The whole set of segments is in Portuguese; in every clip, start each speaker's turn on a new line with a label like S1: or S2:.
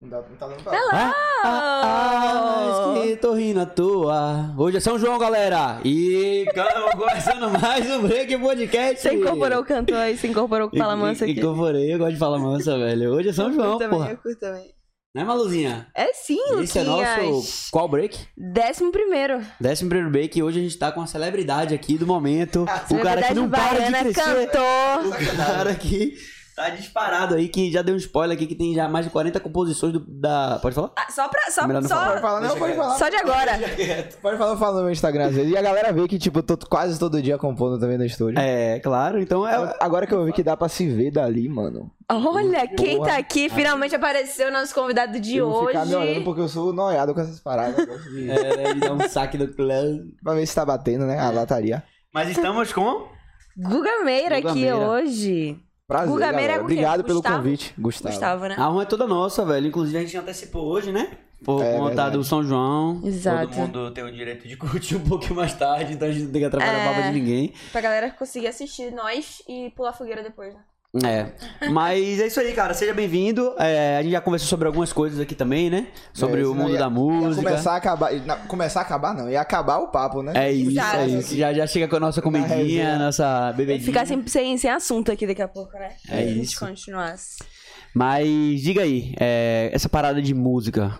S1: Não, dá, não tá dando pra.
S2: Hello!
S3: Ah, mas que tô rindo à toa. Hoje é São João, galera. E cara, começando mais um Break Podcast.
S2: Você incorporou o cantor aí, você incorporou com o Palamansa
S3: E- e-
S2: aqui.
S3: Incorporei, eu gosto de falar mansa, velho. Hoje é São João,
S2: eu também,
S3: porra.
S2: eu curto também.
S3: Né, Maluzinha?
S2: É sim,
S3: Esse é nosso.
S2: Luquinhas.
S3: Qual break?
S2: Décimo primeiro.
S3: Décimo primeiro break. E hoje a gente tá com a celebridade aqui do momento. o cara que
S2: Celebridade
S3: não para de
S2: baiana,
S3: crescer.
S2: cantor.
S3: O cara que tá disparado aí, que já deu um spoiler aqui, que tem já mais de 40 composições do- da. Pode falar?
S2: Ah, só pra... Só,
S3: Melhor não
S1: Pode
S2: só,
S1: falar, não,
S3: Deixa
S1: pode
S3: quieto.
S1: falar.
S2: só de agora.
S1: Pode falar, eu falo no meu Instagram às vezes. E a galera vê que, tipo, eu tô quase todo dia compondo também no estúdio.
S3: É, claro. Então é.
S1: Agora que eu vi que dá pra se ver dali, mano.
S2: Olha, quem
S1: Porra.
S2: tá aqui, finalmente apareceu nosso convidado de
S1: eu vou
S2: hoje.
S1: ficar me olhando
S3: um
S1: porque eu sou noiado com essas paradas. eu gosto de-
S3: É, ele dá um saque do clã.
S1: Pra ver se tá batendo, né? A lataria.
S3: Mas estamos com.
S2: Guga Meira
S3: Guga
S2: aqui
S3: Meira.
S2: hoje.
S1: Prazer,
S2: Guga Meira é
S1: galera.
S2: com quem?
S1: Obrigado pelo
S2: Gustavo?
S1: convite, Gustavo.
S2: Gustavo, né?
S3: A rua é toda nossa, velho. Inclusive a gente antecipou hoje, né? Por
S1: É,
S3: conta
S1: verdade.
S3: do São João.
S2: Exato.
S3: Todo mundo tem o direito de curtir um pouquinho mais tarde, então a gente não tem que atrapalhar
S2: É.
S3: a baba de ninguém.
S2: Pra galera conseguir assistir nós e pular fogueira depois, né?
S3: É. Mas é isso aí, cara. Seja bem-vindo. É, a gente já conversou sobre algumas coisas aqui também, né? Sobre
S1: É,
S3: o
S1: senão
S3: mundo
S1: ia-
S3: da
S1: Ia
S3: música.
S1: começar a acabar. não, começar a acabar, não. Ia acabar o papo, né?
S3: É isso,
S2: Exato.
S3: é isso. Já, já chega com a nossa comidinha,
S1: resenha.
S3: nossa
S2: Vai
S3: bebedinha.
S2: ficar sem, sem, sem assunto aqui daqui a pouco, né?
S3: É
S2: Se a gente
S3: isso.
S2: continuasse.
S3: Mas diga aí, é, essa parada de música,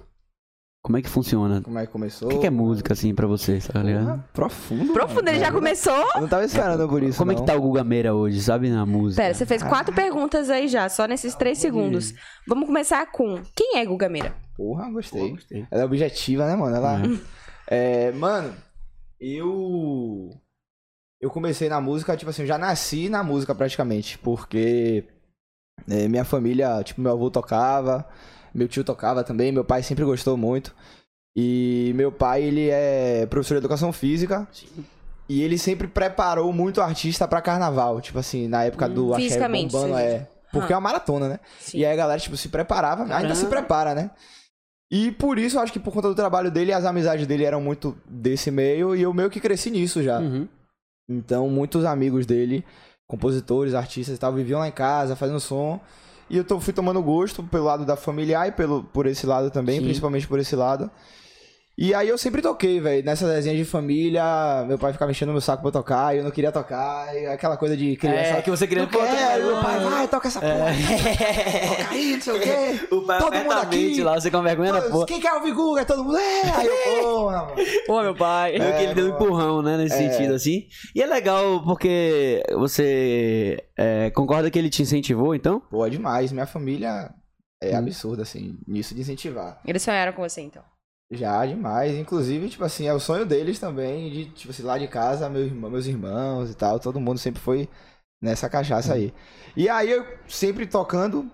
S3: como é que funciona?
S1: Como é que começou?
S3: O que, que é música, assim, pra você, tá ligado?
S1: Ah, profundo.
S2: Profundo,
S1: mano.
S2: ele já começou?
S1: Eu não tava esperando por isso.
S3: Como é
S1: não.
S3: que tá o Guga Meira hoje, sabe, na música?
S2: Pera, você fez quatro perguntas aí já, só nesses três segundos. Vamos começar com quem é Guga Meira?
S1: Porra, gostei.
S3: Pô, gostei.
S1: Ela é objetiva, né, mano? Ela. É, mano, eu. Eu comecei na música, tipo assim, eu já nasci na música praticamente. Porque é, minha família, tipo, meu avô tocava, meu tio tocava também, meu pai sempre gostou muito. E meu pai, ele é professor de educação física. E ele sempre preparou muito artista pra carnaval, tipo assim, na época do axé
S2: Fisicamente,
S1: bombando,
S2: você Ah.
S1: é. Porque é uma maratona, né? E aí a galera, tipo, se preparava, ainda
S3: Caramba.
S1: se prepara, né? E por isso, eu acho que por conta do trabalho dele, as amizades dele eram muito desse meio, e eu meio que cresci nisso já.
S3: Uhum.
S1: Então, muitos amigos dele, compositores, artistas e tal, viviam lá em casa, fazendo som. E eu to- fui tomando gosto pelo lado da familiar e pelo, por esse lado também,
S3: Sim.
S1: principalmente por esse lado. E aí eu sempre toquei, velho. Nessas resenhas de família, meu pai ficava mexendo meu saco pra eu tocar, e eu não queria tocar, e aquela coisa de criança.
S3: É, que você queria...
S1: Não quero, meu pai,
S3: É.
S1: vai, toca essa porra. Toca aí, não sei o quê.
S3: O pai
S1: Todo mundo
S3: apertamente
S1: aqui.
S3: lá, você com vergonha da porra.
S1: Quem quer ouvir Guga? Todo mundo. É, aí eu, porra, mano.
S3: Pô, meu
S1: É,
S3: pai. Meio que ele deu um empurrão, né? Nesse sentido, assim. E é legal porque você é, concorda que ele te incentivou, então?
S1: Pô, é demais. Minha família é
S3: Hum.
S1: absurda, assim, nisso de incentivar.
S2: Eles sonharam com você, então.
S1: Já, é demais. Inclusive, tipo assim, é o sonho deles também, de, tipo assim, lá de casa, meu irmão- meus irmãos e tal, todo mundo sempre foi nessa
S3: Hum.
S1: cachaça aí. E aí eu sempre tocando.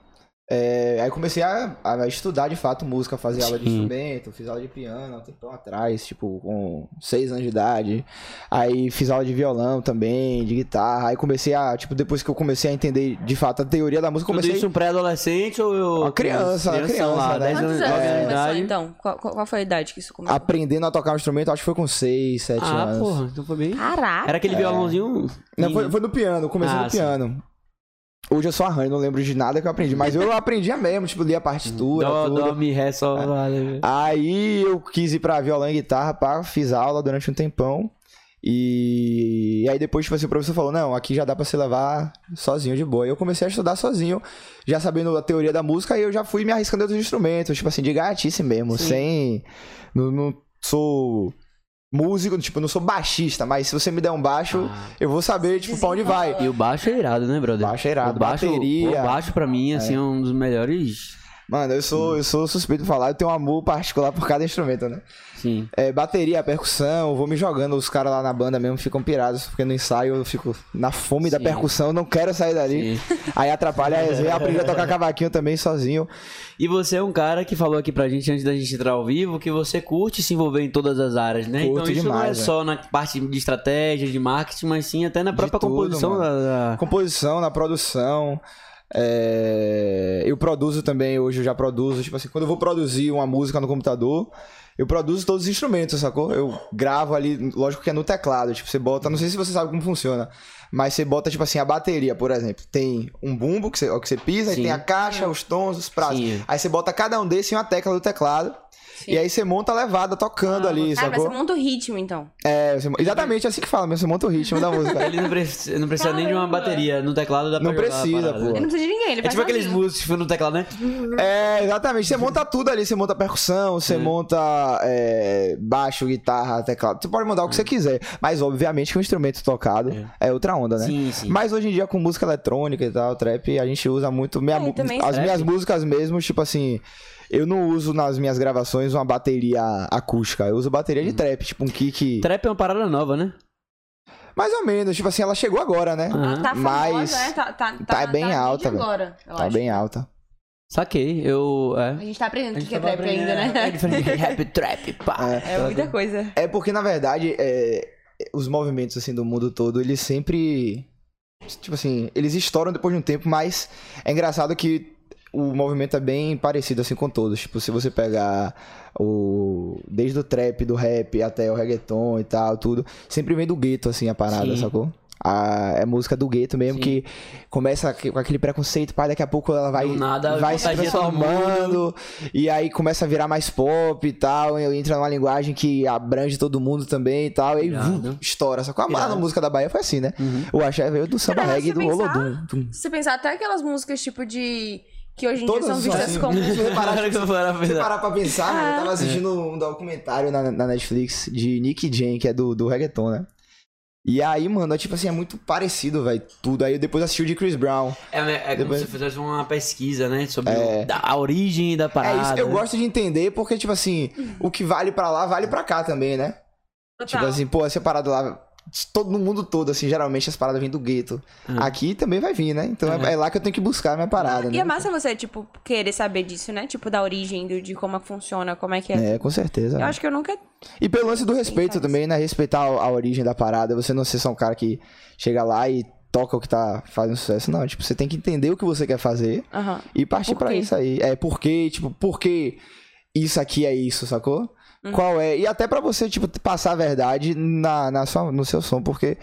S1: é, aí comecei a, a estudar de fato música, fazer aula de
S3: Sim.
S1: instrumento, fiz aula de piano há um tempão atrás, tipo, com seis anos de idade. Aí fiz aula de violão também, de guitarra. Aí comecei a, tipo, depois que eu comecei a entender de fato a teoria da música, comecei
S3: Tudo isso um pré-adolescente ou...
S1: Uma criança, uma
S3: Crianção lá,
S1: criança, né?
S3: 10 anos
S2: Quantos
S3: de
S2: anos você começou,
S3: idade.
S2: então? Qual, qual- qual foi a idade que isso começou?
S1: aprendendo a tocar um instrumento, acho que foi com seis, sete
S3: Ah,
S1: anos.
S3: porra, então foi bem...
S2: Caraca!
S3: Era aquele violãozinho.
S1: Não, foi, foi no piano, comecei
S3: Ah,
S1: no
S3: sim.
S1: piano. Hoje eu só arranho, não lembro de nada que eu aprendi, mas eu aprendia mesmo, tipo, lia a partitura,
S3: Dó,
S1: tudo.
S3: dó, mi, ré, sol. lá, né?
S1: Aí eu quis ir pra violão e guitarra, pá, fiz aula durante um tempão. E, aí depois, tipo assim, o professor falou, não, aqui já dá pra se levar sozinho de boa. E eu comecei a estudar sozinho, já sabendo a teoria da música, e eu já fui me arriscando em outros instrumentos, tipo assim, de gatice mesmo,
S3: Sim.
S1: sem... Não, não sou músico, tipo, não sou baixista, mas se você me der um baixo,
S3: Ah.
S1: eu vou saber, tipo, pra onde vai.
S3: E o baixo é irado, né, brother?
S1: Baixo é irado,
S3: o baixo,
S1: bateria.
S3: O baixo, pra mim, assim, é um dos melhores.
S1: Mano, eu sou, eu sou suspeito de falar, eu tenho um amor particular por cada instrumento, né?
S3: Sim.
S1: É, bateria, percussão, eu vou me jogando, os caras lá na banda mesmo ficam pirados, porque no ensaio eu fico na fome da
S3: Sim.
S1: percussão, não quero sair dali. Aí atrapalha a resenha, eu aprendi a tocar cavaquinho também sozinho.
S3: E você é um cara que falou aqui pra gente antes da gente entrar ao vivo que você curte se envolver em todas as áreas, né?
S1: Curto
S3: então isso não é
S1: demais,
S3: só na parte de estratégia, de marketing, mas sim até na própria
S1: tudo,
S3: composição
S1: mano.
S3: da. da-
S1: Composição, na produção, É, eu produzo também, hoje eu já produzo. Tipo assim, quando eu vou produzir uma música no computador, eu produzo todos os instrumentos, sacou? Eu gravo ali, lógico que é no teclado. Tipo, você bota, não sei se você sabe como funciona, mas você bota, tipo assim, a bateria, por exemplo. Tem um bumbo que você, ó, que você pisa, aí
S3: Sim.
S1: tem a caixa, os tons, os pratos.
S3: Sim.
S1: Aí você bota cada um desses em uma tecla do teclado.
S2: Sim.
S1: E aí você monta a levada tocando ali,
S2: Cara, mas
S1: sacou?
S2: você monta o ritmo, então.
S1: É, você- exatamente assim que fala, mesmo, você monta o ritmo da música.
S3: Ele não precisa, não precisa nem de uma
S2: Caramba.
S3: bateria no teclado da
S1: Não precisa, pô.
S2: Ele não precisa de ninguém, ele
S3: É
S2: faz
S3: tipo aqueles
S2: sozinho.
S3: músicos que ficam no teclado, né?
S1: É, exatamente. Você monta tudo ali. Você monta percussão, você monta é, baixo, guitarra, teclado. Você pode montar o que você quiser. Mas, obviamente, que o instrumento tocado é, outra onda, né?
S3: Sim, sim.
S1: Mas hoje em dia, com música eletrônica e tal, trap, a gente usa muito. Minha,
S2: É, e
S1: mu-
S2: também
S1: as
S2: trap.
S1: minhas músicas mesmo, tipo assim. Eu não uso nas minhas gravações uma bateria acústica. Eu uso bateria de trap, tipo um kick.
S3: Trap é uma parada nova, né?
S1: Mais ou menos, tipo assim, ela chegou agora, né?
S3: Aham.
S2: Ela Tá famosa,
S1: Mas
S2: né? Tá, tá, tá,
S1: tá bem
S2: na mídia
S1: alta, velho.
S2: agora, eu
S1: Tá
S2: acho.
S1: bem alta.
S3: Saquei, eu. É.
S2: A gente tá aprendendo o que, que é
S3: tava
S2: trap ainda,
S3: aprendendo, É
S2: né?
S3: diferente de rap, trap, pá.
S2: É muita coisa.
S1: É porque, na verdade, é, os movimentos assim do mundo todo, eles sempre. Tipo assim, eles estouram depois de um tempo, mas é engraçado que o movimento é bem parecido assim com todos. Tipo, se você pegar o. Desde o trap, do rap até o reggaeton e tal, tudo. Sempre vem do gueto, assim, a parada,
S3: Sim.
S1: sacou? A, é música do gueto mesmo,
S3: Sim.
S1: que começa aqui- com aquele preconceito, pá, daqui a pouco ela vai,
S3: Do nada,
S1: vai se
S3: contagia todo mundo.
S1: transformando, e aí começa a virar mais pop e tal, e entra numa linguagem que abrange todo mundo também e tal, e aí
S3: Irado.
S1: vum, estoura. Só que a
S3: Irado.
S1: mala música da Bahia foi assim, né?
S3: Uhum.
S1: O axé veio do samba
S2: Cara,
S1: reggae e
S2: se
S1: do
S2: pensar,
S1: Olodum. Tum.
S2: Se você pensar até aquelas músicas tipo de. que hoje em
S1: Todas
S2: dia são
S1: as
S2: vistas
S1: assim,
S2: como. Ah.
S1: se você parar,
S3: Agora que eu parar pra
S1: se você
S3: pensar.
S1: parar pra pensar, mano, eu tava assistindo um documentário na, na Netflix de Nick Jam, que é do, do reggaeton, né? E aí, mano, é tipo assim, é muito parecido, velho, tudo. Aí eu depois assisti o de Chris Brown.
S3: É, é, é como
S1: Depois-
S3: se fizesse uma pesquisa, né? Sobre o- da- a origem da
S1: É
S3: parada.
S1: isso, eu
S3: né?
S1: gosto de entender, porque, tipo assim, o que vale pra lá, vale pra cá também, né?
S2: Tá.
S1: Tipo assim, pô, essa parada lá. Todo no mundo todo, assim, geralmente as paradas vêm do gueto.
S3: Uhum.
S1: Aqui também vai vir, né? Então é, é lá que eu tenho que buscar a minha parada,
S2: E é
S1: né?
S2: massa você, tipo, querer saber disso, né? Tipo, da origem, do, de como é que funciona, como é que é.
S1: É, com certeza.
S2: Eu acho que eu nunca.
S1: E pelo lance do respeito
S2: Então,
S1: também, né? Respeitar a, a origem da parada. Você não ser só um cara que chega lá e toca o que tá fazendo sucesso, não. Tipo, você tem que entender o que você quer fazer
S2: Aham.
S1: e partir
S2: Por
S1: pra
S2: quê?
S1: isso aí. É, porque, tipo, por que isso aqui é isso, sacou?
S2: Uhum.
S1: Qual é? E até pra você, tipo, passar a verdade na, na sua, no seu som, porque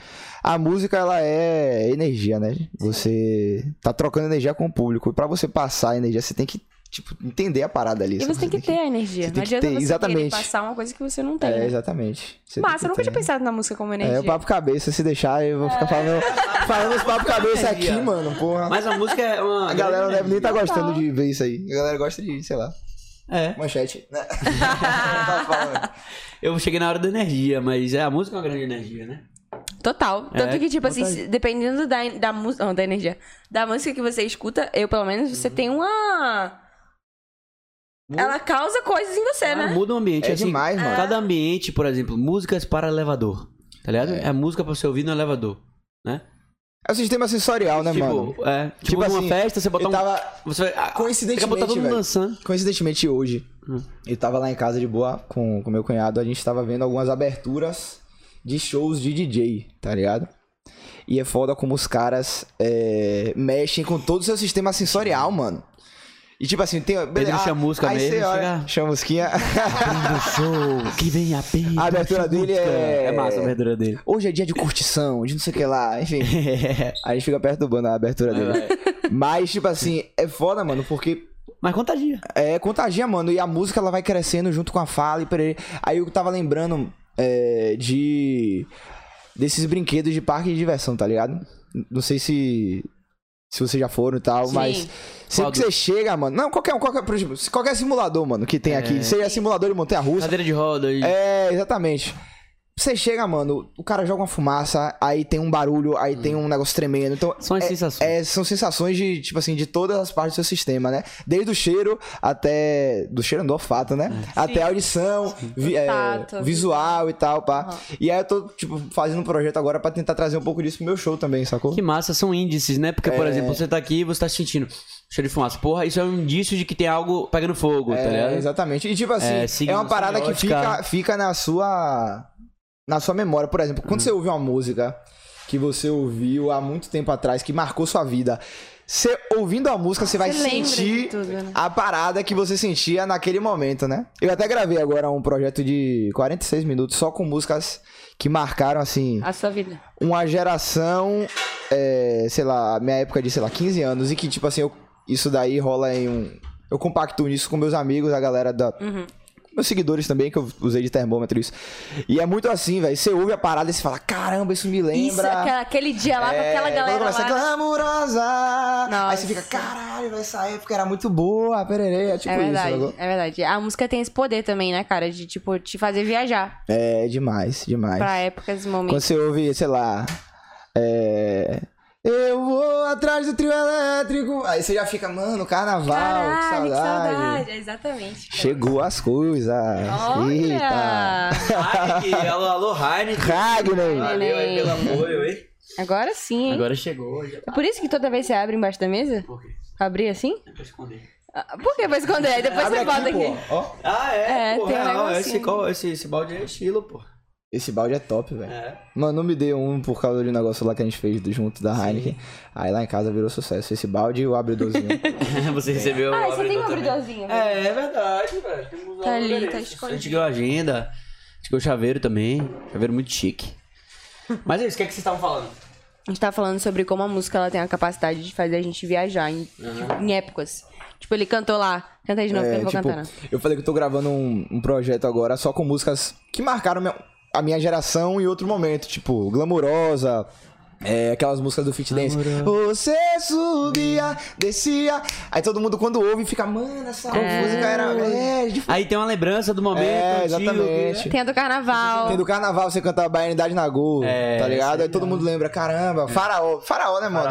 S1: a música, ela é energia, né? Você tá trocando energia com o público. E pra você passar a energia, você tem que, tipo, entender a parada ali.
S2: E
S1: sabe?
S2: você tem que ter a energia.
S1: você
S2: Não
S1: tem é que
S2: adianta
S1: ter,
S2: você querer
S1: exatamente.
S2: passar uma coisa que você não tem.
S1: É,
S2: né?
S1: exatamente. Você tem
S2: Massa,
S1: que
S2: eu nunca
S1: ter. né?
S2: tinha pensado na música como energia.
S1: É, o papo cabeça, se deixar, eu vou ficar falando, falando os papo cabeça aqui,
S3: Energia.
S1: mano, porra.
S3: Mas a música é uma.
S1: a galera
S3: grande
S1: deve nem tá
S3: energia.
S1: gostando de ver isso aí. A galera gosta de, sei lá,
S3: É.
S1: manchete, né? Tá falando.
S3: Eu cheguei na hora da energia, mas é, a música é uma grande energia, né?
S2: Total.
S3: É,
S2: Tanto que, tipo assim,
S3: vontade.
S2: se- dependendo da, da música. Não, da energia. Da música que você escuta, eu, pelo menos, você tem uma.
S3: Mu-
S2: Ela causa coisas em você,
S3: Ah,
S2: né?
S3: Muda o ambiente.
S1: É
S3: assim,
S1: demais, mano.
S3: Cada ambiente, por exemplo, músicas para elevador. Tá ligado? É, música pra você ouvir no elevador, né?
S1: É o sistema sensorial, né,
S3: tipo,
S1: mano?
S3: é. Tipo,
S1: Tipo
S3: numa
S1: assim,
S3: festa, você botar
S1: Eu
S3: um.
S1: tava,
S3: Você vai. ah,
S1: Coincidentemente,
S3: você vai botar todo mundo
S1: velho.
S3: dançando.
S1: coincidentemente hoje,
S3: Hum.
S1: eu tava lá em casa de boa com o meu cunhado, a gente tava vendo algumas aberturas de shows de DJ, tá ligado? E é foda como os caras é, mexem com todo o seu sistema sensorial, mano. E tipo assim, tem.
S3: Pedro chama a música
S1: aí
S3: mesmo,
S1: você olha-
S3: chega-
S1: Chama a musiquinha.
S3: Fim do show, que vem a pena.
S1: A abertura dele é-
S3: É massa a abertura dele.
S1: Hoje é dia de curtição, de não sei o que lá, enfim. Aí a gente fica perturbando a abertura
S3: É.
S1: dele. Mas, tipo assim, é foda, mano, porque
S3: Mas contagia.
S1: É, contagia, mano. E a música ela vai crescendo junto com a fala e perere. Aí eu tava lembrando é, de. desses brinquedos de parque de diversão, tá ligado? N- Não sei se. Se vocês já foram e tal,
S2: Sim.
S1: mas. Sempre
S3: Qual
S1: que
S3: do-
S1: você chega, mano. Não, qualquer um, qualquer, por exemplo, qualquer simulador, mano, que tem aqui. Seja simulador de montanha russa.
S3: Cadeira de roda. e-
S1: É, exatamente. Você chega, mano, o cara joga uma fumaça, aí tem um barulho, aí tem um negócio tremendo. Então,
S3: São as sensações.
S1: é, são sensações de, tipo assim, de todas as partes do seu sistema, né? Desde o cheiro até. Do cheiro do olfato, né?
S3: É.
S1: Até a audição, vi- é,
S2: Tato.
S1: visual e tal, pá.
S2: Uhum.
S1: E aí eu tô, tipo, fazendo um projeto agora pra tentar trazer um pouco disso pro meu show também, sacou?
S3: Que massa, são índices, né? Porque,
S1: É.
S3: por exemplo, você tá aqui e você tá sentindo cheiro de fumaça. Porra, isso é um indício de que tem algo pegando fogo, tá
S1: É,
S3: ligado?
S1: exatamente. E tipo
S3: É,
S1: assim, é,
S3: signo,
S1: uma parada que
S3: semiótica.
S1: fica, fica na sua. Na sua memória, por
S3: Hum.
S1: exemplo, quando você ouve uma música que você ouviu há muito tempo atrás, que marcou sua vida, Você ouvindo a música, você vai
S2: Você lembra de
S1: sentir
S2: tudo, né?
S1: a parada que você sentia naquele momento, né? Eu até gravei agora um projeto de 46 minutos só com músicas que marcaram, assim,
S2: A sua vida.
S1: uma geração, é, sei lá, minha época de, sei lá, 15 anos, e que, tipo assim, eu- isso daí rola em um. Eu compacto isso com meus amigos, a galera da.
S2: Uhum.
S1: Meus seguidores também, que eu usei de termômetro isso. E é muito assim, velho. Você ouve a parada e você fala, caramba, isso me lembra.
S2: Isso, é aquela- aquele dia lá com aquela
S1: É,
S2: galera
S1: quando
S2: lá.
S1: começa glamurosa. Aí você
S2: Nossa.
S1: fica, caralho, essa época era muito boa, pererê. É tipo
S2: é verdade,
S1: isso. sacou?
S2: é verdade. A música tem esse poder também, né, cara? De, tipo, te fazer viajar
S1: É demais, demais.
S2: pra épocas e
S1: Quando
S2: momentos.
S1: você ouve, sei lá. É. Eu vou atrás do trio elétrico. Aí você já fica, mano, carnaval, que
S2: Caralho,
S1: saudade.
S2: que saudade. Exatamente. cara.
S1: Chegou né? as coisas. Eita.
S2: Olha!
S3: Heineken, é? alô, alô, Heineken.
S1: Ragnar.
S3: Valeu aí pelo apoio, hein?
S2: Agora sim, hein?
S3: Agora chegou. Já...
S2: É
S3: tá
S2: por isso que toda vez você abre embaixo da mesa?
S3: Por quê?
S2: Pra abrir assim?
S3: Pra esconder.
S2: Ah, Por que pra esconder? Aí Depois
S1: Abre
S2: você volta
S1: aqui,
S2: aqui.
S1: pô. Ó,
S3: Ah, é?
S2: É,
S3: pô,
S2: tem um
S3: real, esse,
S2: negocinho.
S3: qual- esse, esse balde é estilo, pô.
S1: esse balde é top, velho.
S3: É.
S1: Mano, me deu um por causa de um negócio lá que a gente fez do- junto da Heineken. Aí lá em casa virou sucesso. Esse balde e o abridorzinho.
S3: Você recebeu
S2: Ah,
S3: o
S2: você tem um
S3: abridor também.
S2: abridorzinho. né?
S3: É, é verdade, velho. Temos lá
S2: Tá
S3: o
S2: ali, tá
S3: endereço.
S2: escondido.
S3: A gente ganhou a agenda. A gente ganhou o chaveiro também. Chaveiro muito chique. Mas é isso, o que é que vocês estavam falando?
S2: A gente tá falando sobre como a música ela tem a capacidade de fazer a gente viajar em, tipo, em épocas. Tipo, ele cantou lá. Canta aí de novo, que eu
S1: É,
S2: não vou
S1: tipo,
S2: cantar, não.
S1: eu falei que eu tô gravando um, um projeto agora só com músicas que marcaram meu- a minha geração e outro momento, tipo, Glamurosa. é, aquelas músicas do Fit Dance. Você subia, descia. Aí todo mundo quando ouve fica, mano, essa música era. É, de...
S3: Aí tem uma lembrança do momento. né?
S1: É,
S3: antigo,
S1: exatamente.
S2: Tem a do carnaval.
S1: Tem do carnaval você cantava Baianidade na Go,
S3: É,
S1: tá ligado?
S3: isso
S1: Aí todo mundo lembra, caramba, faraó. Faraó, né, mano?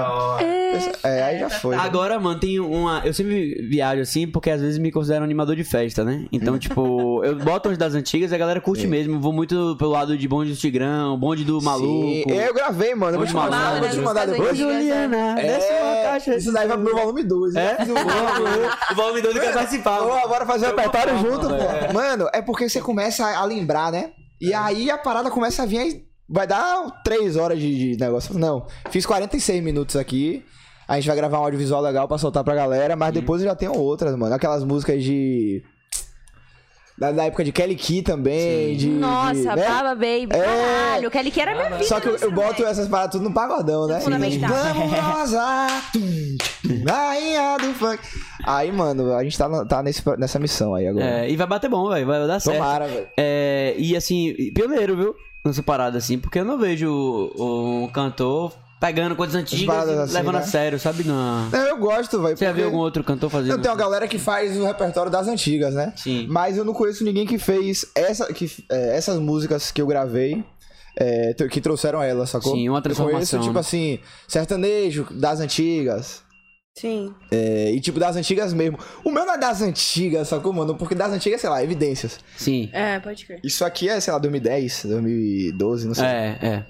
S1: É, aí já foi. né?
S3: Agora, mano, tem uma. Eu sempre viajo assim, porque às vezes me considero animador de festa, né? Então, tipo, eu boto uns das antigas e a galera curte mesmo. Vou muito pelo lado de bonde do Tigrão, bonde do
S1: Sim,
S3: maluco.
S1: eu gravei, mano. Eu vou te
S3: Bonde
S1: mandar,
S3: Maluco,
S1: eu vou te
S3: né?
S1: mandar
S2: Músicas
S1: depois.
S3: Ô, Juliana,
S1: É,
S3: desce uma caixa.
S1: Isso daí vai pro meu volume 2.
S3: É?
S1: Eu fiz um volume dois.
S3: O volume 2 quer participar.
S1: Vamos agora fazer o
S3: Eu
S1: repertório
S3: vou-
S1: junto, pô. Mano, é porque você começa a lembrar, né? E aí a parada começa a vir aí. Vai dar 3 horas de, de negócio. Não, fiz 46 minutos aqui. A gente vai gravar um audiovisual legal pra soltar pra galera, mas depois eu já tenho outras, mano. Aquelas músicas de. Da, da época de Kelly Key também. De, de,
S2: Nossa,
S1: né?
S2: Baba Baby. Caralho, Kelly que era minha vida.
S1: Só que eu, eu boto essas paradas tudo no pagodão, né?
S2: Fundamental.
S1: Glamurosa, tum, tum, rainha do funk. Aí, mano, a gente tá, na- tá nesse- nessa missão aí agora.
S3: É, e vai bater bom, velho. Vai dar certo.
S1: Tomara, velho.
S3: É, e assim, pioneiro, viu? Nessa parada, assim, porque eu não vejo o- um cantor pegando coisas antigas
S1: paradas
S3: e
S1: assim,
S3: levando
S1: né?
S3: a sério, sabe? Não.
S1: Não, É, eu gosto, velho.
S3: Você já
S1: porque
S3: viu algum outro cantor fazendo?
S1: Eu tenho uma galera que faz o repertório das antigas, né?
S3: Sim.
S1: Mas eu não conheço ninguém que fez essa, que, é, essas músicas que eu gravei. é, tr- que trouxeram ela, sacou?
S3: Sim, uma
S1: Eu conheço,
S3: transformação,
S1: tipo
S3: né?
S1: assim, sertanejo das antigas.
S2: Sim.
S1: é, e tipo, das antigas mesmo. O meu não é das antigas, sacou, mano? Porque das antigas, sei lá, evidências.
S3: Sim.
S2: É, pode crer.
S1: Isso aqui é, sei lá, 2010, 2012, não sei.
S3: É, é.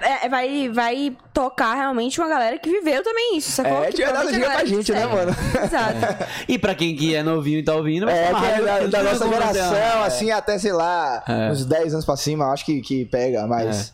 S2: É, é, vai, vai tocar realmente uma galera que viveu também isso, sacou?
S1: É,
S2: Que
S1: de verdade,
S2: provavelmente
S1: diga
S2: a
S1: pra
S2: galera
S1: gente, né,
S2: que
S1: mano?
S2: segue. É, Exato.
S3: E pra quem que é novinho e tá ouvindo, vai
S1: É,
S3: tomar
S1: que é
S3: raiva,
S1: da,
S3: porque
S1: da
S3: não
S1: nossa
S3: tem como
S1: geração,
S3: você-
S2: né?
S1: assim, até, sei lá,
S3: É.
S1: uns 10 anos pra cima, eu acho que, que pega, mas.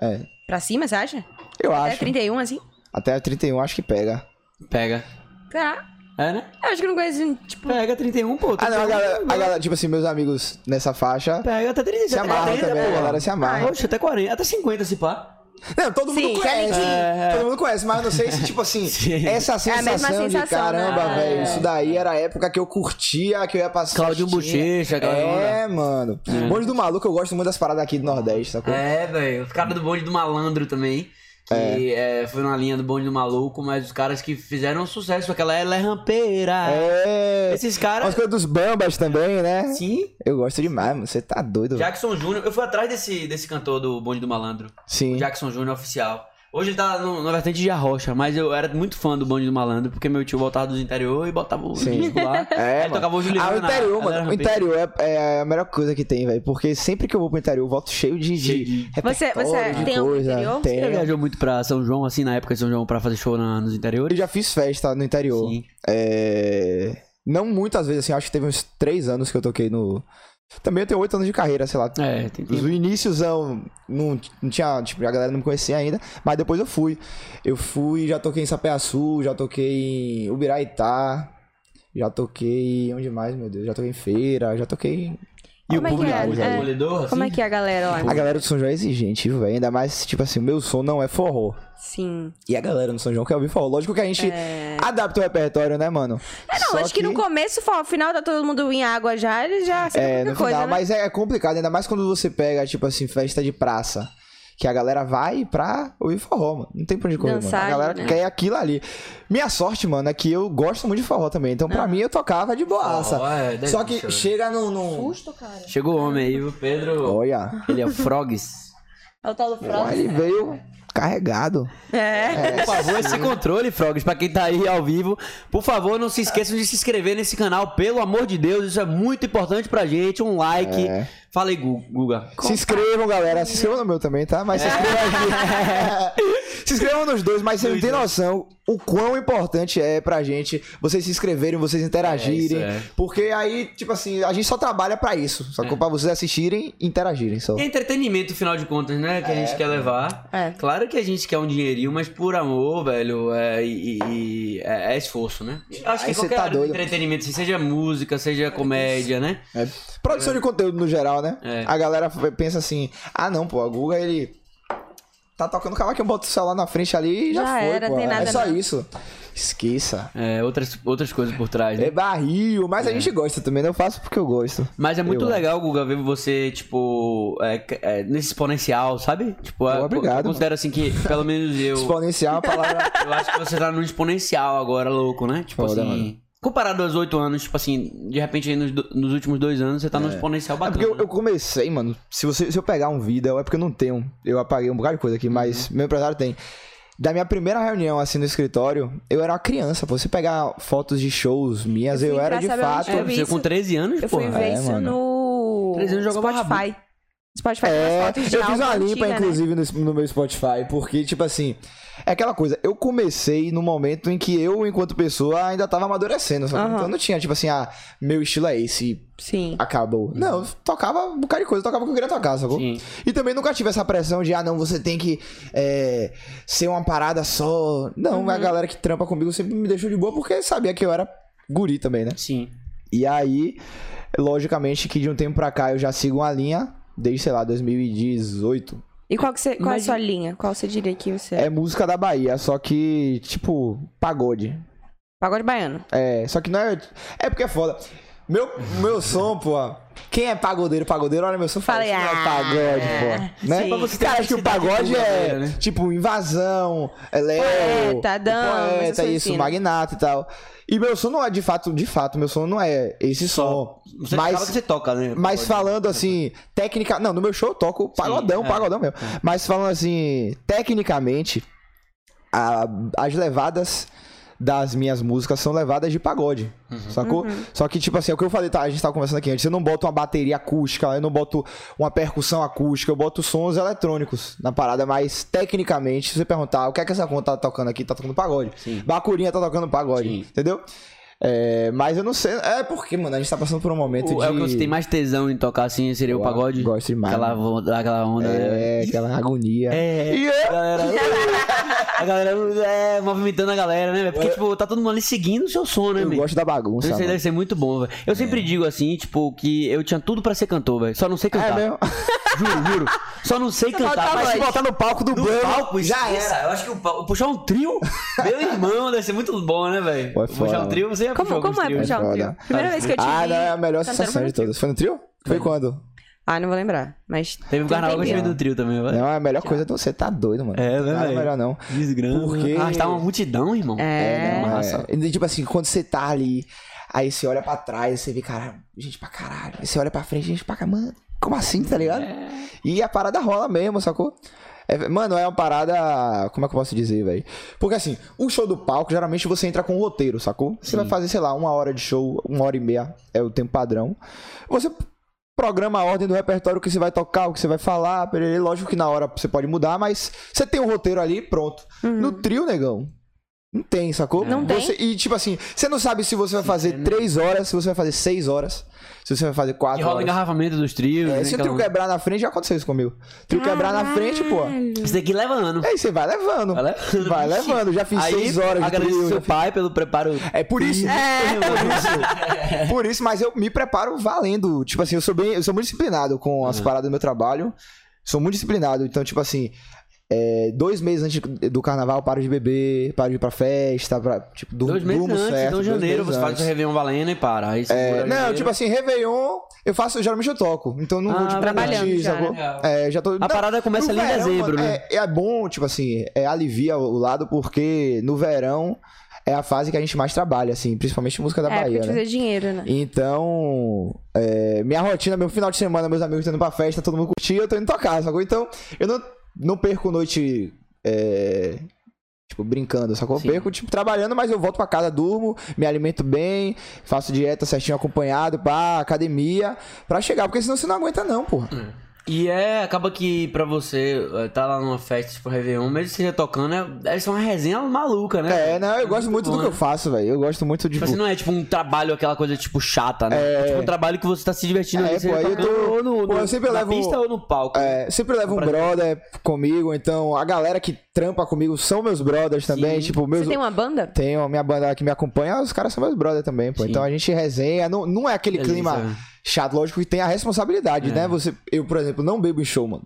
S1: É.
S2: Pra cima, você acha?
S1: eu
S2: Até
S1: acho.
S2: 31, assim?
S1: Até 31, acho que pega.
S3: Pega.
S2: Caraca.
S3: É, né?
S2: Tá. Eu acho que eu não conheço, tipo...
S3: Pega 31, pô.
S1: Ah, não, a
S3: 31,
S1: galera,
S2: né?
S1: a galera, tipo assim, meus amigos nessa faixa
S3: Pega tá até 30.
S1: se amarram
S3: até 30,
S1: também, a
S3: um, pô.
S1: galera se amarra.
S3: Poxa, até 40, até 50 se pá.
S1: Não, todo mundo
S2: Sim,
S1: conhece.
S2: Kelly
S3: Key.
S1: Todo mundo conhece, mas eu não sei se, tipo assim,
S3: Sim.
S1: essa
S2: É a
S1: sensação,
S2: mesma
S1: de
S2: sensação,
S1: caramba,
S2: né?
S1: velho,
S2: É.
S1: isso daí era a época que eu curtia, que eu ia passar.
S3: Claudinho Bochecha, galera.
S1: É, mano. Bonde do Maluco, eu gosto muito das paradas aqui do Nordeste, sacou?
S3: É, velho. Os caras do bonde do malandro também. Que é, foi na linha do bonde do maluco, mas os caras que fizeram sucesso, aquela ela é rampeira.
S1: É.
S3: Esses
S1: As
S3: caras.
S1: coisas dos Bambas também, né?
S3: Sim.
S1: Eu gosto demais, mano. Você tá doido. velho.
S3: Jackson Júnior. Eu fui atrás desse, desse cantor do bonde do malandro.
S1: Sim.
S3: Jackson Júnior oficial. Hoje ele tá no, na vertente de Arrocha, mas eu era muito fã do bonde do malandro, porque meu tio voltava do interior e botava o
S1: Sim.
S3: disco lá.
S1: É,
S3: aí
S1: mano.
S3: tocava o Juliano.
S1: Ah, o interior,
S3: na-
S1: mano. O
S3: na-
S1: interior é, é a melhor coisa que tem, velho. Porque sempre que eu vou pro interior, eu volto cheio de.
S3: Cheio
S1: de É.
S3: de-
S2: Você- você
S1: repertório, de
S2: tem algum
S1: coisa.
S2: interior?
S3: Você
S1: Tenho.
S3: viajou muito pra São João, assim, na época de São João, pra fazer show na- nos
S1: Eu
S3: interiores?
S1: já fiz festa no interior.
S3: Sim.
S1: É, Não muitas vezes, assim, acho que teve uns três anos que eu toquei no, Também eu tenho oito anos de carreira, sei lá.
S3: É, tem
S1: Os
S3: tempo.
S1: iniciozão, não, não tinha, tipo, a galera não me conhecia ainda, mas depois eu fui. Eu fui, já toquei em Sapeaçu, já toquei em Ubiraitá, já toquei, onde mais, meu Deus, já toquei em Feira, já toquei em...
S3: E o
S2: Como é que é?
S3: público é,
S2: É.
S3: acolhedor, assim?
S2: Como é que é a galera lá?
S1: A galera do São João é exigente, viu, velho, ainda mais, tipo assim, o meu som não é forró.
S2: Sim.
S1: E a galera do São João quer ouvir forró. Lógico que a gente adapta o repertório, né, mano?
S2: É, não,
S1: Só
S2: acho que... no começo, no final, tá todo mundo em água já, eles já aceitam
S1: É, no
S2: qualquer coisa,
S1: final,
S2: né?
S1: mas é complicado, ainda mais quando você pega, tipo assim, festa de praça. Que a galera vai pra ouvir forró, mano. Não tem pra onde correr,
S2: Dançar,
S1: mano. A galera
S2: né?
S1: quer aquilo ali. Minha sorte, mano, é que eu gosto muito de forró também. Então,
S2: Ah.
S1: pra mim, eu tocava de boaça.
S3: Forró é delícia,
S1: Só que
S3: velho.
S1: chega num. num...
S2: Justo, cara.
S3: Chegou o homem aí, o Pedro.
S1: Olha.
S3: Ele é o Frogs.
S2: É o tal do Frodo.
S1: Olha, ele veio carregado.
S2: É.
S3: Por favor, esse controle, Frogs, pra quem tá aí ao vivo, por favor, não se esqueçam de se inscrever nesse canal, pelo amor de Deus, isso é muito importante pra gente, um like.
S1: É.
S3: Fala aí, Gu- Guga.
S1: Se inscrevam, galera. Se inscrevam no meu também, tá? Mas se
S3: É.
S1: inscrevam aqui. se inscrevam nos dois, mas vocês não têm
S3: né?
S1: noção o quão importante é pra gente vocês se inscreverem, vocês interagirem.
S3: É, isso é.
S1: Porque aí, tipo assim, a gente só trabalha pra isso. Só que pra vocês assistirem e interagirem só.
S3: É entretenimento, afinal de contas, né? Que a gente quer levar.
S2: É.
S3: Claro que a gente quer um dinheirinho, mas por amor, velho, é, e, e- e- é, é esforço, né? Acho
S1: Aí
S3: que
S1: cê
S3: qualquer
S1: tá
S3: área de
S1: doido.
S3: entretenimento, assim, seja música, seja comédia, né?
S1: É. Produção de conteúdo no geral, né?
S3: É.
S1: A galera f- pensa assim: ah, não, pô, a Guga, ele. Tá tocando cavaquinho, bota o celular na frente ali e já,
S2: Já
S1: foi,
S2: era,
S1: pô.
S2: tem
S1: é
S2: nada
S1: só
S2: não.
S1: isso. Esqueça.
S3: É, outras, outras coisas por trás, né?
S1: É barril, mas a gente gosta também, né? Eu faço porque eu gosto.
S3: Mas é muito
S1: Eu
S3: legal, Guga, ver você, tipo, é, é, nesse exponencial, sabe? Tipo, é,
S1: Obrigado,
S3: Eu considero assim que, pelo menos eu.
S1: Exponencial, a palavra.
S3: eu acho que você tá num exponencial agora, louco, né? Tipo
S1: Foda,
S3: assim.
S1: mano.
S3: Comparado aos oito anos, tipo assim, de repente aí nos, do- nos últimos dois anos você tá num exponencial
S1: É
S3: bacana.
S1: porque eu,
S3: né?
S1: eu comecei, mano. Se, você, se eu pegar um vídeo, é porque eu não tenho. Eu apaguei um bocado de coisa aqui, mas meu empresário tem. Da minha primeira reunião, assim, no escritório, eu era uma criança. Pô. Se pegar fotos de shows minhas,
S2: Eu
S1: eu,
S2: fui
S1: era
S2: pra
S1: de
S2: saber onde
S1: fato.
S2: É, eu vi.
S3: Você
S2: isso.
S3: com 13 anos,
S2: Eu fui
S3: porra.
S2: ver
S1: é,
S2: isso
S1: mano.
S2: no
S3: Três anos jogava
S2: Spotify. Spotify tem umas
S1: É,
S2: fotos de
S1: eu fiz
S2: álbum
S1: uma limpa,
S2: antiga, né?
S1: inclusive, no, no meu Spotify, porque, tipo assim, é aquela coisa, eu comecei no momento em que eu, enquanto pessoa, ainda tava amadurecendo, sabe?
S2: Aham.
S1: Então não tinha, tipo assim, ah, meu estilo é esse,
S2: Sim.
S1: acabou. Não, eu tocava um bocado de coisa, eu tocava o que eu queria tocar, sacou?
S3: Sim.
S1: E também nunca tive essa pressão de, ah, não, você tem que é, ser uma parada só. Não, a galera que trampa comigo sempre me deixou de boa porque sabia que eu era guri também, né?
S3: Sim.
S1: E aí, logicamente que de um tempo pra cá eu já sigo uma linha, desde, sei lá, 2018.
S2: E qual, que você, qual é a
S3: Mas-
S2: sua linha? Qual você diria que você é?
S1: É música da Bahia, só que, tipo, pagode.
S2: Pagode baiano.
S1: É, só que não é. É porque é foda. Meu, meu som, pô. Quem é pagodeiro, pagodeiro, olha meu som. fala,
S2: Falei,
S1: isso não é
S2: ah,
S1: pagode, pô. Né?
S2: sim.
S1: Pra você ter cara, acha que o
S3: identidade
S1: pagode é,
S3: brasileira, né?
S1: tipo, invasão, é Léo,
S2: Poeta, Adão,
S1: poeta,
S2: essas coisas
S1: isso,
S2: assim, né?
S1: magnata e tal. E meu som não é de fato, de fato, meu som não é esse
S3: Só.
S1: som.
S3: Você
S1: mas
S3: fala que você toca, né?
S1: mas
S3: Pagode.
S1: falando assim, técnica. Não, no meu show eu toco pagodão,
S3: é.
S1: pagodão mesmo. Mas falando assim, tecnicamente, a- as levadas das minhas músicas são levadas de pagode.
S3: Uhum.
S1: Sacou? Só que, tipo assim, é o que eu falei, tá, a gente tava conversando aqui antes. Eu não boto uma bateria acústica, eu não boto uma percussão acústica, eu boto sons eletrônicos na parada, mas tecnicamente, se você perguntar o que é que essa conta tá tocando aqui, tá tocando pagode.
S3: Sim.
S1: Bacurinha tá tocando pagode,
S3: Sim.
S1: entendeu? É, mas eu não sei. É porque, mano, a gente tá passando por um momento
S3: O-
S1: de.
S3: É o que você tem mais tesão em tocar assim, seria o
S1: Eu
S3: pagode?
S1: gosto demais,
S3: Aquela, vo- aquela onda. né?
S1: É, aquela agonia.
S3: É.
S1: E eu-
S3: A galera, a galera é, movimentando a galera, né? velho? Porque, tipo, tá todo mundo ali seguindo o seu som, né,
S1: É. eu
S3: meu?
S1: gosto É. da bagunça.
S3: Isso aí
S1: mano.
S3: deve ser muito bom, velho. Eu sempre digo assim, tipo, que eu tinha tudo pra ser cantor, velho. Só não sei
S1: É
S3: cantar.
S1: mesmo?
S3: Juro, juro. Só não sei
S2: falta
S3: cantar.
S2: a
S3: Mas se
S2: voz.
S3: botar
S1: no palco do
S3: no
S1: banco,
S3: palco,
S1: já era.
S3: Eu acho que o pau- puxar um trio, meu irmão, deve ser muito bom, né, velho?
S1: Pô, é
S3: Puxar
S1: foda,
S3: um trio, você ia puxar
S2: Como,
S3: alguns
S2: como é
S3: trios.
S1: puxar
S2: puxar
S1: É
S2: um trio?
S1: foda.
S2: Primeira vez que eu te
S1: Ah,
S2: vi
S1: não, é a melhor
S2: cantando
S1: sensação
S2: foi
S1: de
S2: no trio.
S1: todas. Foi no trio? Foi quando?
S2: Ah, não vou lembrar. Mas.
S3: Teve um
S2: tem
S3: carnaval que eu tive
S2: tempinho.
S3: do trio também, velho.
S1: Não, é a melhor coisa do você tá doido, mano.
S3: É,
S1: Não tem nada
S3: velho.
S1: melhor não.
S3: Desgrama.
S1: Porque-
S3: Ah, tá uma multidão, irmão.
S2: É.
S1: não,
S3: Massa.
S1: E, tipo assim, quando você tá ali, aí você olha pra trás, você vê, cara, gente pra caralho. Aí você olha pra frente, gente pra caralho. Mano, como assim, tá ligado? E a parada rola mesmo, sacou? É, mano, é uma parada. Como é que eu posso dizer, velho? Porque assim, o show do palco, geralmente você entra com um roteiro, sacou? Você vai fazer, sei lá, uma hora de show, uma hora e meia é o tempo padrão. Você programa a ordem do repertório o que você vai tocar, o que você vai falar. perere.
S2: hum.
S1: Lógico que na hora você pode mudar, mas você tem um roteiro ali pronto. No trio, negão. Não tem, sacou?
S2: Não tem.
S1: Você- E tipo assim, você não sabe se você vai fazer três horas, se você vai fazer seis horas, se você vai fazer
S3: né? E
S1: quatro
S3: rola
S1: horas.
S3: engarrafamento dos trios.
S1: É,
S3: né,
S1: se o
S3: aquela-
S1: trio quebrar na frente, já aconteceu isso comigo. Trio quebrar na frente, pô.
S3: Isso daqui leva ano.
S1: Aí você vai levando.
S3: Vai levando.
S1: Vai levando. Já fiz
S3: Aí,
S1: seis horas de
S3: agradeço
S1: trio.
S3: seu pai pelo preparo.
S1: É por isso. É, por
S2: É.
S1: isso. Por isso, mas eu me preparo valendo. Tipo assim, eu sou bem. Eu sou muito disciplinado com
S3: Uhum.
S1: as paradas do meu trabalho. Sou muito disciplinado. Então, tipo assim. é, dois meses antes do carnaval, eu paro de beber, paro de ir pra festa, pra, tipo, durmo,
S3: Dois meses
S1: durmo
S3: antes,
S1: certo.
S3: então
S1: dois
S3: janeiro,
S1: meses
S3: você faz o
S1: antes.
S3: Réveillon valendo e para. Aí né? você
S1: É,
S3: segura
S1: não,
S3: janeiro.
S1: tipo assim, Réveillon, eu faço, geralmente eu toco. Então não vou
S3: Ah,
S1: tipo,
S2: trabalhando
S1: curtir,
S2: já,
S1: sacou?
S4: né?
S1: É, já tô.
S3: A parada começa
S1: No
S3: ali em
S1: verão,
S3: dezembro,
S1: mano,
S3: né?
S1: É, é bom, tipo assim, é, alivia o lado, porque no verão é a fase que a gente mais trabalha, assim, principalmente música da
S2: é,
S1: Bahia,
S3: tipo
S2: porque
S1: né?
S2: fazer dinheiro, né?
S1: Então, é, minha rotina, meu final de semana, meus amigos estão indo pra festa, todo mundo curtir, eu tô indo tocar, sacou? Então, eu não, não perco noite, é, tipo, brincando, sacou? Eu
S3: Sim.
S1: perco, tipo, trabalhando, mas eu volto pra casa, durmo, me alimento bem, faço dieta certinho acompanhado, pra academia, pra chegar, porque senão você não aguenta não, porra.
S3: E é, acaba que pra você eh, tá lá numa festa, tipo, Réveillon, mesmo que seja tocando, é, deve ser uma resenha maluca, né?
S1: É, não, eu gosto muito do que eu faço, velho, eu gosto muito de...
S3: Tipo assim, não é tipo um trabalho, aquela coisa tipo chata, né? É, tipo um trabalho que você tá se divertindo
S1: É,
S3: ali, seja
S1: pô, aí eu tô-
S3: tocando ou no,
S1: pô,
S3: no-
S1: eu sempre
S3: na
S1: levo-
S3: pista ou no palco.
S1: É, sempre levo um
S3: Pra-
S1: brother comigo, então a galera que trampa comigo são meus brothers também,
S3: Sim.
S1: tipo, meus...
S2: Você tem uma banda?
S1: Tenho a minha banda que me acompanha, os caras são meus brothers também, pô.
S3: Sim.
S1: Então a gente resenha, não, não é aquele
S3: Beleza. É.
S1: clima chato, lógico que tem a responsabilidade, né? Você, eu, por exemplo, não bebo em show, mano.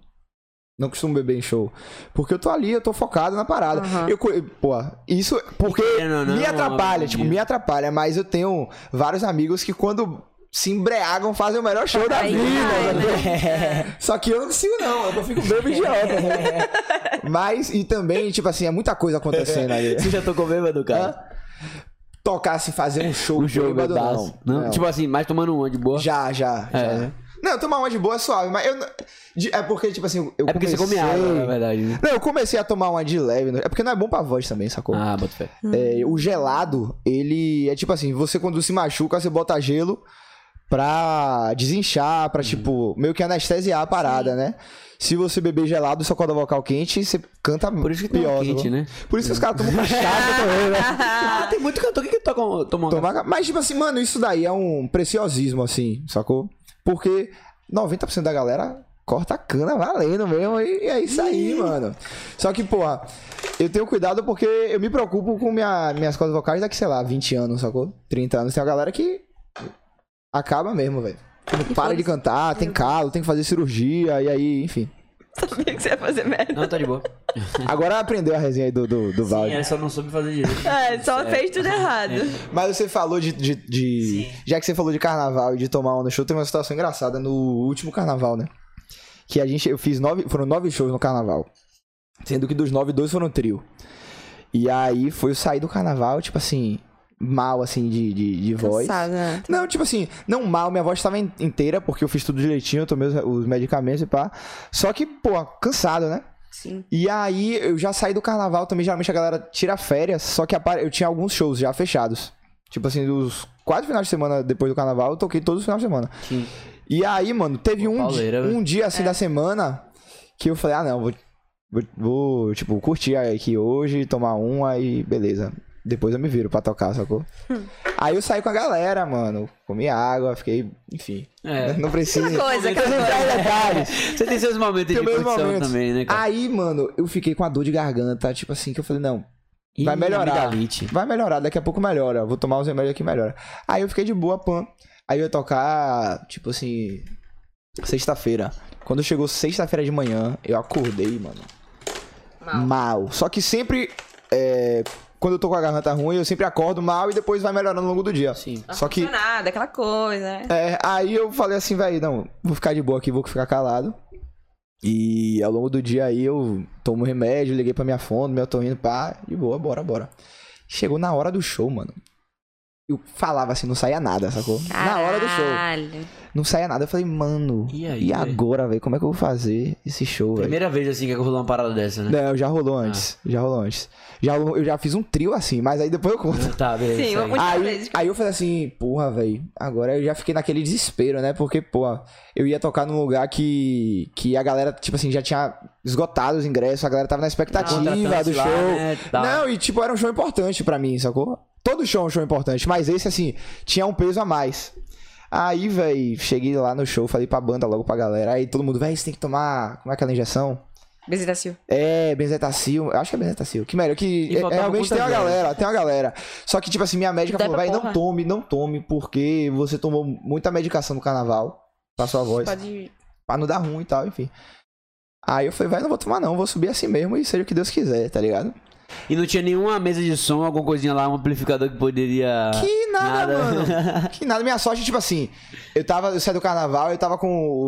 S1: Não costumo beber em show. Porque eu tô ali, eu tô focado na parada.
S2: Aham.
S1: Eu, co- eu- pô, isso porque
S3: Querendo ou não,
S1: me atrapalha, tipo,
S3: entendi.
S1: me atrapalha, mas eu tenho vários amigos que quando se embriagam fazem o melhor show da
S2: Aí
S1: vida.
S2: vai, né?
S1: sacou? Só que eu não consigo, não. Eu fico bebo idiota. né? Mas, e também, tipo assim, é muita coisa acontecendo ali.
S3: Você já tocou bêbado, cara?
S1: Tocar se fazer um show
S3: Um jogo
S1: bêbado,
S3: bêbado,
S1: não.
S3: não. Tipo assim, mais tomando uma de boa.
S1: Já, já,
S3: É.
S1: já, né? Não, tomar uma de boa é suave, mas eu. não- de- É porque, tipo assim, eu
S3: é porque você come
S1: comecei-
S3: água, na verdade. né?
S1: Não, eu comecei a tomar uma de leve. né? É porque não é bom pra voz também, sacou?
S3: Ah, bota fé.
S1: É, o gelado, ele é tipo assim, você quando se machuca, você bota gelo pra desinchar,
S3: Uhum.
S1: pra tipo, meio que anestesiar a parada, né? Se você beber gelado, sua corda vocal quente, você canta
S3: Por isso que tem
S1: pior.
S3: uma quente,
S1: sacou?
S3: né?
S1: Por isso que os caras tomam cachaça também, né?
S3: Ah, tem muito cantor que que toca um- toma uma
S1: Tomar ca- Mas, tipo assim, mano, isso daí é um preciosismo, assim, sacou? Porque 90% da galera corta a cana valendo mesmo, e é isso aí, mano. Só que, porra, eu tenho cuidado porque eu me preocupo com minha, minhas cordas vocais daqui, sei lá, 20 anos, sacou? 30 anos. Tem uma galera que acaba mesmo, velho. Não Para de
S2: foda-se.
S1: cantar, tem calo, tem que fazer cirurgia, e aí, enfim.
S2: Sabia que você ia fazer merda.
S3: Não, tá de boa.
S1: Agora aprendeu a resenha aí do, do, do Valde.
S3: Sim, só não soube fazer direito.
S2: É, só fez tudo errado.
S1: Mas você falou de. de- de- já que você falou de carnaval e de tomar um no show, tem uma situação engraçada no último carnaval, né? Que a gente. Eu fiz nove. Foram nove shows no carnaval. Sendo que dos nove, dois foram trio. E aí foi eu sair do carnaval, tipo assim, mal, assim, de, de, de voz.
S2: Cansado, né?
S1: Não, tipo assim, não mal, minha voz tava in- inteira, porque eu fiz tudo direitinho, eu tomei os, os medicamentos e pá. Só que, pô, cansado, né?
S2: Sim.
S1: E aí, eu já saí do carnaval também. Geralmente a galera tira férias, só que apare- eu tinha alguns shows já fechados. Tipo assim, dos quatro finais de semana depois do carnaval, eu toquei todos os finais de semana.
S3: Sim.
S1: E aí, mano, teve um, di-
S3: pauleira, né? velho.
S1: um dia assim da semana que eu falei, ah, não, vou, vou, vou, tipo, curtir aqui hoje, tomar um, aí beleza. Depois eu me viro pra tocar, sacou? aí eu saí com a galera, mano. Comi água, fiquei. Enfim.
S3: É.
S1: Não precisa.
S2: Aquela coisa, aquela coisa.
S3: Você tem seus momentos
S1: Tem
S3: de
S1: meus
S3: curtição
S1: momentos. Ah,
S3: também, né, cara?
S1: Aí, mano, eu fiquei com a dor de garganta, tipo assim, que eu falei, não,
S3: Ih,
S1: vai melhorar.
S3: amigdalite.
S1: Vai melhorar, daqui a pouco melhora. Vou tomar os remédios aqui melhora. Aí eu fiquei de boa, pan. Aí eu ia tocar, tipo assim, sexta-feira. Quando chegou sexta-feira de manhã, eu acordei, mano. Mal. Só que sempre, é, quando eu tô com a garganta ruim, eu sempre acordo mal e depois vai melhorando ao longo do dia.
S3: Sim.
S1: Só que,
S2: Nada, aquela coisa, né?
S1: é, aí eu falei assim, velho, não, vou ficar de boa aqui, vou ficar calado. E ao longo do dia aí eu tomo remédio, liguei pra minha fonte, meu torrino, pá, de boa, bora, bora. Chegou na hora do show, mano. eu falava assim, não saía nada, sacou? Na hora do show.
S2: Caralho.
S1: Não saía nada. Eu falei, mano,
S3: E
S1: e,
S3: aí, velho?
S1: agora, velho? Como é que eu vou fazer esse show, velho?
S3: Primeira vez assim que rolou uma parada dessa, né? Ah.
S1: Não, já rolou antes. Já rolou antes. Já, rolou- eu já fiz um trio assim, mas aí depois eu conto.
S3: Tá, beleza.
S2: Sim,
S3: segue.
S2: uma- Última
S1: Aí,
S2: vez.
S1: aí eu falei assim, porra, velho. Agora eu já fiquei naquele desespero, né? Porque, porra, eu ia tocar num lugar que, que a galera, tipo assim, já tinha esgotado os ingressos, a galera tava na expectativa
S3: Contratante
S1: do
S3: lá,
S1: show.
S3: né, tá.
S1: Não, e tipo, era um show importante pra mim, sacou? Todo show é um show importante, mas esse, assim, tinha um peso a mais. Aí, velho, cheguei lá no show, falei pra banda logo pra galera. Aí todo mundo, velho, você tem que tomar. Como é aquela injeção?
S2: Bezetacil.
S1: É, Benzetacil, acho que é Benzetacil. Que merda, que
S3: E
S1: é,
S3: faltava
S1: realmente tem uma
S3: quantas
S1: galera, tem uma galera. Só que, tipo assim, minha médica
S2: Dá
S1: falou,
S2: pra
S1: vai, não
S2: porra.
S1: tome, não tome, porque você tomou muita medicação no carnaval pra sua voz,
S2: Pode.
S1: pra não dar ruim e tal, enfim. Aí eu falei, vai, não vou tomar não, vou subir assim mesmo e seja o que Deus quiser, tá ligado?
S3: E não tinha nenhuma mesa de som, alguma coisinha lá, um amplificador que poderia.
S1: Que nada, mano. Que nada. Minha sorte, tipo assim, eu tava, eu saí do carnaval, eu tava com o,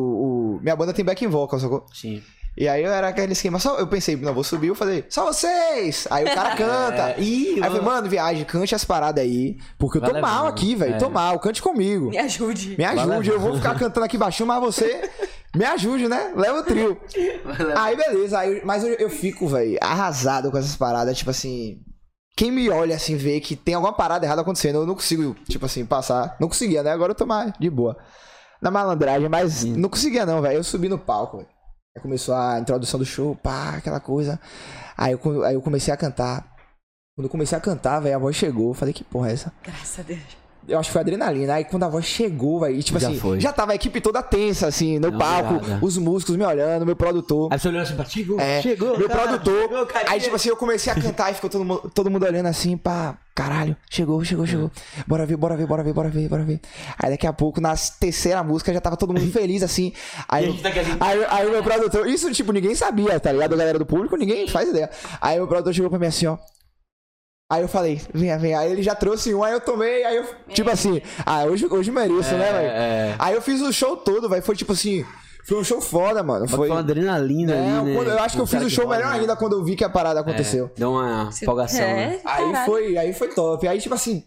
S1: o- minha banda tem backing vocal, sacou?
S3: Sim.
S1: E aí eu era aquele esquema, só eu pensei, não, vou subir, eu falei, só vocês. Aí o cara canta.
S3: É,
S1: Ah, tá. Aí
S3: ih,
S1: eu falei,
S3: mano.
S1: mano, viagem, cante as paradas aí. Porque eu tô
S3: Vai
S1: mal
S3: levando,
S1: aqui, velho.
S3: é.
S1: Tô mal, cante comigo.
S2: Me ajude.
S1: Me ajude, eu
S3: levando.
S1: vou ficar cantando aqui baixinho, mas você me ajude, né? Leva o trio. Aí beleza, aí, eu- mas eu, eu fico, velho, arrasado com essas paradas, tipo assim. Quem me olha assim vê que tem alguma parada errada acontecendo, eu não consigo, tipo assim, passar. Não conseguia, né? Agora eu tô mais de boa. Na malandragem, mas não conseguia não, velho. Eu subi no palco, velho. Aí começou a introdução do show, pá, aquela coisa. Aí eu, co- aí eu comecei a cantar. Quando eu comecei a cantar, velho, a voz chegou. Eu falei, que porra é essa?
S2: Graças a Deus.
S1: Eu acho que foi adrenalina. Aí quando a voz chegou, velho, e tipo
S3: Já
S1: assim,
S3: foi.
S1: já tava a equipe toda tensa, assim, no
S3: Não,
S1: palco,
S3: virada.
S1: os músicos me olhando, meu produtor.
S3: Aí você olhou assim, pá, chegou,
S1: É,
S3: chegou.
S1: meu
S3: cara,
S1: produtor.
S3: chegou, cara,
S1: aí, tipo assim, eu comecei a cantar e ficou todo mundo, todo mundo olhando assim, pá, caralho, chegou, chegou, chegou.
S3: É.
S1: Bora ver, bora ver, bora ver, bora ver, bora ver. Aí daqui a pouco, na terceira música, já tava todo mundo feliz, assim. Aí,
S3: E a gente tá aqui, assim.
S1: aí, aí meu produtor, isso, tipo, ninguém sabia, tá ligado? A galera do público, ninguém faz ideia. Aí meu produtor chegou pra mim assim, ó. Aí eu falei, vem, vem. Aí ele já trouxe um, aí eu tomei, aí eu, tipo assim, ah, hoje, hoje mereço, né, velho?
S3: é.
S1: Aí eu fiz o show todo, velho. Foi tipo assim, foi um show foda, mano.
S3: Foi
S1: Foi.
S3: uma adrenalina
S1: É,
S3: ali, né?
S1: quando- eu acho que eu
S3: Cara
S1: fiz o show
S3: rola,
S1: melhor
S3: né?
S1: ainda quando eu vi que a parada
S3: É,
S1: aconteceu.
S3: Deu uma empolgação,
S2: É,
S3: né?
S1: Aí
S2: caralho.
S1: foi, aí foi top. Aí, tipo assim,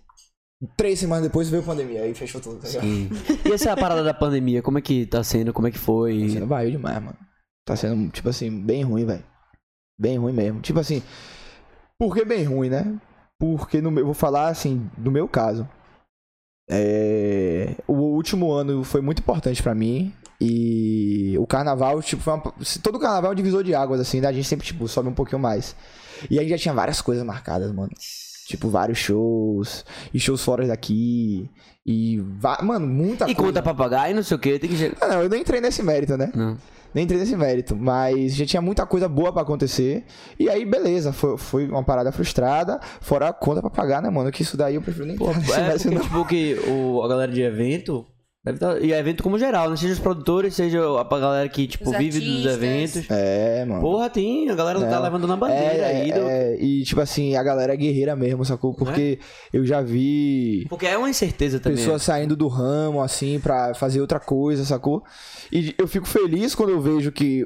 S1: três semanas depois veio a pandemia, aí fechou tudo, tá ligado?
S3: Hum. E essa parada da pandemia, como é que tá sendo? Como é que
S1: Tá
S3: foi?
S1: sendo barulho demais, mano. Tá sendo, tipo assim, bem ruim, velho. Bem ruim mesmo. Tipo assim, por que bem ruim, né? Porque no meu, vou falar assim, no meu caso. É, o último ano foi muito importante pra mim. E o carnaval, tipo, foi uma, todo carnaval é um divisor de águas, assim, né? A gente sempre, tipo, sobe um pouquinho mais. E aí já tinha várias coisas marcadas, mano. Tipo, vários shows, e shows fora daqui, e. va- Mano, muita
S3: E
S1: coisa.
S3: conta pra pagar e não sei o que, tem que chegar.
S1: Ah, não, eu nem entrei nesse mérito, né?
S3: Não.
S1: Nem entrei nesse mérito, mas já tinha muita coisa boa pra acontecer. E aí, beleza, foi, foi uma parada frustrada, fora a conta pra pagar, né, mano? Que isso daí eu prefiro nem
S3: Pô,
S1: entrar nesse
S3: é
S1: mérito, não.
S3: porque, tipo, que o, a galera de evento. Deve tá, e evento como geral, né? Seja os produtores, seja a a galera que, tipo,
S2: Os
S3: vive dos
S2: artistas.
S3: eventos.
S1: É, mano.
S3: Porra, tem. A galera não tá
S1: Não.
S3: levantando a
S1: é,
S3: bandeira aí.
S1: é,
S3: do-
S1: é, e tipo assim, a galera é guerreira mesmo, sacou? Porque eu já vi
S3: Porque é uma incerteza É? também.
S1: pessoas saindo do ramo, assim, pra fazer outra coisa, sacou? E eu fico feliz quando eu vejo que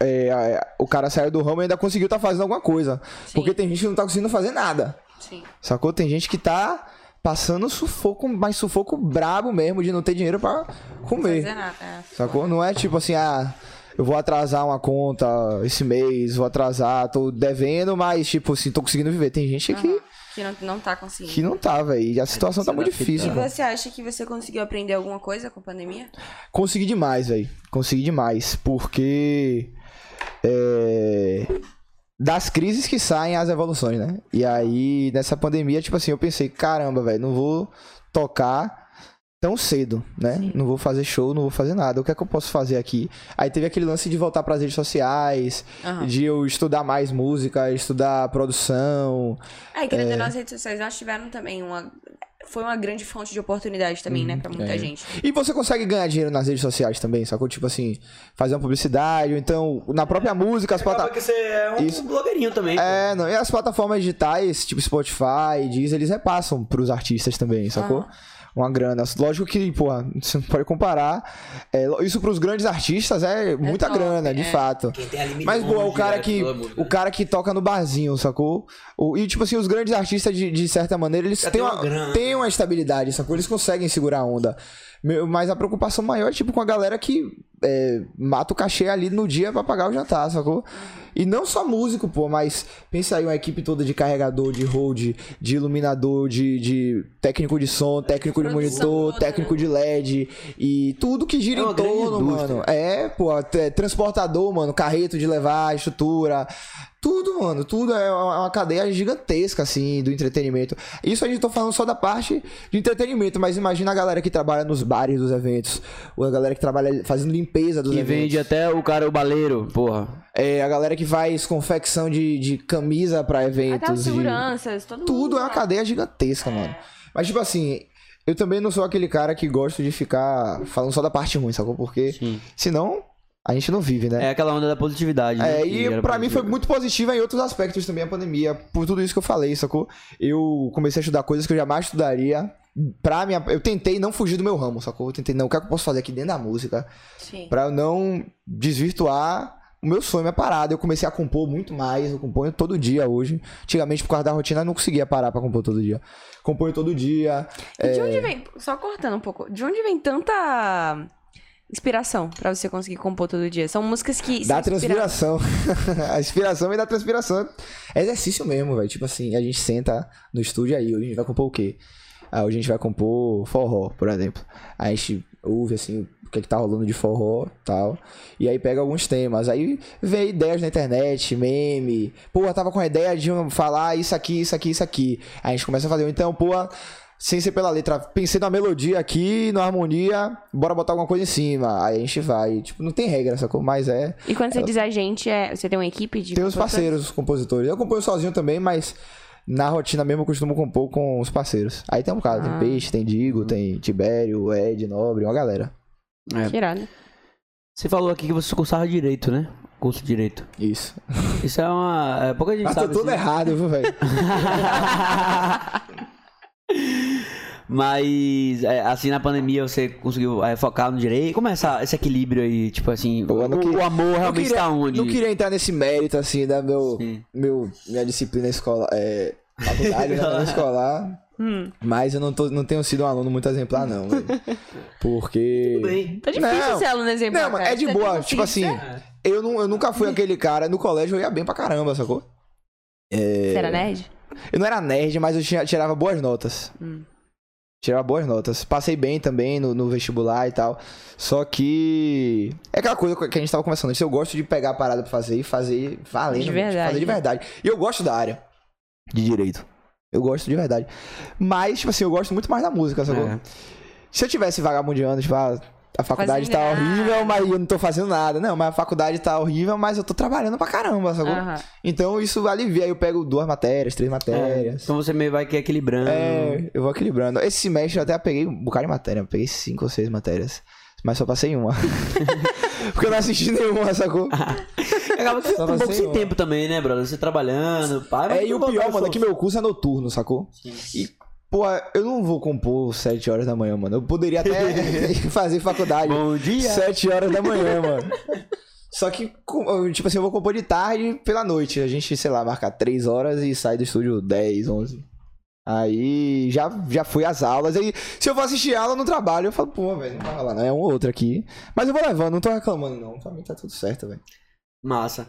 S1: é, a- a- o cara saiu do ramo e ainda conseguiu tá fazendo alguma coisa.
S2: Sim.
S1: Porque tem gente que não tá conseguindo fazer nada.
S2: Sim.
S1: Sacou? Tem gente que tá passando sufoco, mas sufoco brabo mesmo de não ter dinheiro pra
S2: Fazer
S1: comer.
S2: nada. é.
S1: Sacou? Não é tipo assim, ah, eu vou atrasar uma conta esse mês, vou atrasar, tô devendo, mas tipo assim, tô conseguindo viver. Tem gente que,
S2: Aham. Que não, não tá conseguindo.
S1: que não tá, velho. E a situação tá
S3: se
S1: muito
S3: adaptar.
S1: difícil.
S2: E
S1: mano.
S2: você acha que você conseguiu aprender alguma coisa com a pandemia?
S1: Consegui demais, velho. Consegui demais. Porque. É. Das crises que saem as evoluções, né? E aí, nessa pandemia, tipo assim, eu pensei, caramba, velho, não vou tocar tão cedo, né? Não vou fazer show, não vou fazer nada. O que é que eu posso fazer aqui? Aí teve aquele lance de voltar pras redes sociais,
S2: Aham.
S1: de eu estudar mais música, estudar produção.
S2: Ah, e
S1: é.
S2: querendo ou não, as redes sociais elas tiveram também uma. Foi uma grande fonte de oportunidade também, né? Pra
S1: Uhum. É.
S2: muita gente.
S1: E você consegue ganhar dinheiro nas redes sociais também, sacou? Tipo assim, fazer uma publicidade, ou então, na própria música, as plataformas.
S3: Acaba que você é um
S1: Isso.
S3: blogueirinho também.
S1: É, não. E as plataformas digitais, tipo Spotify, Deezer, eles repassam pros artistas também, sacou? uma grana. Lógico que, porra, você não pode comparar. É, isso pros grandes artistas é muita
S2: top,
S1: grana, de
S2: é.
S1: fato.
S4: Quem tem ali
S1: Mas,
S4: milhões
S1: boa, o
S4: de
S1: cara
S4: reais
S1: que.
S4: pela música,
S1: O
S4: né?
S1: cara que toca no barzinho, sacou? O- e, tipo assim, os grandes artistas, de, de certa maneira, eles
S4: Já tem
S1: têm uma,
S4: uma grana.
S1: têm uma estabilidade, sacou? Eles conseguem segurar a onda. Meu- Mas a preocupação maior é, tipo, com a galera que é, mata o cachê ali no dia pra pagar o jantar, sacou? E não só músico, pô, mas pensa aí uma equipe toda de carregador, de hold, de iluminador, de, de técnico de som, técnico de
S2: Produção
S1: monitor,
S2: toda,
S1: técnico de LED e tudo que gira
S3: É uma
S1: em torno,
S3: grande indústria.
S1: mano. É, pô, até transportador, mano, carreto de levar, estrutura. Tudo, mano, tudo é uma uma cadeia gigantesca, assim, do entretenimento. Isso a gente tá falando só da parte de entretenimento, mas imagina a galera que trabalha nos bares dos eventos, ou a galera que trabalha fazendo limpeza dos
S3: E
S1: eventos.
S3: vende até o cara, o baleiro, porra.
S1: É, a galera que faz confecção de, de camisa pra
S2: Até os
S1: eventos. de-
S2: seguranças, todo mundo.
S1: Tudo é uma
S2: lá.
S1: cadeia gigantesca, mano. Mas, tipo assim, eu também não sou aquele cara que gosta de ficar falando só da parte ruim, sacou? Porque
S3: Sim.
S1: senão a gente não vive, né?
S3: É aquela onda da positividade. né,
S1: É,
S3: que
S1: e
S3: era
S1: pra mim foi
S3: positiva.
S1: muito positiva em outros aspectos também a pandemia, por tudo isso que eu falei, sacou? Eu comecei a estudar coisas que eu jamais estudaria. Pra minha, eu tentei não fugir do meu ramo, sacou? Eu tentei não, o que é que eu posso fazer aqui dentro da música?
S2: Sim.
S1: Pra eu não desvirtuar o meu sonho, minha parada. Eu comecei a compor muito mais, eu componho todo dia hoje. Antigamente, por causa da rotina, eu não conseguia parar pra compor todo dia. Componho todo dia.
S2: E de
S1: é.
S2: onde vem, só cortando um pouco, de onde vem tanta inspiração pra você conseguir compor todo dia? São músicas que
S1: Dá
S2: se inspiraram-
S1: transpiração. a inspiração vem da transpiração. É exercício mesmo, velho. Tipo assim, a gente senta no estúdio aí, hoje a gente vai compor o quê? Ah, hoje a gente vai compor forró, por exemplo. Aí a gente ouve assim o que, é que tá rolando de forró tal. E aí pega alguns temas. Aí vê ideias na internet, meme. Pô, eu tava com a ideia de um- falar isso aqui, isso aqui, isso aqui. Aí a gente começa a fazer. Ou Então, pô, sem ser pela letra, pensei na melodia aqui, na harmonia, bora botar alguma coisa em cima. Aí a gente vai. Tipo, não tem regra, sacou? Mas é.
S2: E quando você diz a gente, é, você tem uma equipe de
S1: Tem os
S2: compositores?
S1: parceiros, os compositores. Eu componho sozinho também, mas na rotina mesmo eu costumo compor com os parceiros. Aí tem um cara, tem
S2: Ah.
S1: Peixe, tem Digo,
S3: Uhum.
S1: tem Tibério, Ed, Nobre, uma galera. né?
S3: É.
S2: Que irado.
S3: Você falou aqui que você cursava direito, né? Curso de direito.
S1: Isso.
S3: Isso é uma. É, pouca gente
S1: Mas tá
S3: sabe.
S1: tudo
S3: assim.
S1: errado, viu, velho?
S3: Mas, é, assim, na pandemia você conseguiu é, focar no direito? Como é essa, esse equilíbrio aí? Tipo assim,
S1: Pô, eu não
S3: o,
S1: queria-
S3: o amor
S1: não
S3: realmente
S1: queria,
S3: tá onde?
S1: não queria entrar nesse mérito, assim, da meu,
S3: Sim.
S1: meu, minha disciplina escolar. É, faculdade, né, escolar.
S2: Hum.
S1: Mas eu não, tô, não tenho sido um aluno muito exemplar, não, velho. Porque.
S4: Tudo bem.
S2: Tá difícil
S1: Não.
S2: ser aluno exemplar,
S1: Não, mas
S2: cara.
S1: é de
S2: Você
S1: boa.
S2: tem um
S1: Tipo assim,
S2: consciência?
S1: eu, não, eu nunca fui aquele cara. No colégio eu ia bem pra caramba, sacou? é,
S2: Você era nerd?
S1: Eu não era nerd, mas eu tinha- tirava boas notas.
S2: Hum.
S1: Tirava boas notas. Passei bem também no, no vestibular e tal. Só que. É aquela coisa que a gente tava conversando antes. Eu gosto de pegar a parada pra fazer e fazer valendo.
S2: De verdade,
S1: Fazer de
S2: né?
S1: verdade. E eu gosto da área de direito. Eu gosto de verdade. Mas, tipo assim, eu gosto muito mais da música, sacou?
S3: É.
S1: Se eu tivesse vagabundeando, tipo, ah, a faculdade tá
S2: Fazendo nada.
S1: horrível, mas eu não tô fazendo nada. Não, mas a faculdade tá horrível, mas eu tô trabalhando pra caramba, sacou?
S2: Aham.
S1: Então isso alivia. Aí eu pego duas matérias, três
S3: É,
S1: matérias.
S3: então você meio vai que equilibrando. Uhum.
S1: É, eu vou equilibrando. Esse semestre eu até peguei um bocado de matéria. Eu peguei cinco ou seis matérias. Mas só passei em uma. Porque eu não assisti nenhuma, sacou?
S3: Ah. Acaba que você
S1: Só
S3: fica um pouco
S1: você,
S3: sem
S1: ó.
S3: tempo também, né, brother? Você trabalhando, pá. mas
S1: É, e o
S3: tudo
S1: pior,
S3: bom,
S1: mano, é que meu curso é noturno, sacou? E, pô, eu não vou compor sete horas da manhã, mano. Eu poderia até fazer faculdade.
S3: Bom dia.
S1: Sete horas da manhã, mano. Só que, com- tipo assim, eu vou compor de tarde pela noite. A gente, sei lá, marca três horas e sai do estúdio 10, 11. Aí já, já fui às aulas. Aí, se eu for assistir aula no trabalho, eu falo, pô, velho, não vai rolar, não. É um ou outro aqui. Mas eu vou levando, não tô reclamando, não. Pra mim tá tudo certo, velho.
S3: Massa.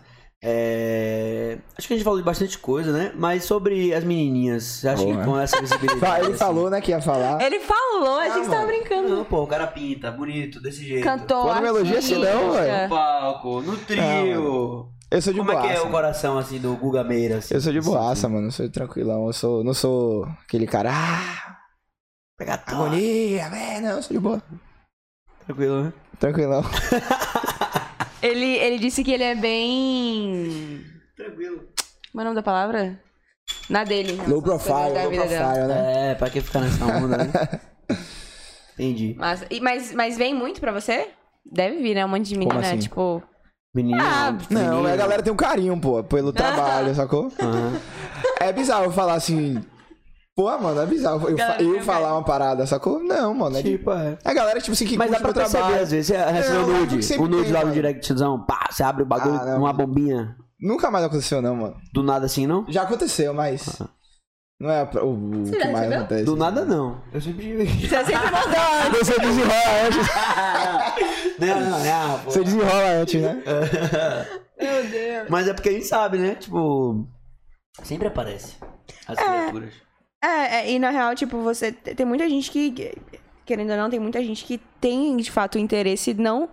S3: É, Acho que a gente falou de bastante coisa, né? Mas sobre as menininhas, você acha
S1: Boa.
S3: que com essa visibilidade...
S1: Fa- Ele
S3: assim-
S1: falou, né, que ia falar.
S3: É,
S2: Ele falou, achei que você tava
S1: mano.
S2: brincando.
S3: Não, pô, o cara pinta, bonito, desse jeito.
S2: Cantor.
S1: Pô, não me elogia assim não,
S2: artista.
S1: velho.
S3: No palco, no trio.
S1: Eu sou de
S3: Como é que é
S1: boaça.
S3: o coração, assim, do Guga Meira? assim?
S1: Eu sou de
S3: Assim,
S1: boaça, mano. Eu sou tranquilão. Eu sou, não sou aquele cara. Ah,
S3: Pegar todo.
S1: agonia, velho. Não, eu sou de boa.
S3: Tranquilo, né?
S1: Tranquilão.
S2: Ele, ele disse que ele é bem.
S4: Tranquilo.
S2: Como é o nome da palavra? Na dele. em relação
S1: Low
S2: às coisas
S1: profile,
S2: da
S1: low
S2: vida dela.
S1: profile, né?
S3: É, pra que ficar nessa onda, né? Entendi.
S2: Mas, e- mas, mas vem muito pra você? Deve vir, né? Um monte de menina,
S1: assim?
S2: tipo.
S3: Menino.
S2: Ah,
S1: Não, é
S3: menino.
S1: a galera
S3: Ah.
S1: tem um carinho, pô, pelo trabalho, sacou?
S3: Aham.
S1: É bizarro eu falar assim. Pô, mano, é bizarro. Eu, fa-
S2: Galera,
S1: eu
S2: tem um
S1: falar
S2: cara.
S1: uma parada, sacou? Não, mano. É de...
S3: Tipo, é.
S1: A galera, tipo assim, que
S3: Mas dá
S1: curte meu
S3: pra perceber,
S1: trabalho.
S3: às vezes, você recebe
S1: Não,
S3: um
S1: mas
S3: nude,
S1: sempre
S3: um nude
S1: tem,
S3: lá no
S1: mano.
S3: directzão, pá, você abre o bagulho,
S1: Ah, não.
S3: uma bombinha,
S1: Nunca mais aconteceu, não, mano.
S3: do nada assim, não?
S1: Já aconteceu, mas. Não é a- o, o
S2: Você
S1: que
S2: já
S1: mais
S2: recebeu?
S1: acontece.
S3: Do nada não. Eu sempre...
S2: Você sempre mandou.
S3: Você é desenrola antes. não, não, não, pô.
S1: Você desenrola antes, né?
S2: Meu Deus.
S3: Mas é porque a gente sabe, né? Tipo. Sempre aparece as criaturas.
S2: É, é, e na real, tipo, você. Tem muita gente que. Querendo ou não, tem muita gente que tem, de fato, interesse não,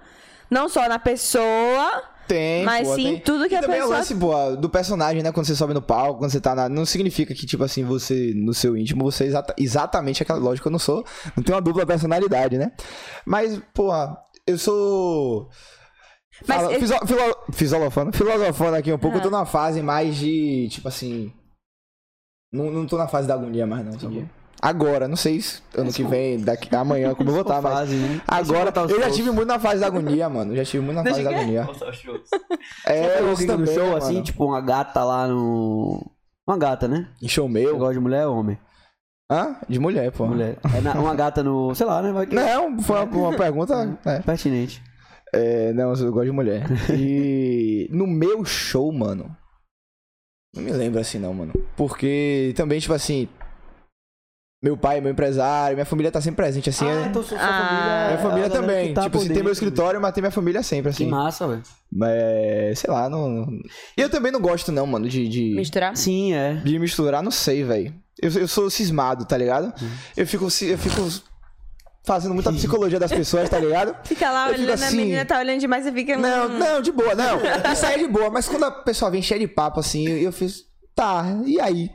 S2: não só na pessoa.
S1: Tem,
S2: Mas
S1: pô,
S2: sim,
S1: tem.
S2: tudo que
S1: E
S2: a
S1: também
S2: pessoa-
S1: é o lance, pô, do personagem, né? Quando você sobe no palco, quando você tá na... Não significa que, tipo assim, você, no seu íntimo, você é exata- exatamente aquela... Lógico, eu não sou... Não tenho uma dupla personalidade, né? Mas, pô, eu sou...
S2: Mas
S1: Fala,
S2: esse-
S1: fiso- filo- Fisolofando. Filosofando aqui um pouco.
S3: Ah.
S1: Eu tô numa fase mais de, tipo assim... Não, não tô na fase da agonia mais, não. sacou? Agora, não sei se ano que vem, daqui amanhã, como eu vou estar, mas...
S3: Fase, né?
S1: Agora, tá eu já tive muito na fase da agonia, mano. Já tive muito na fase da agonia. É,
S3: Eu
S1: eu
S3: alguém no
S1: também,
S3: show,
S1: né,
S3: assim,
S1: mano?
S3: tipo, uma gata lá no. Uma gata, né?
S1: Em show
S3: Eu
S1: meu?
S3: gosto de mulher ou homem?
S1: Hã? De mulher, pô.
S3: Mulher. É na- uma gata no. Sei lá, né? Vai que...
S1: Não, é. foi uma, uma pergunta. né?
S3: Pertinente.
S1: É, não, eu gosto de mulher. E no meu show, mano. Não me lembro assim, não, mano. Porque também, tipo assim. Meu pai, meu empresário, minha família tá sempre presente, assim. né?
S3: então sua,
S2: Ah. família-
S1: Minha família também. tipo, se tem meu escritório, mas tem minha família sempre,
S3: tá Que
S1: assim.
S3: massa, velho.
S1: Mas, sei lá, não. E eu também não gosto, não, mano, de- de...
S2: Misturar?
S3: Sim, é.
S1: De misturar, não sei, velho. Eu, eu sou cismado, tá ligado? Eu, fico, ci- eu fico fazendo muita psicologia das pessoas, tá ligado?
S2: Fica lá
S1: Eu fico
S2: olhando, a
S1: assim-
S2: menina tá olhando demais e fica.
S1: Não, não, de boa, não. Isso aí é de boa, mas quando a pessoa vem cheia de papo assim, eu, eu fiz, tá, e aí?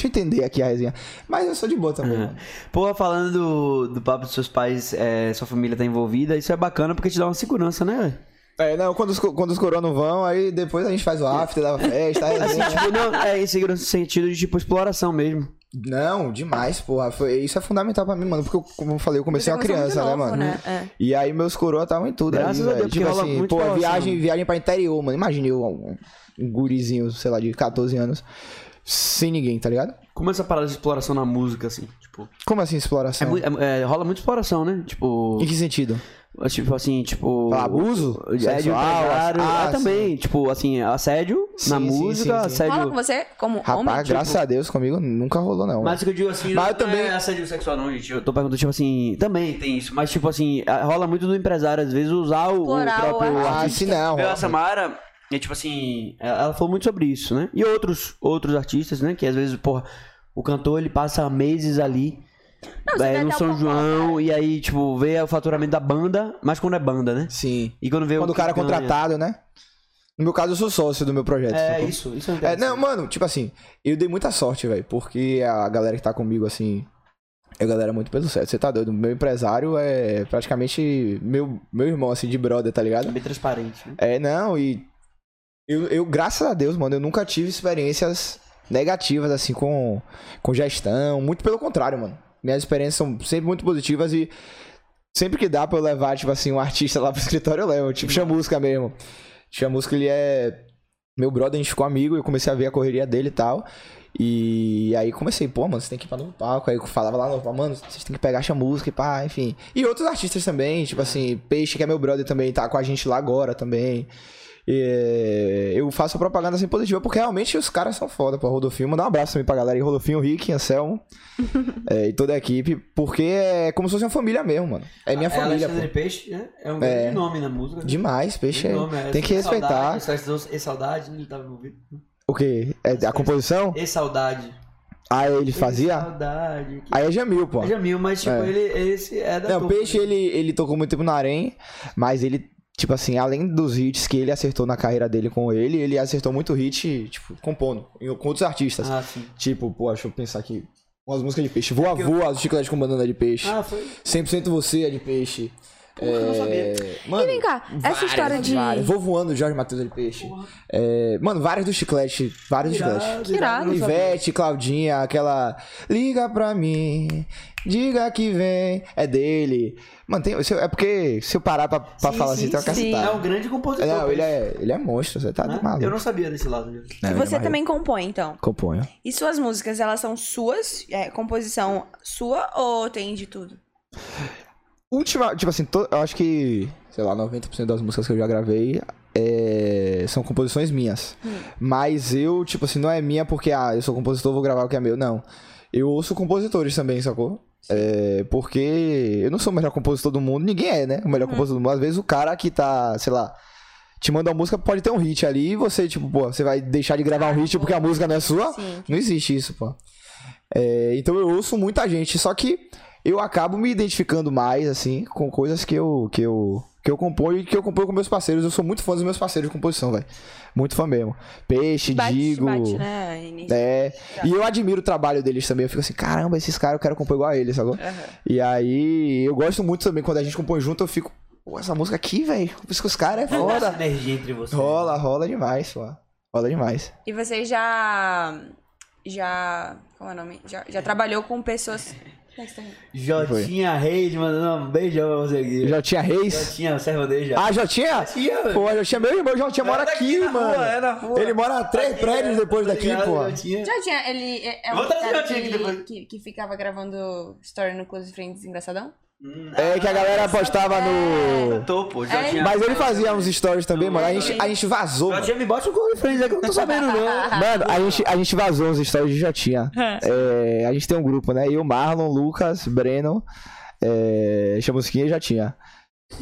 S1: Deixa eu entender aqui a resenha. Mas eu sou de boa também, mano.
S3: Porra, falando do, do papo dos seus pais, é, sua família tá envolvida, isso é bacana porque te dá uma segurança, né, velho?
S1: É, não, quando os, co- quando os coronas vão, aí depois a gente faz o after da festa, a
S3: Assim,
S1: resenha.
S3: tipo, não, é insegurança no sentido de, tipo, exploração mesmo.
S1: Não, demais, porra. Foi- isso é fundamental pra mim, mano, porque, eu, como eu falei, eu comecei
S2: Você
S1: uma
S2: começou muito
S1: criança, né,
S2: novo,
S1: mano?
S2: É.
S1: E aí meus coroa estavam em tudo. aí,
S3: Graças a Deus,
S1: velho.
S3: porque
S1: Tipo
S3: rola
S1: assim,
S3: muito
S1: pô,
S3: negócio, né?
S1: viagem,
S3: mano.
S1: viagem pra interior, mano. Imagina eu, um, um gurizinho, sei lá, de 14 anos, sem ninguém, tá ligado?
S3: Como essa parada de exploração na música, assim, tipo.
S1: Como assim
S3: É,
S1: exploração?
S3: mui- é- é, rola muita exploração, né? Tipo.
S1: Em que sentido?
S3: Tipo assim, tipo.
S1: Ah, abuso?
S3: É, de
S1: Sexual?
S3: empresário.
S1: Ah,
S3: Ah, também. Tipo, assim, assédio
S1: Sim,
S3: na
S1: sim,
S3: música,
S1: sim, sim.
S3: assédio.
S2: Rola com você como
S1: Rapaz,
S2: homem? tipo,
S1: graças a Deus, comigo nunca rolou, não. é.
S3: Mas o que eu digo assim,
S1: Mas eu
S3: não
S1: também-
S3: é assédio sexual, não, gente. Eu tô perguntando, tipo assim, também tem isso. Mas, tipo assim, a- rola muito do empresário, às vezes, usar o, o
S2: Explorar o
S3: próprio.
S1: ah,
S3: artista.
S1: se não.
S3: Eu,
S1: rola.
S3: a Samara, é tipo assim, ela ela falou muito sobre isso, né? E outros, outros artistas, né? Que às vezes, porra, o cantor ele passa meses ali.
S2: Não, você
S3: é,
S2: vai
S3: no
S2: dar
S3: São
S2: uma
S3: João,
S2: né?
S3: e aí, tipo, vê o faturamento da banda, mas quando é banda, né?
S1: Sim.
S3: E quando vê
S1: Quando o cara é
S3: que ganha.
S1: contratado, né? No meu caso, eu sou sócio do meu projeto.
S3: É,
S1: sacou?
S3: isso, isso
S1: É,
S3: interessante.
S1: não, mano, tipo assim, eu dei muita sorte, velho, porque a galera que tá comigo, assim, é galera muito pelo certo. Você tá doido? Meu empresário é praticamente meu, meu irmão, assim, de brother, tá ligado?
S3: Bem transparente. né?
S1: É, não, e. Eu, eu, graças a Deus, mano, eu nunca tive experiências negativas, assim, com, com gestão. Muito pelo contrário, mano. Minhas experiências são sempre muito positivas e. Sempre que dá pra eu levar, tipo assim, um artista lá pro escritório, eu levo. Tipo, chamusca mesmo. Chamusca, ele é. Meu brother, a gente ficou amigo, eu comecei a ver a correria dele e tal. E aí comecei, pô, mano, você tem que ir pra novo palco. Aí eu falava lá no palco, mano, vocês têm que pegar essa música e pá, enfim. E outros artistas também, tipo assim, Peixe, que é meu brother também, tá com a gente lá agora também. E, eu faço propaganda assim positiva, porque realmente os caras são foda, pô. Rodolfinho, mandar um abraço também pra galera aí, Rodolfinho, Rick, Anselmo é, e toda a equipe, porque é como se fosse uma família mesmo, mano. É minha
S3: É,
S1: família,
S3: Alexandre
S1: pô.
S3: Peixe, né? É um grande nome na música. né?
S1: Demais, Peixe. é-
S3: Grande nome, é.
S1: Tem que
S3: E
S1: respeitar.
S3: Saudade, e saudade, né? ele tava envolvido.
S1: O quê? É, a composição?
S3: E saudade.
S1: Ah, ele
S3: E
S1: fazia?
S3: saudade. Que...
S1: Aí é Jamil, pô.
S3: Jamil, mas tipo,
S1: É.
S3: ele esse é da
S1: Não,
S3: turma,
S1: Peixe,
S3: né?
S1: ele, ele tocou muito tempo no Arém, mas ele, tipo assim, além dos hits que ele acertou na carreira dele com ele, ele acertou muito hit, tipo, compondo, em- com outros artistas.
S3: Ah, sim.
S1: Tipo, pô, deixa eu pensar aqui. Umas músicas de peixe. Voa, voa, os chiclete com banana é de peixe.
S3: Ah, foi.
S1: 100% você é de peixe.
S3: Porra, Ah. eu não sabia.
S1: Mano,
S2: E vem cá, essa história de.
S1: várias. Vou voando, Jorge Matheus de Peixe. É, mano, vários do chiclete. Vários do chiclete.
S2: Que irado.
S1: Ivete, Claudinha, aquela. Liga pra mim, diga que vem. É dele. Mano, tem, se eu- é porque se eu parar pra, pra
S3: Sim,
S1: falar
S3: sim,
S1: assim, tem uma
S2: sim.
S3: É um
S1: cacetada.
S3: grande compositor.
S1: Não, ele
S3: Peixe,
S1: é, ele é monstro, você tá
S3: né?
S1: maluco.
S3: Eu não sabia desse lado dele.
S1: Não,
S2: E
S1: ele é
S2: você
S1: maluco.
S2: também compõe, então.
S1: Componho.
S2: E suas músicas, elas são suas? É, composição sua ou tem de tudo?
S1: Última, tipo assim, to- eu acho que, sei lá, 90% das músicas que eu já gravei é, são composições minhas. Mas eu, tipo assim, não é minha porque, ah, eu sou compositor, vou gravar o que é meu. Não. Eu ouço compositores também, sacou? É, porque eu não sou o melhor compositor do mundo, ninguém é, né? O melhor compositor do mundo. Às vezes o cara que tá, sei lá, te manda uma música, pode ter um hit ali e você, tipo, pô, você vai deixar de gravar um hit porque a música não é sua?
S2: Sim.
S1: Não existe isso, pô. É, então eu ouço muita gente, só que eu acabo me identificando mais, assim, com coisas que eu, que eu, que eu componho e que eu componho com meus parceiros. Eu sou muito fã dos meus parceiros de composição, velho. Muito fã mesmo. Peixe,
S2: Bate,
S1: Digo.
S2: bate, né? Inês?
S1: É, e eu admiro o trabalho deles também. Eu fico assim, caramba, esses caras eu quero compor igual a eles, sacou? E aí, eu gosto muito também quando a gente compõe junto, eu fico, pô, essa música aqui, velho. Por isso que os caras é
S3: Essa
S1: foda.
S3: energia entre vocês.
S1: Rola, rola demais, pô. Rola demais.
S2: E você já. Já. Como é o nome? Já, já trabalhou com pessoas. é tá
S3: Jotinha Reis mandando um beijão pra você aqui.
S1: Jotinha Reis.
S3: Jotinha, servaneja.
S1: Ah, Jotinha?
S3: Jotinha, velho.
S1: Pô, Jotinha, meu irmão Jotinha mora
S3: É daqui
S1: aqui,
S3: na rua,
S1: mano.
S3: é na rua.
S1: Ele mora a três
S3: Tá
S1: prédios
S3: ligado,
S1: depois
S3: tá
S1: daqui,
S3: ligado,
S1: pô.
S3: Jotinha.
S2: Já tinha, ele é é
S3: Eu
S2: um
S3: vou trazer
S2: cara
S3: o Jotinha aqui
S2: que,
S3: depois.
S2: que, que ficava gravando story no Close Friends engraçadão?
S3: Hum,
S1: É que a galera postava
S3: eu
S1: no.
S3: tô, pô. Jotinha.
S1: Mas ele fazia uns stories também,
S3: Não,
S1: mano. A
S3: não.
S1: gente, a gente vazou. Mano,
S3: Jotinha, me bota um gol de frente, é que eu não tô sabendo, não.
S1: Mano, a gente, a gente vazou uns stories de Jotinha. É, a gente tem um grupo, né? Eu, Marlon, Lucas, Breno, é, Chamusquinha e Jotinha.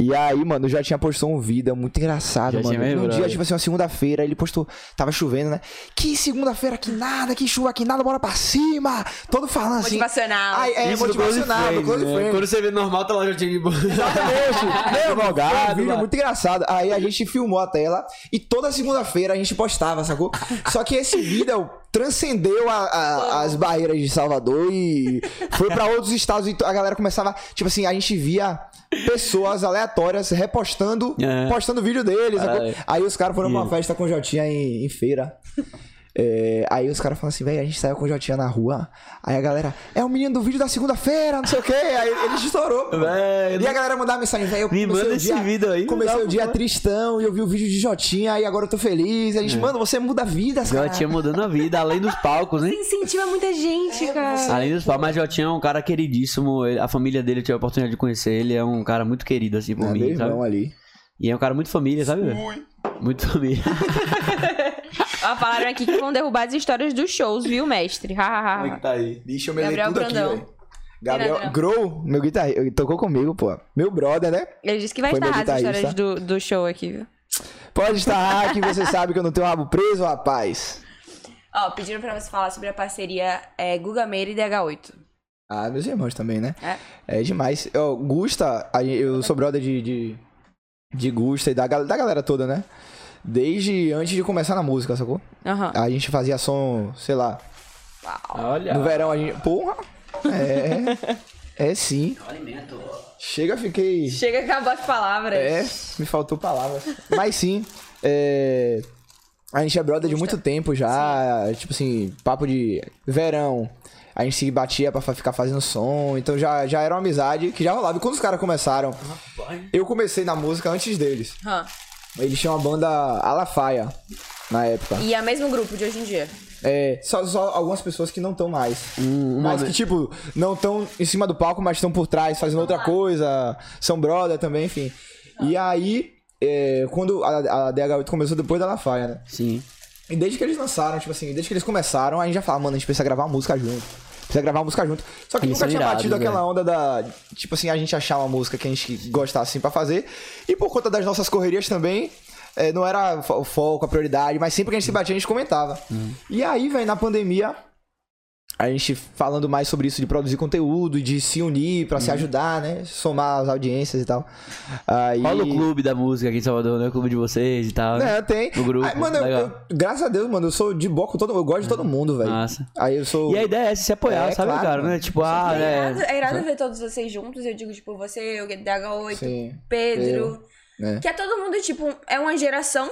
S1: E aí, mano, o Jotinha postou um vídeo muito engraçado,
S3: Jotinha
S1: mano.
S3: é meu
S1: Um dia,
S3: brother.
S1: tipo assim, uma segunda-feira, ele postou. Tava chovendo, né? Que segunda-feira que nada, que chuva que nada, bora pra cima! Todo falando assim.
S2: Motivacional.
S1: Ai, é,
S3: Isso do Close
S1: motivacional, do
S3: Friends,
S1: Close
S3: né?
S1: Friends.
S3: Quando você vê normal, tá lá Jotinha de boa.
S1: Exatamente. Meu advogado. Um vídeo
S3: lá.
S1: muito engraçado. Aí a gente filmou a tela e toda segunda-feira a gente postava, sacou? Só que esse vídeo transcendeu a- a- as barreiras de Salvador e foi pra outros estados e a galera começava, tipo assim, a gente via pessoas aleatórias repostando,
S3: É.
S1: postando vídeo deles, sacou?
S3: Caralho.
S1: Aí os caras foram pra uma festa com o Jotinha em, em feira. É, aí os caras falam assim, velho, a gente saiu com o Jotinha na rua. Aí a galera, é o menino do vídeo da segunda-feira, não sei o quê. Aí ele estourou. pô.
S3: Velho,
S1: E a galera mandava mensagem, velho. eu
S3: Me
S1: comecei
S3: manda
S1: o
S3: esse
S1: dia,
S3: vídeo aí,
S1: Comecei
S3: dá
S1: o
S3: uma
S1: dia
S3: boa.
S1: tristão e eu vi o vídeo de Jotinha e agora eu tô feliz. E a
S3: É.
S1: gente, mano, você muda vidas, cara.
S3: Jotinha mudando a vida, além dos palcos, hein?
S2: Incentiva muita
S1: É,
S2: gente, cara.
S3: Além dos palcos, mas Jotinha é um cara queridíssimo. ele- A família dele, eu tive a oportunidade de conhecer. Ele é um cara muito querido, assim, por
S1: É, meu
S3: mim, sabe?
S1: irmão ali.
S3: E é um cara muito família, sabe? velho? Muito família.
S2: Ó, falaram aqui que vão derrubar as histórias dos shows, viu, mestre? Ha, ha, ha, ha.
S3: tá aí?
S1: Bicho, eu me lembro
S2: Gabriel
S1: tudo aqui,
S2: Brandão.
S1: velho. Gabriel
S2: Brandão.
S1: Grow, meu guitarrista, ele tocou comigo, pô. Meu brother, né?
S2: Ele disse que vai
S1: Foi
S2: estar
S1: meu
S2: as histórias
S1: guitarrista.
S2: do, do show aqui, viu?
S1: Pode estar aqui, você sabe que eu não tenho rabo preso, rapaz.
S2: Ó, pediram pra você falar sobre a parceria é, Guga Meira e DH8.
S1: Ah, meus irmãos também, né?
S2: É.
S1: É demais. Ó, Gusta, a gen- eu sou brother de, de, de Gusta e da, gal- da galera toda, né? Desde antes de começar na música, sacou?
S2: Aham.
S1: A gente fazia som, sei lá,
S3: Olha.
S1: No verão a gente. Porra! É. É sim. Chega, fiquei.
S2: Chega a acabar as palavras.
S1: É, me faltou palavras. Mas sim, é, a gente é brother de muito tempo já. Tipo assim, papo de verão. A gente se batia pra fa- ficar fazendo som. Então já, já era uma amizade que já rolava. E quando os caras começaram, eu comecei na música antes deles.
S2: Aham.
S1: Eles tinham uma banda Alafaia na época.
S2: E é o mesmo grupo de hoje em dia.
S1: É, só, só algumas pessoas que não estão mais.
S3: um
S1: mas
S3: momento.
S1: que, tipo, não estão em cima do palco, mas estão por trás, fazendo outra coisa. São brother também, enfim. E aí, é, quando a, a DH8 começou depois da Lafaia, né?
S3: Sim.
S1: E desde que eles lançaram, tipo assim, desde que eles começaram, a gente já fala, mano, a gente precisa gravar uma música junto. Precisa gravar uma música junto. Só que
S3: Eles
S1: nunca
S3: são
S1: tinha
S3: irados,
S1: batido aquela
S3: velho.
S1: onda da. Tipo assim, a gente achar uma música que a gente gostasse assim pra fazer. E por conta das nossas correrias também. é, não era fo- o
S3: Uhum.
S1: foco, a prioridade, mas sempre que a gente se batia, a gente comentava. E aí, velho, na pandemia, a gente falando mais sobre isso de produzir conteúdo, de se unir
S3: Uhum.
S1: pra se ajudar, né? Somar as audiências e tal. Aí...
S3: Rola o clube da música aqui em Salvador, né? O clube de vocês e tal. né?
S1: É, tem.
S3: No grupo,
S1: Aí, mano, eu-
S3: legal.
S1: eu- graças a Deus, mano, eu sou de boa com todo mundo. Eu gosto de todo mundo, velho.
S3: Massa.
S1: Aí eu sou.
S3: Ah. E a ideia é essa, se apoiar,
S1: É,
S3: sabe,
S1: claro,
S3: cara? Né?
S1: mano.
S3: Tipo, ah,
S2: é,
S3: é.
S2: irado, é irado ver todos vocês juntos. Eu digo, tipo, você, o DH8,
S1: Sim,
S2: Pedro.
S1: né?
S2: Que é todo mundo, tipo, é uma geração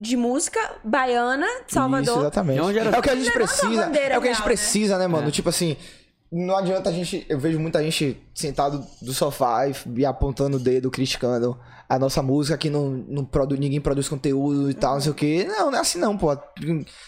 S2: de música baiana de Salvador.
S1: Isso, exatamente.
S3: É onde era-
S1: É o que a gente
S2: Não é nossa
S1: precisa.
S2: bandeira
S1: É o que a gente
S2: real,
S1: precisa, né, mano?
S3: É.
S1: Tipo assim, não adianta a gente. Eu vejo muita gente sentado do sofá e, e apontando o dedo, criticando a nossa música que não, não produ, ninguém produz conteúdo e tal, não sei o quê. Não, não é assim não, pô.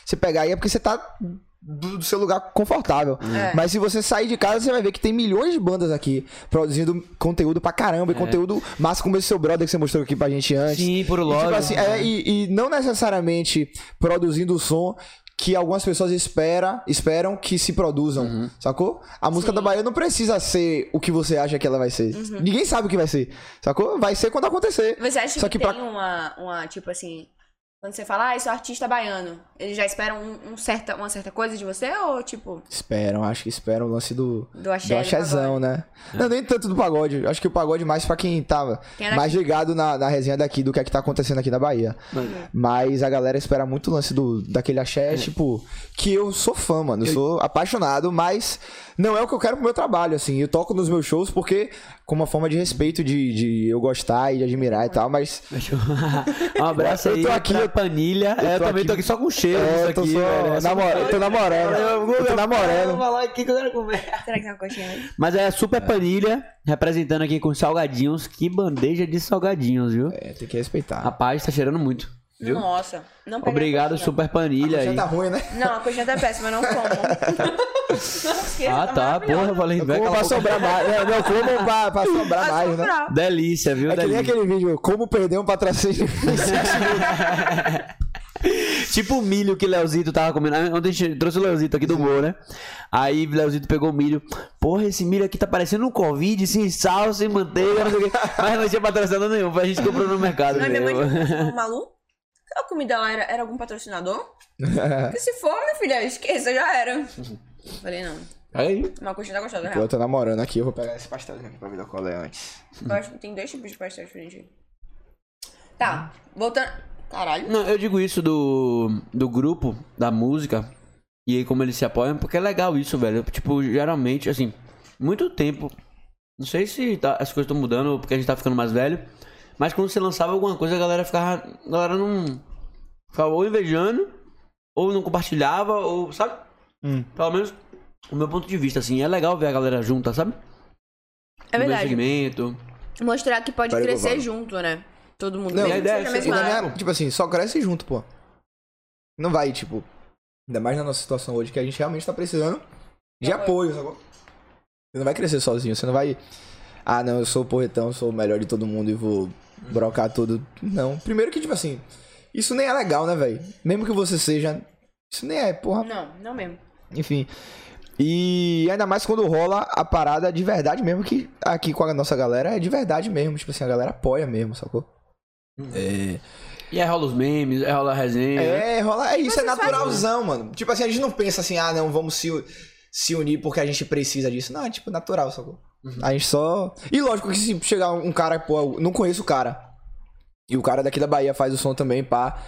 S1: Você pegar aí é porque você tá do do seu lugar confortável.
S2: É.
S1: Mas se você sair de casa, você vai ver que tem milhões de bandas aqui produzindo conteúdo pra caramba.
S3: É.
S1: E conteúdo massa como esse seu brother que você mostrou aqui pra gente antes.
S3: Sim, por
S1: E,
S3: lógico.
S1: tipo assim, é, e, e não necessariamente produzindo o som que algumas pessoas espera, esperam que se produzam, sacou? A música da Bahia não precisa ser o que você acha que ela vai ser.
S2: Uhum.
S1: Ninguém sabe o que vai ser, sacou? Vai ser quando acontecer.
S2: Você acha
S1: Só
S2: que,
S1: que pra-
S2: tem uma, uma, tipo assim, quando você fala, ah, eu sou artista baiano, eles já esperam um, um certa, uma certa coisa de você? Ou, tipo,
S1: Esperam, acho que esperam o lance do...
S2: do axé?
S1: Do
S2: do
S1: axézão,
S2: pagode?
S1: né? Não, nem tanto do pagode. Acho que o pagode mais pra quem tava
S2: Tem a daqui.
S1: mais ligado na, na resenha daqui, do que é que tá acontecendo aqui na Bahia. Mas a galera espera muito o lance do, daquele
S3: É.
S1: axé, tipo, que eu sou fã, mano. Eu sou apaixonado, mas não é o que eu quero pro meu trabalho, assim. Eu toco nos meus shows porque, com uma forma de respeito de, de eu gostar e de admirar e tal, mas.
S3: um abraço
S1: Eu
S3: aí
S1: tô aqui,
S3: pra
S1: eu-
S3: Panilha.
S1: eu
S3: é, eu
S1: tô
S3: também
S1: aqui-
S3: tô aqui só com cheiro
S1: É,
S3: disso
S1: eu tô
S3: aqui,
S1: só
S3: velho. Essa- tá
S1: namora- tô namorando. Eu tô namorando.
S3: Eu vou falar aqui que eu quero comer.
S2: Será que tem uma coxinha aí?
S3: Mas é Super Panilha, representando aqui com salgadinhos. Que bandeja de salgadinhos, viu?
S1: É, tem que respeitar.
S3: Rapaz, tá cheirando muito. Viu?
S2: Nossa. Não peguei a
S3: Obrigado,
S2: coxinha.
S3: Super Panilha
S1: Já
S3: aí.
S1: tá ruim, né?
S2: Não, a coxinha tá péssima, eu não como. Não esqueça,
S3: Ah, tá. Porra, eu falei,
S1: Eu
S3: vai
S1: como pra
S3: calar a boca.
S1: sobrar mais. Não, não, eu como pra, pra sobrar mais, né?
S2: Natural.
S3: Delícia, viu?
S1: É que nem
S3: Delícia.
S1: aquele vídeo, como perder um patrocínio.
S3: Tipo o milho que Leozito tava comendo. Ah, Ontem a gente trouxe o Leozito aqui do Moro, né? Aí Leozito pegou o milho. Porra, esse milho aqui tá parecendo um Covid, sem sal, sem manteiga, não sei o quê. Mas não tinha patrocinador nenhum, foi a gente comprou no mercado.
S2: Mas minha mãe
S3: mesmo.
S2: falou, Malu, a comida lá era, era algum patrocinador? Porque se for, minha filha, esqueça, já era. Falei, não.
S3: Aí,
S2: Uma coxinha tá gostosa,
S1: Eu
S2: real.
S1: tô namorando aqui, eu vou pegar esse pastelzinho aqui pra ver qual é antes.
S2: Eu acho que tem dois tipos de pastel diferente. Tá, voltando... Caralho.
S3: Não, eu digo isso do, do grupo, da música, e aí como eles se apoiam, porque é legal isso, velho. Tipo, geralmente, assim, muito tempo. Não sei se tá- as coisas estão mudando ou porque a gente tá ficando mais velho. Mas quando você lançava alguma coisa, a galera ficava. A galera não. Ficava ou invejando, ou não compartilhava, ou. Sabe?
S1: Hum.
S3: Pelo menos o meu ponto de vista, assim. É legal ver a galera junta, sabe?
S2: É
S3: No mesmo
S2: verdade.
S3: segmento.
S2: Mostrar que pode
S1: Peraí,
S2: crescer
S1: vovó.
S2: junto, né? Todo mundo.
S1: Não,
S2: mesmo
S3: a
S2: que
S3: ideia
S2: seja
S3: é
S2: a
S3: ser-
S1: E
S2: mesma
S1: na minha-
S2: área.
S1: tipo assim, só cresce junto, pô. Não vai, tipo. Ainda mais na nossa situação hoje, que a gente realmente tá precisando de apoio, sacou? Você não vai crescer sozinho, você não vai. Ah, não, eu sou o porretão, eu sou o melhor de todo mundo e vou brocar tudo. Não. Primeiro que, tipo assim, isso nem é legal, né, velho? Mesmo que você seja. Isso nem é, porra.
S2: Não, não mesmo.
S1: Enfim. E ainda mais quando rola a parada de verdade mesmo, que aqui com a nossa galera é de verdade mesmo. Tipo assim, a galera apoia mesmo, sacou? É.
S3: E aí rola os memes, aí rola a resenha. né?
S1: É, rola. É isso, é
S2: Vocês
S1: naturalzão, mano. Tipo assim, a gente não pensa assim, ah, não, vamos se, se unir porque a gente precisa disso. Não, é tipo natural, sacou? A gente só. E lógico que se chegar um cara, pô, eu não conheço o cara. E o cara daqui da Bahia faz o som também, pá.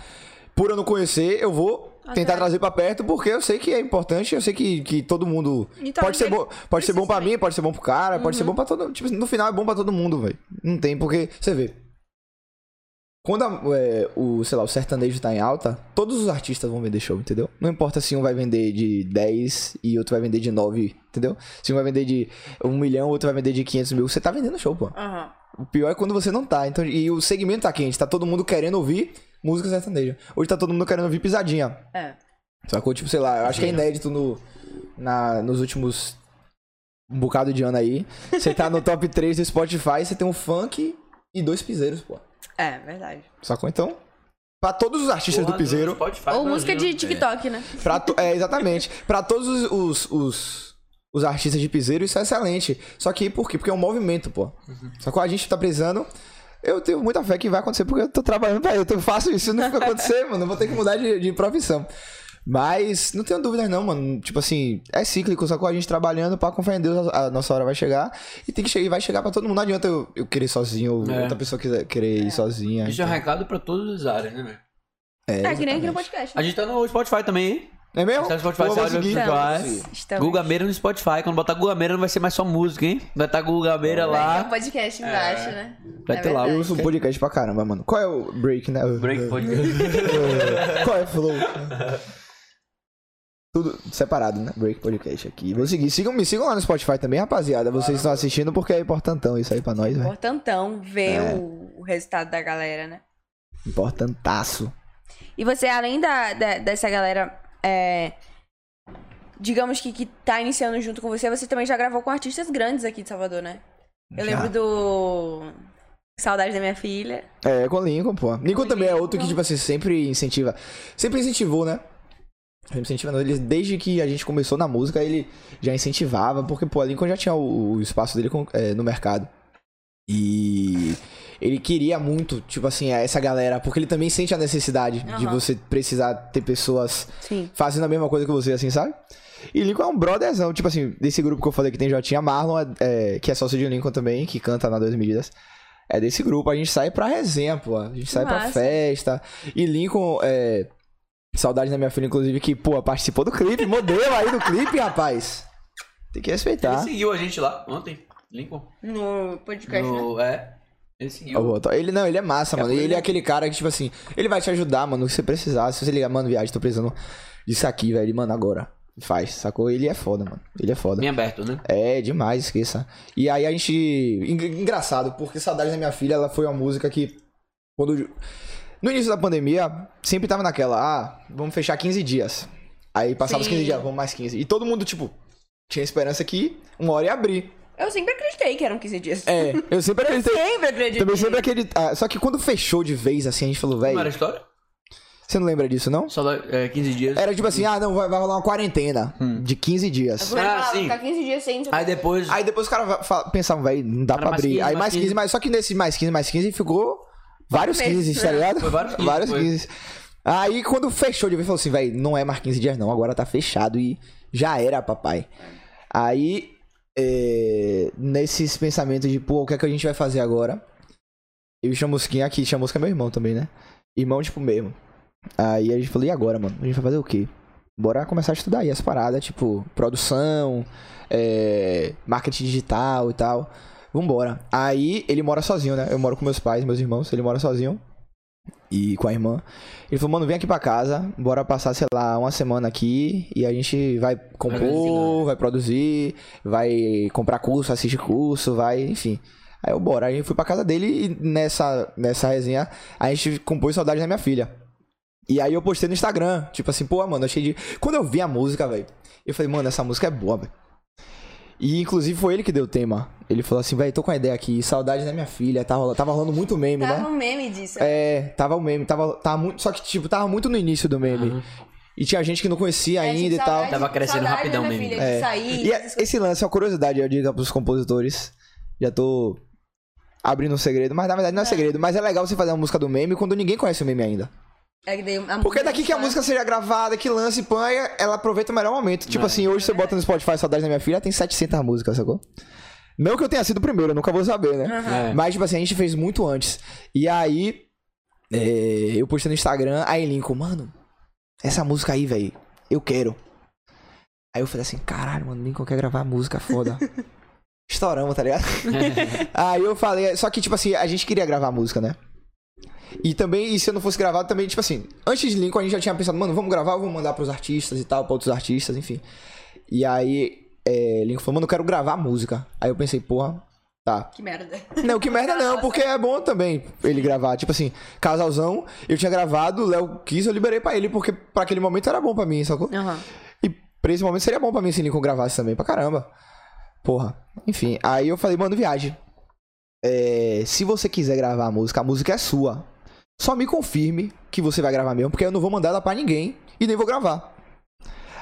S1: Por eu não conhecer, eu vou tentar
S2: Atrás.
S1: trazer pra perto, porque eu sei que é importante, eu sei que, que todo mundo.
S2: E talvez
S1: pode ser
S2: Então, ele
S1: bom, pode ser bom pra
S2: precise
S1: mim, pode ser bom pro cara, pode ser bom pra todo Tipo, no final é bom pra todo mundo, velho. Não tem, porque. Você vê. Quando a- é, o, sei lá, o sertanejo tá em alta, todos os artistas vão vender show, entendeu? Não importa se um vai vender de 10 e outro vai vender de 9, entendeu? Se um vai vender de 1 milhão, outro vai vender de 500 mil, você tá vendendo show, pô.
S2: Aham.
S1: O pior é quando você não tá. Então, e o segmento tá quente, tá todo mundo querendo ouvir música sertaneja. Hoje tá todo mundo querendo ouvir pisadinha.
S2: É.
S1: Sacou? Tipo, sei lá, eu acho que é inédito no, na, nos últimos um bocado de ano aí. Você tá no top 3 do Spotify, você tem um funk e dois piseiros, pô.
S2: É, verdade.
S1: Sacou? Então, pra todos os artistas do piseiro,
S3: Spotify,
S2: Ou música
S3: Brasil.
S2: de TikTok, né?
S1: pra to- é, exatamente, pra todos os, os, os, os artistas de piseiro, isso é excelente. Só que por quê? Porque é um movimento, pô.
S2: Uhum.
S1: Sacou? A gente tá precisando... Eu tenho muita fé que vai acontecer, porque eu tô trabalhando pra isso. Eu faço isso, se não for acontecer, mano, eu vou ter que mudar de, de profissão. Mas não tenho dúvidas não, mano. Tipo assim, é cíclico, só com a gente trabalhando pra confiar em Deus, a a nossa hora vai chegar. E tem que chegar, e vai chegar pra todo mundo. Não adianta eu, eu querer ir sozinho, ou
S3: É.
S1: outra pessoa quiser, querer ir sozinha.
S3: Isso é um recado pra todas as áreas, né, velho?
S2: É, que nem aqui no
S1: exatamente.
S2: podcast.
S3: A gente tá no Spotify também, hein?
S1: Não é mesmo?
S3: Tá no Spotify,
S1: Pô,
S3: você
S1: vou
S3: olha no
S1: seguir,
S3: Spotify.
S1: vou seguir.
S2: Estamos.
S3: Guga Meira no Spotify. Quando botar Guga Meira não vai ser mais só música, hein? Vai estar tá Guga Meira
S4: Vai
S2: É
S4: ter um
S3: lá.
S4: podcast embaixo, né?
S3: Vai
S4: É
S3: ter lá.
S4: verdade.
S1: Eu uso podcast pra caramba, mano. Qual é o break, né?
S3: Ah, Break podcast.
S1: Qual é o flow? Tudo separado, né? Break podcast aqui. Vou seguir. Sigam, me sigam lá no Spotify também, rapaziada. Vocês estão assistindo porque é importantão isso aí pra nós, né? velho.
S2: Importantão ver
S3: É.
S2: o, o resultado da galera, né?
S1: Importantaço.
S2: E você, além da, da- dessa galera, é, digamos que, que tá iniciando junto com você, você também já gravou com artistas grandes aqui de Salvador, né? Eu
S1: Já.
S2: lembro do. Saudade da minha filha.
S1: É, com o Lincoln, pô. Lincoln também é outro que, tipo assim, sempre incentiva. Sempre incentivou, né? Sempre incentivando ele. Desde que a gente começou na música, ele já incentivava, porque, pô, a Lincoln já tinha o, o espaço dele com- é, no mercado. E ele queria muito, tipo assim, essa galera, porque ele também sente a necessidade de
S2: Aham.
S1: você precisar ter pessoas
S2: Sim.
S1: fazendo a mesma coisa que você, assim, sabe? E Lincoln é um brotherzão, tipo assim, desse grupo que eu falei que tem Jotinha Marlon, é, é, que é sócio de Lincoln também, que canta na Dois Medidas. É desse grupo, a gente sai pra resenha, pô. A gente sai pra
S2: massa.
S1: festa. E Lincoln, é. Saudade da minha filha, inclusive, que, pô, participou do clipe, modelo aí do clipe, rapaz. Tem que
S3: Ele
S1: respeitar.
S3: seguiu a gente lá ontem. Lincoln.
S2: No podcast, né?
S3: No- É. Ele seguiu.
S1: Ó, o outro. Ele não, ele é massa,
S3: É
S1: mano. E
S3: porque
S1: Ele
S3: ele-
S1: é aquele cara que, tipo assim, ele vai te ajudar, mano, o que você precisar. Se você ligar, mano, viagem, tô precisando disso aqui, velho. Mano, agora. Faz, sacou? Ele é foda, mano. Ele é foda.
S3: Bem aberto, né?
S1: É, demais, esqueça. E aí a gente. en- Engraçado, porque Saudades da Minha Filha, ela foi uma música que. Quando. No início da pandemia, sempre tava naquela, ah, vamos fechar 15 dias. Aí passava os
S2: Sim.
S1: 15 dias, vamos mais 15. E todo mundo, tipo, tinha esperança que uma hora ia abrir.
S2: Eu sempre acreditei que eram 15 dias.
S1: É, eu sempre acreditei.
S2: Sempre acreditei.
S1: Também sempre aquele. ah, só que quando fechou de vez, assim, a gente falou,
S3: Não era a
S1: velho,
S3: história?
S1: você não lembra disso, não?
S3: Só dá, é, 15 dias.
S1: Era tipo assim, ah, não, vai, vai rolar uma quarentena de 15 dias.
S2: Eu falava,
S3: Ah, sim.
S2: ficar 15 dias sem.
S3: Aí depois.
S1: ah, Aí depois os caras fa- pensavam, velho, não dá
S3: Era
S1: pra
S3: mais
S1: abrir.
S3: 15,
S1: aí
S3: mais
S1: mais 15,
S3: 15,
S1: mas só que nesse mais 15, mais 15 ficou vários
S2: Foi
S1: 15, tá
S2: mesmo, né?
S1: ligado?
S3: Foi vários 15, foi.
S1: 15. Aí quando fechou de vez, falou assim, velho, não é mais 15 dias não, agora tá fechado e já era, papai. Aí, é, nesses pensamentos de, pô, o que é que a gente vai fazer agora? Eu e o Chamusquinha aqui, Chamusca é meu irmão também, né? Irmão, tipo, mesmo. Aí a gente falou, e agora, mano? A gente vai fazer o quê? Bora começar a estudar aí as paradas, tipo, produção, é, marketing digital e tal. Vambora. Aí ele mora sozinho, né? Eu moro com meus pais, meus irmãos, ele mora sozinho. E com a irmã. Ele falou, mano, vem aqui pra casa, bora passar, sei lá, uma semana aqui e a gente vai compor, vai produzir, vai comprar curso, assistir curso, vai, enfim. Aí eu bora. Aí eu fui pra casa dele e nessa, nessa resenha a gente compôs Saudades da Minha Filha. E aí eu postei no Instagram, tipo assim, pô, mano, achei de. Quando eu vi a música, velho, eu falei, mano, essa música é boa, velho. E inclusive foi ele que deu o tema. Ele falou assim, velho, tô com a ideia aqui, saudade da minha filha, tá rola- tava rolando muito meme,
S4: Tava
S1: né?
S4: um meme disso.
S1: É, tava o meme, tava, tava muito. Só que, tipo, tava muito no início do meme. E tinha É, gente que não
S2: tipo,
S1: conhecia ainda e tal.
S3: Tava crescendo rapidão mesmo.
S1: É.
S4: É. Sair,
S1: E é- esse lance é uma curiosidade, eu digo pros compositores. Já tô abrindo um segredo, mas na verdade não é segredo, mas é legal você fazer uma música do meme quando ninguém conhece o meme ainda.
S4: É que daí a
S1: Porque
S4: música
S1: é daqui que a
S4: só-
S1: música seja gravada, que lance, pan, ela aproveita o melhor momento. Tipo assim, hoje você bota no Spotify Saudades da Minha Filha, tem 700 músicas, sacou? Não que eu tenha sido o primeiro, eu nunca vou saber, né?
S3: É.
S1: Mas, tipo assim, a gente fez muito antes. E aí, é, eu postei no Instagram, aí Lincoln, mano, essa música aí, velho, eu quero. Aí eu falei assim, caralho, mano, Lincoln quer gravar música foda. Estouramos, tá ligado? aí eu falei, só que, tipo assim, a gente queria gravar música, né? E também, e se eu não fosse gravado, também, tipo assim, antes de Lincoln a gente já tinha pensado, mano, vamos gravar, vamos mandar pros artistas e tal, pra outros artistas, enfim. E aí, é, Lincoln falou, mano, eu quero gravar música. Aí eu pensei, porra, tá.
S4: Que merda.
S1: Não, que merda não, porque é bom também ele gravar. Tipo assim, casalzão, eu tinha gravado, o Léo quis, eu liberei pra ele, porque pra aquele momento era bom pra mim, sacou?
S2: Aham.
S1: E pra esse momento seria bom pra mim se Lincoln gravasse também, pra caramba. Porra. Enfim, aí eu falei, mano, viagem. É, se você quiser gravar a música, a música é sua. Só me confirme que você vai gravar mesmo, porque eu não vou mandar ela pra ninguém e nem vou gravar.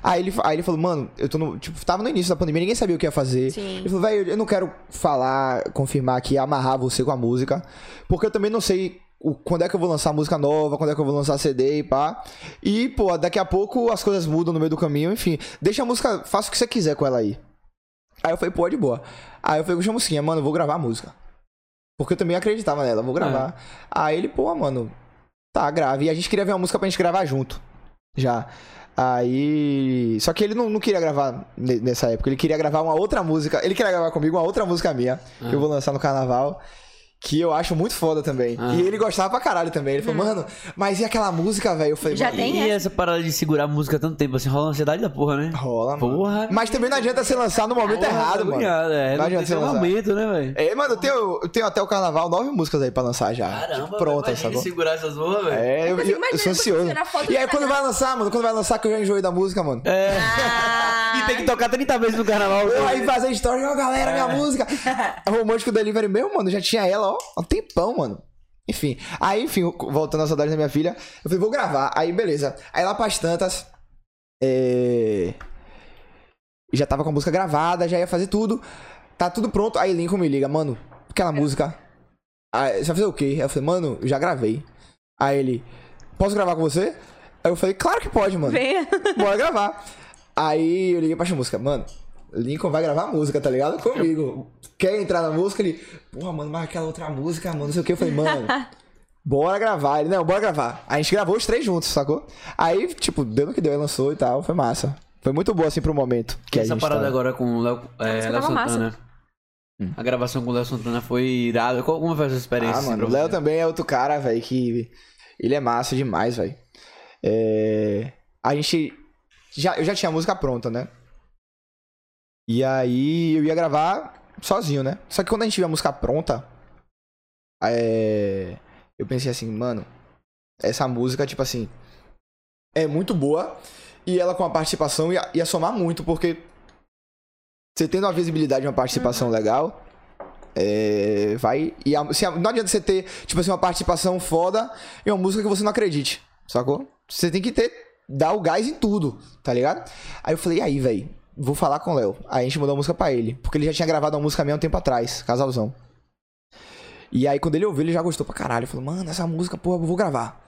S1: Aí ele, fa- aí ele falou, mano, eu tô no. Tipo, tava no início da pandemia, ninguém sabia o que ia fazer.
S2: Sim.
S1: Ele falou, velho, eu não quero falar, confirmar aqui, amarrar você com a música, porque eu também não sei o- quando é que eu vou lançar música nova, quando é que eu vou lançar CD e pá. E, pô, daqui a pouco as coisas mudam no meio do caminho, enfim. Deixa a música, faça o que você quiser com ela aí. Aí eu falei, pô, de boa. Aí eu falei com o Chamusquinha, mano, eu vou gravar a música. Porque eu também acreditava nela, vou gravar. Aí ele, pô, mano, tá, grave. E a gente queria ver uma música pra gente gravar junto. Já. Aí. Só que ele não, não queria gravar ne- nessa época. Ele queria gravar uma outra música. Ele queria gravar comigo uma outra música minha. Que eu vou lançar no carnaval. Que eu acho muito foda também.
S3: Ah.
S1: E ele gostava pra caralho também. Ele falou, mano, mas e aquela música, velho? Eu falei,
S2: Uhum. Já
S1: mano,
S2: tem
S3: e
S2: essa?
S3: essa parada de segurar a música tanto tempo, assim, rola ansiedade da porra, né?
S1: rola, mano.
S3: Porra.
S1: Mas também não adianta se lançar no momento errado, mano.
S3: agoniado, É,
S1: Não
S3: não
S1: adianta
S3: tem
S1: você
S3: um
S1: lançar.
S3: momento, né, velho?
S1: É, mano, eu tenho, eu tenho até o carnaval nove músicas aí pra lançar já. tipo, pronta,
S3: imagina
S1: sacou?
S3: segurar essas porra, velho.
S1: É, eu, eu-
S2: consigo
S1: eu
S2: imaginar
S1: sou
S2: depois
S1: ansioso.
S2: tirar foto do
S1: E aí, quando vai lançar, mano? Quando vai lançar, que eu já enjoei da música, mano.
S3: É.
S2: Ah,
S3: E tem que tocar 30 vezes no carnaval.
S1: Porra,
S3: velho.
S1: aí fazer story, ó, galera, minha música. Romântico Delivery meu, mano, já tinha ela, ó, há um tempão, mano. Enfim, aí, enfim, voltando à saudade da minha filha, eu falei, vou gravar. Aí, beleza. Aí lá pras tantas. É. Já tava com a música gravada, já ia fazer tudo. Tá tudo pronto. Aí Lincoln me liga, mano, aquela música. Aí, você vai fazer o quê? Aí eu falei, mano, já gravei. Aí ele, posso gravar com você? Aí eu falei, claro que pode, mano.
S2: venha.
S1: Bora gravar. Aí eu liguei pra música, mano. Lincoln vai gravar música, tá ligado? Comigo. Quer entrar na música? Ele, porra, mano, mas aquela outra música, mano, não sei o que. Eu falei, mano, bora gravar. Ele, não, bora gravar. A gente gravou os três juntos, sacou? Aí, tipo, deu no que deu, ele lançou e tal, foi massa. Foi muito boa, assim, pro momento. Que a
S3: essa
S1: gente tá-
S3: parada
S1: tava.
S3: agora com o Léo é,
S2: música
S3: Léo
S2: tava massa.
S3: Santana. A gravação com o Léo Santana foi irada. Qual- Como foi essa
S1: Hum.
S3: experiência?
S1: Ah,
S3: assim,
S1: mano,
S3: pra
S1: o Léo
S3: você?
S1: também é outro cara, velho, que ele é massa demais, velho. É... A gente já eu já tinha a música pronta, né? E aí eu ia gravar sozinho, né? Só que quando a gente viu a música pronta, é... eu pensei assim, mano, essa música tipo assim é muito boa e ela com a participação ia, ia somar muito porque você tendo uma visibilidade, uma participação legal, é, vai. E a- se a- não adianta você ter, tipo assim, uma participação foda em uma música que você não acredite, sacou? Você tem que ter, dar o gás em tudo, tá ligado? Aí eu falei, e aí, velho, vou falar com o Léo. Aí a gente mandou a música pra ele, porque ele já tinha gravado uma música minha um tempo atrás, casalzão. E aí quando ele ouviu, ele já gostou pra caralho. Falou, mano, essa música, porra, eu vou gravar.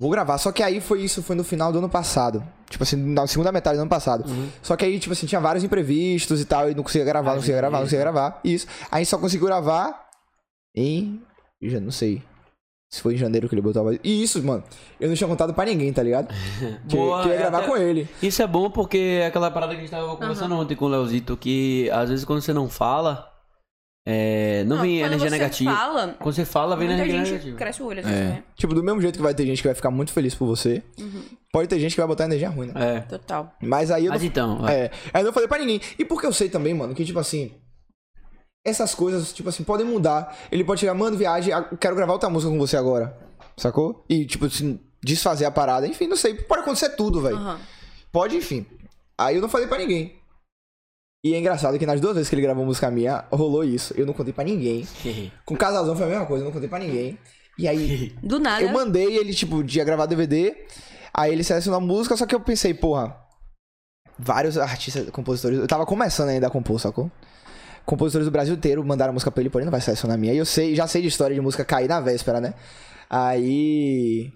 S1: Vou gravar. Só que aí foi isso, foi no final do ano passado. Tipo assim, na segunda metade do ano passado.
S3: Uhum.
S1: Só que aí, tipo assim, tinha vários imprevistos e tal, e não conseguia gravar, não conseguia gravar, não conseguia gravar. Isso. Aí só conseguiu gravar em. Já não sei. Se foi em janeiro que ele botou a voz. E isso, mano, eu não tinha contado pra ninguém, tá ligado? Que,
S3: Boa,
S1: que eu ia
S3: é
S1: gravar
S3: até-
S1: com ele.
S3: Isso é bom porque é aquela parada que a gente tava conversando ontem com o Leozito, que às vezes quando você não fala, é, não, vem
S2: quando
S3: energia
S2: você
S3: negativa.
S2: Fala,
S3: Quando você fala, vem
S2: muita
S3: energia
S2: gente
S3: negativa.
S2: cresce o olho. assim,
S1: É.
S2: né?
S1: Tipo, do mesmo jeito que vai ter gente que vai ficar muito feliz por você, pode ter gente que vai botar energia ruim, né?
S3: É.
S2: Total.
S1: Mas aí eu não
S3: Mas então, vai.
S1: É, aí eu não falei pra ninguém. E porque eu sei também, mano, que tipo assim. Essas coisas, tipo assim, podem mudar. Ele pode chegar, mano, viagem, ah, eu quero gravar outra música com você agora. Sacou? E, tipo, assim, desfazer a parada. Enfim, não sei. Pode acontecer tudo, velho.
S2: Aham.
S1: Pode, enfim. Aí eu não falei pra ninguém. E é engraçado que nas duas vezes que ele gravou música minha, rolou isso. Eu não contei pra ninguém. Com casalzão foi a mesma coisa, eu não contei pra ninguém. E aí,
S2: Do nada.
S1: eu mandei ele, tipo, de gravar DVD. Aí ele selecionou a música, só que eu pensei, porra. Vários artistas, compositores. Eu tava começando ainda a compor, sacou? Compositores do Brasil inteiro mandaram música pra ele, porém não vai selecionar a minha. E eu sei, já sei de história de música cair na véspera, né? Aí.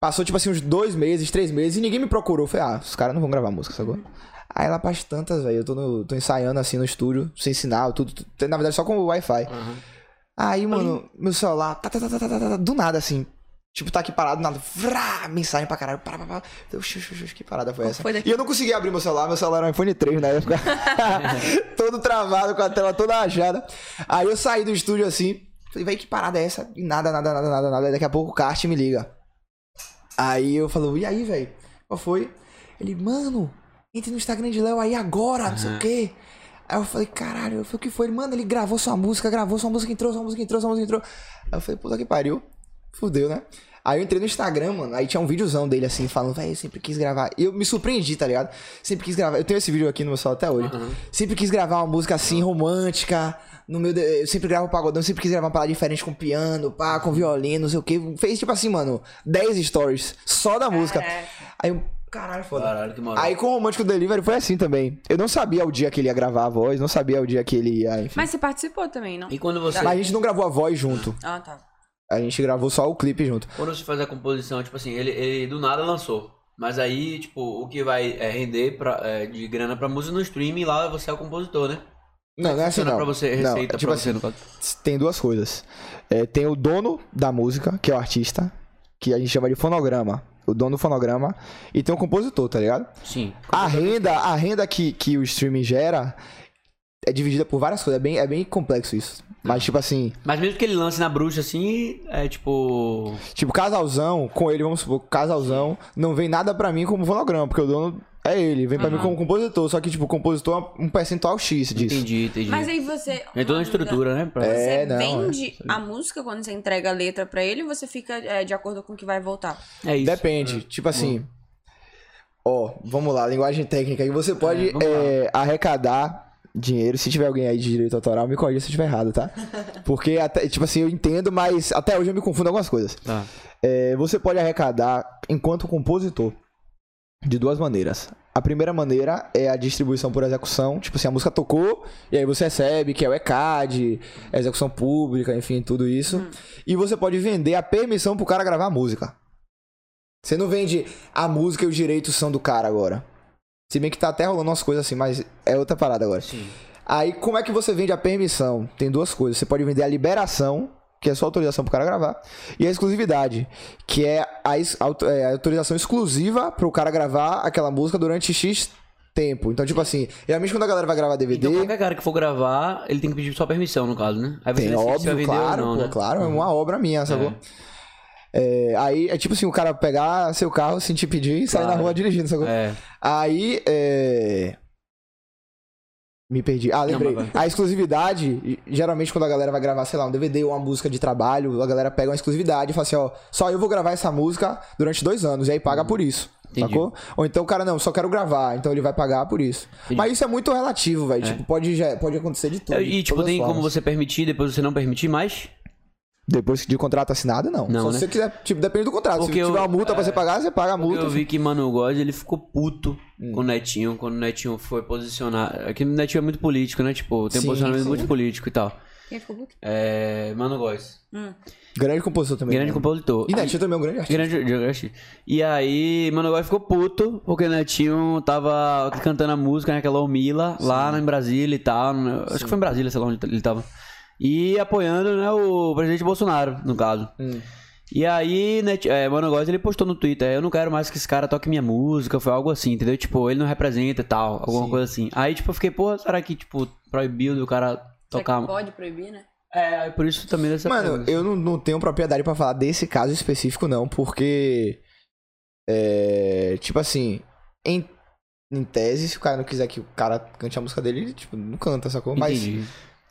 S1: Passou, tipo assim, uns dois meses, três meses, e ninguém me procurou. Eu Falei, ah, os caras não vão gravar música, sacou? Aí lá pras tantas, velho, eu tô, no- tô ensaiando assim no estúdio, sem sinal, tudo, tudo- Na verdade, só com o Wi-Fi. Aí, mano, meu celular, tá, tá, tá, tá, tá, tá, tá, do nada, assim. Tipo, tá aqui parado, nada. Vrá, mensagem pra caralho. Pará, pará, pará. Eu, xux, xux, xux, que parada foi essa?
S2: foi daqui?
S1: e eu não conseguia abrir meu celular, meu celular era um iPhone 3 na época. Todo travado, com a tela toda rachada. Aí eu saí do estúdio assim. Falei, véi, que parada é essa? E nada, nada, nada, nada, nada. Daqui a pouco o Cart me liga. Aí eu falo, e aí, velho? Qual foi? Ele, mano, entre no Instagram de Léo aí agora, não sei o quê. Aí eu falei, caralho, eu falei, o que foi? Ele, Mano, ele gravou sua música, gravou sua música, entrou, sua música, entrou, sua música, entrou. Aí eu falei, puta que pariu. Fudeu, né? Aí eu entrei no Instagram, mano, aí tinha um videozão dele assim, falando, velho, eu sempre quis gravar. E eu me surpreendi, tá ligado? Sempre quis gravar. Eu tenho esse vídeo aqui no meu celular até hoje. Sempre quis gravar uma música assim, romântica. No meu, de- eu sempre gravo pagodão, sempre quis gravar uma parada diferente com piano, pá, com violino, não sei o quê. Fez tipo assim, mano, 10 stories só da música. Aí eu, caralho, foda.
S3: Caralho, que moral.
S1: Aí com o Romântico Delivery foi assim também. Eu não sabia o dia que ele ia gravar a voz, não sabia o dia que ele ia. enfim.
S2: Mas você participou também, não?
S3: E quando você.
S1: Mas a gente não gravou a voz junto.
S2: Ah, tá.
S1: A gente gravou só o clipe junto.
S3: Quando você faz a composição, tipo assim, ele, ele do nada lançou. Mas aí, tipo, o que vai é, render pra, é, de grana pra música no streaming, lá você é o compositor, né?
S1: Não, não é assim
S3: Funciona
S1: não.
S3: pra você,
S1: Não,
S3: receita
S1: tipo
S3: pra
S1: assim,
S3: você, no caso.
S1: tem duas coisas. É, tem o dono da música, que é o artista, que a gente chama de fonograma. O dono do fonograma. E tem o compositor, tá ligado?
S3: Sim.
S1: A renda, a renda que, que o streaming gera é dividida por várias coisas. É bem, é bem complexo isso. Mas, tipo assim,
S3: Mas mesmo que ele lance na bruxa, assim, é tipo...
S1: tipo, casalzão, com ele, vamos supor, casalzão, não vem nada pra mim como fonograma, porque o dono é ele, vem pra mim como compositor. Só que, tipo, o compositor é um percentual X disso.
S3: Entendi, entendi.
S2: Mas aí você.
S3: É toda
S2: uma
S3: a estrutura, né? Pra...
S2: Você
S1: É, não,
S2: vende a música quando você entrega a letra pra ele ou você fica é, de acordo com o que vai voltar?
S3: É isso.
S1: Depende. Tipo assim. Ó, vamos lá, linguagem técnica. E você pode
S3: É, vamos lá.
S1: é, arrecadar dinheiro. Se tiver alguém aí de direito autoral, me corrija se eu estiver errado, tá? Porque, até, tipo assim, eu entendo, mas até hoje eu me confundo algumas coisas.
S3: Tá.
S1: É, você pode arrecadar enquanto compositor de duas maneiras. A primeira maneira é a distribuição por execução, tipo assim, a música tocou e aí você recebe, que é o ECAD, execução pública, enfim, tudo isso. E você pode vender a permissão pro cara gravar a música. Você não vende a música e os direitos são do cara agora. Se bem que tá até rolando umas coisas assim, mas é outra parada agora.
S3: Sim.
S1: Aí, como é que você vende a permissão? Tem duas coisas. Você pode vender a liberação, que é só autorização pro cara gravar, e a exclusividade, que é a, ex- auto- é, a autorização exclusiva pro cara gravar aquela música durante X tempo. Então, tipo assim, geralmente quando a galera vai gravar DVD,
S3: Então qualquer cara que for gravar, ele tem que pedir sua permissão, no caso, né? Aí você
S1: tem
S3: decide se vai
S1: óbvio,
S3: vender ou
S1: claro,
S3: não,
S1: pô,
S3: né?
S1: claro, é
S3: Uhum.
S1: uma obra minha, sacou? É, aí é tipo assim, o cara pegar seu carro, sentir pedir e sair na
S3: Claro.
S1: rua dirigindo, sacou?
S3: É.
S1: Aí, é... Me perdi. Ah, lembrei.
S3: mas
S1: a exclusividade, geralmente quando a galera vai gravar, sei lá, um DVD ou uma música de trabalho, a galera pega uma exclusividade e fala assim, ó, só eu vou gravar essa música durante dois anos, e aí paga por isso.
S3: Uhum. Entendi.
S1: Sacou? Ou então o cara, não, só quero gravar, então ele vai pagar por isso.
S3: Entendi.
S1: Mas isso é muito relativo, velho. Tipo, pode, já- pode acontecer de tudo.
S3: É,
S1: de
S3: E tipo,
S1: todas as
S3: tem como
S1: formas.
S3: você permitir, depois você não permitir mais?
S1: Depois de contrato assinado, não.
S3: Não,
S1: só
S3: né?
S1: se você quiser, tipo, depende do contrato.
S3: Porque
S1: se tiver
S3: eu- é.
S1: uma multa pra você pagar, você paga a multa.
S3: Eu vi que Manu God, ele ficou puto
S1: Hum.
S3: com o Netinho, quando o Netinho foi posicionar. É que o Netinho é muito político, né? Tipo, tem um
S1: Sim,
S3: posicionamento
S1: sim.
S3: muito político e tal.
S4: Quem ficou puto?
S3: É. Manu Góes.
S1: Grande compositor também.
S3: Grande
S1: né?
S3: compositor.
S1: E Netinho também é um grande artista.
S3: Grande Geography. E aí, mano, agora ficou puto, porque o Netinho tava cantando a música né, naquela Omila, lá em Brasília e tal. né? Acho que foi em Brasília, sei lá onde ele tava. E apoiando, né, o presidente Bolsonaro, no caso.
S1: Hum.
S3: E aí, né, t- é, Mano Góes, ele postou no Twitter, eu não quero mais que esse cara toque minha música, foi algo assim, entendeu? Tipo, ele não representa e tal, alguma coisa assim. Aí, tipo, eu fiquei, porra, será que, tipo, proibiu do cara
S4: Será que
S3: tocar...
S4: pode proibir, né?
S3: É, aí por isso também dessa
S1: Mano, eu não, não tenho propriedade pra falar desse caso específico, não, porque. É. Tipo assim. Em, em tese, se o cara não quiser que o cara cante a música dele, ele, tipo, não canta, sacou? Mas.
S3: Entendi.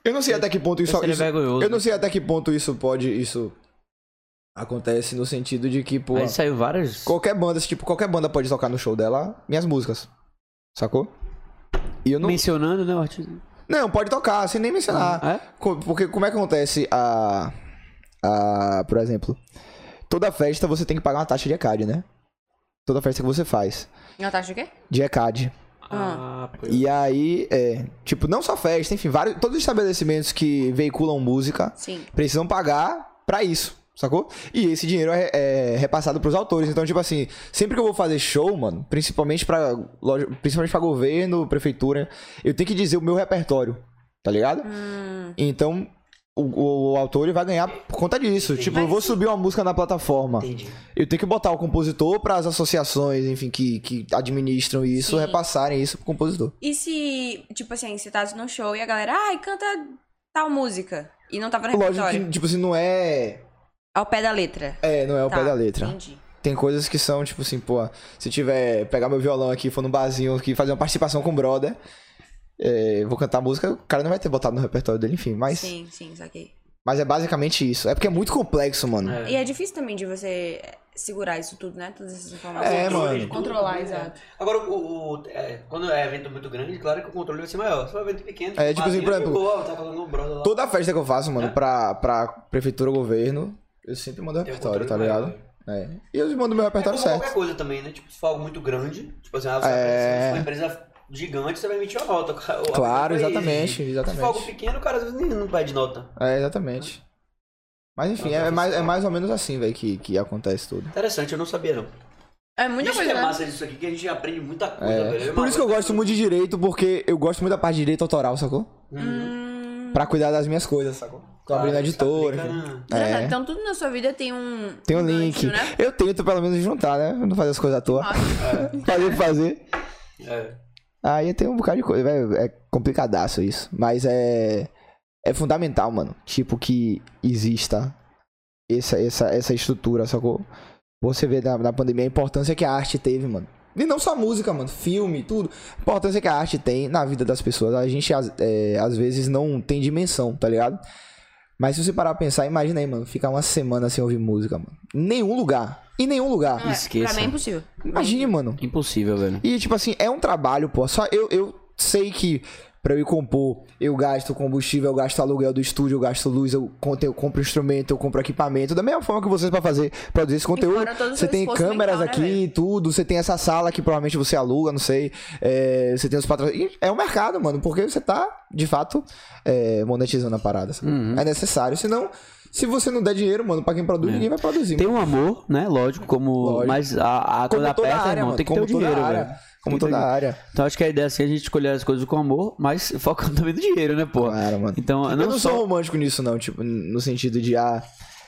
S1: Eu não sei até que ponto isso.
S3: Isso, ele é
S1: isso-
S3: vergonhoso.
S1: eu não sei até que ponto isso pode. Isso. Acontece no sentido de que, pô.
S3: Aí saiu várias...
S1: Qualquer banda, tipo, qualquer banda pode tocar no show dela minhas músicas. Sacou? E eu não.
S3: Mencionando, né, o artista?
S1: Não, pode tocar, sem nem mencionar.
S3: É?
S1: Co- Porque como Hum, é que acontece a. a por exemplo, toda festa você tem que pagar uma taxa de ECAD, né? Toda festa que você faz.
S4: Ela tá achando o quê?
S1: De ECAD.
S3: Ah, pô.
S1: E aí, é. Tipo, não só festa, enfim, vários, todos os estabelecimentos que veiculam música
S4: Sim.
S1: precisam pagar pra isso, sacou? E esse dinheiro é, é repassado pros autores. Então, tipo assim, sempre que eu vou fazer show, mano, principalmente pra, loja, principalmente pra governo, prefeitura, eu tenho que dizer o meu repertório, tá ligado?
S2: Hum.
S1: Então, o, o- o autor ele vai ganhar por conta disso. Tipo, eu vou subir uma música na plataforma.
S3: é.
S1: Eu tenho que botar o compositor pras associações, enfim, que, que administram isso,
S4: Sim.
S1: repassarem isso pro compositor.
S2: E se, tipo assim, você tá no show e a galera, ai, canta tal música. E não tava no
S1: Lógico
S2: repertório.
S1: que, tipo assim, não é.
S2: Ao pé da letra.
S1: É, não é o
S2: Tá,
S1: pé da letra.
S2: Entendi.
S1: Tem coisas que são, tipo assim, pô, se tiver pegar meu violão aqui, for num barzinho aqui, fazer uma participação com o brother, é, vou cantar música, o cara não vai ter botado no repertório dele, enfim. Mas,
S2: Sim, sim, saquei.
S1: mas é basicamente isso. É porque é muito complexo, mano.
S3: É.
S2: E é difícil também de você segurar isso tudo, né? Todas essas informações.
S1: É, mano.
S4: Controlar, exato.
S3: Agora, o, o- é, quando é evento muito grande, claro que o controle vai ser maior. Se for um evento pequeno,
S1: É, tipo assim, por
S3: barzinho,
S1: exemplo,
S3: boa, tá falando um brother lá.
S1: Toda festa que eu faço, mano, pra, pra prefeitura ou governo, eu sempre mando
S3: Tem um
S1: repertório, tá
S3: controle maior.
S1: ligado? É. E eu mando meu
S3: É
S1: repertório
S3: como
S1: certo.
S3: qualquer coisa também, né? Tipo, se for algo muito grande, tipo assim, ah, você
S1: É.
S3: vai aparecer, se for uma empresa gigante, você vai emitir uma nota. O-
S1: Claro,
S3: a pessoa vai
S1: exatamente,
S3: exigir. Se for
S1: exatamente.
S3: algo pequeno, o cara às vezes nem não pede nota.
S1: É, exatamente. Mas enfim, é, é mais, é mais ou menos assim, velho, que, que acontece tudo.
S3: Interessante, eu não sabia não.
S2: É muita
S3: isso
S2: coisa,
S3: que é
S2: né?
S3: massa disso aqui, que a gente aprende muita coisa, velho.
S1: É. Por isso que eu gosto muito de direito, porque eu gosto muito da parte de direito autoral, sacou?
S2: Hum,
S1: Pra cuidar das minhas coisas, sacou? Tô
S3: hum, Ah,
S1: abrindo a
S3: tá
S1: editora, enfim.
S2: engraçado. Então tudo na sua vida tem um.
S1: É. Tem um
S2: gancho,
S1: link.
S2: Né?
S1: Eu tento pelo menos juntar, né? Não fazer as coisas à toa. fazer o que fazer.
S3: É.
S1: Aí tem um bocado de coisa, velho. É complicadaço isso. Mas é. É fundamental, mano. Tipo, que exista essa, essa, essa estrutura, sacou? Você vê na, na pandemia a importância que a arte teve, mano. E não só música, mano. Filme, tudo. A importância que a arte tem na vida das pessoas. A gente, às- é, às vezes, não tem dimensão, tá ligado? Mas se você parar pra pensar, imagina aí, mano. Ficar uma semana sem ouvir música, mano. Em nenhum lugar. Em nenhum lugar.
S2: Não, é,
S3: Esqueça.
S2: Pra mim é impossível.
S1: Imagine, mano.
S3: Impossível, velho.
S1: E, tipo assim, é um trabalho, pô. Só eu, eu sei que pra eu ir compor, eu gasto combustível, eu gasto aluguel do estúdio, eu gasto luz, eu, con- eu compro instrumento, eu compro equipamento. Da mesma forma que vocês pra fazer, produzir esse conteúdo.
S2: fora todo o
S1: Você
S2: seu
S1: tem
S2: esforço
S1: câmeras
S2: mental, né,
S1: aqui, e tudo. Você tem essa sala que provavelmente você aluga, não sei. É, você tem os patrocinadores. É um mercado, mano, porque você tá, de fato, é, monetizando a parada. sabe?
S3: Uhum.
S1: É necessário. Senão, se você não der dinheiro, mano, pra quem produz, ninguém vai produzir.
S3: Tem um amor, né? Lógico, como.
S1: Lógico.
S3: Mas a, a
S1: Como
S3: quando
S1: toda
S3: aperta,
S1: área,
S3: irmão,
S1: mano,
S3: tem que ter
S1: como
S3: o
S1: toda
S3: dinheiro,
S1: área,
S3: velho.
S1: Como
S3: Tem que ter
S1: toda
S3: o dinheiro.
S1: área.
S3: Então acho que a ideia é assim, a gente escolher as coisas com amor, mas focando também no dinheiro, né, pô?
S1: Claro, É, mano.
S3: Então,
S1: eu
S3: não,
S1: não
S3: só...
S1: sou romântico nisso, não. Tipo, n- no sentido de, ah,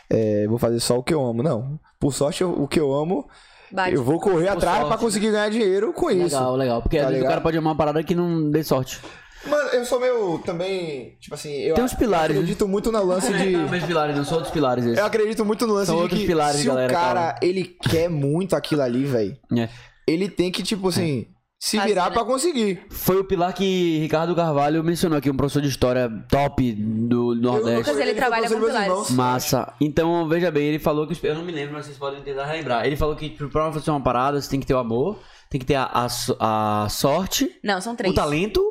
S1: é, vou fazer só o que eu amo. Não. Por sorte, eu- o que eu amo,
S2: Bate.
S1: eu vou correr atrás
S3: sorte.
S1: pra
S2: né?
S1: conseguir ganhar dinheiro com isso.
S3: Legal, legal. Porque
S1: Tá
S3: às vezes o
S1: ligado?
S3: cara pode amar uma parada que não dê sorte.
S1: Mano, eu sou meio também. Tipo assim, eu
S3: Tem uns pilares, né?
S1: acredito muito no lance de.
S3: Não, meus pilares, não são outros pilares esses.
S1: Eu acredito muito no lance
S3: São
S1: de
S3: outros
S1: que
S3: pilares,
S1: se
S3: galera,
S1: o cara,
S3: calma.
S1: ele quer muito aquilo ali, velho,
S3: É.
S1: ele tem que, tipo assim, se
S2: Fazer,
S1: virar
S2: né?
S1: pra conseguir.
S3: Foi o pilar que Ricardo Carvalho mencionou aqui, um professor de história top do Nordeste.
S2: Lucas, ele
S1: foi
S2: trabalha
S1: professor
S2: com
S1: dos meus
S2: pilares.
S1: irmãos.
S3: Massa. Então, veja bem, ele falou que. Eu não me lembro, mas vocês podem tentar lembrar. Ele falou que tipo, pra fazer uma parada, você tem que ter o amor, tem que ter a, a so- a sorte,
S2: Não,
S1: Um
S2: são três.
S3: o talento.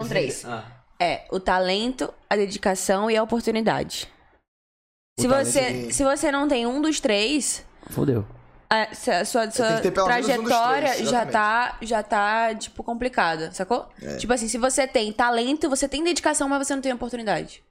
S2: São três.
S3: Ah,
S2: É, o talento, a dedicação e a oportunidade.
S1: O
S2: se,
S1: talento
S2: você,
S1: de-
S2: se você não tem um dos três,
S3: fodeu.
S2: a se a sua, sua
S1: tem que ter pelo menos um dos
S2: trajetória
S1: três,
S2: já tá, já tá, tipo, complicada, sacou?
S1: É.
S2: Tipo assim, se você tem talento, você tem dedicação, mas você não tem oportunidade.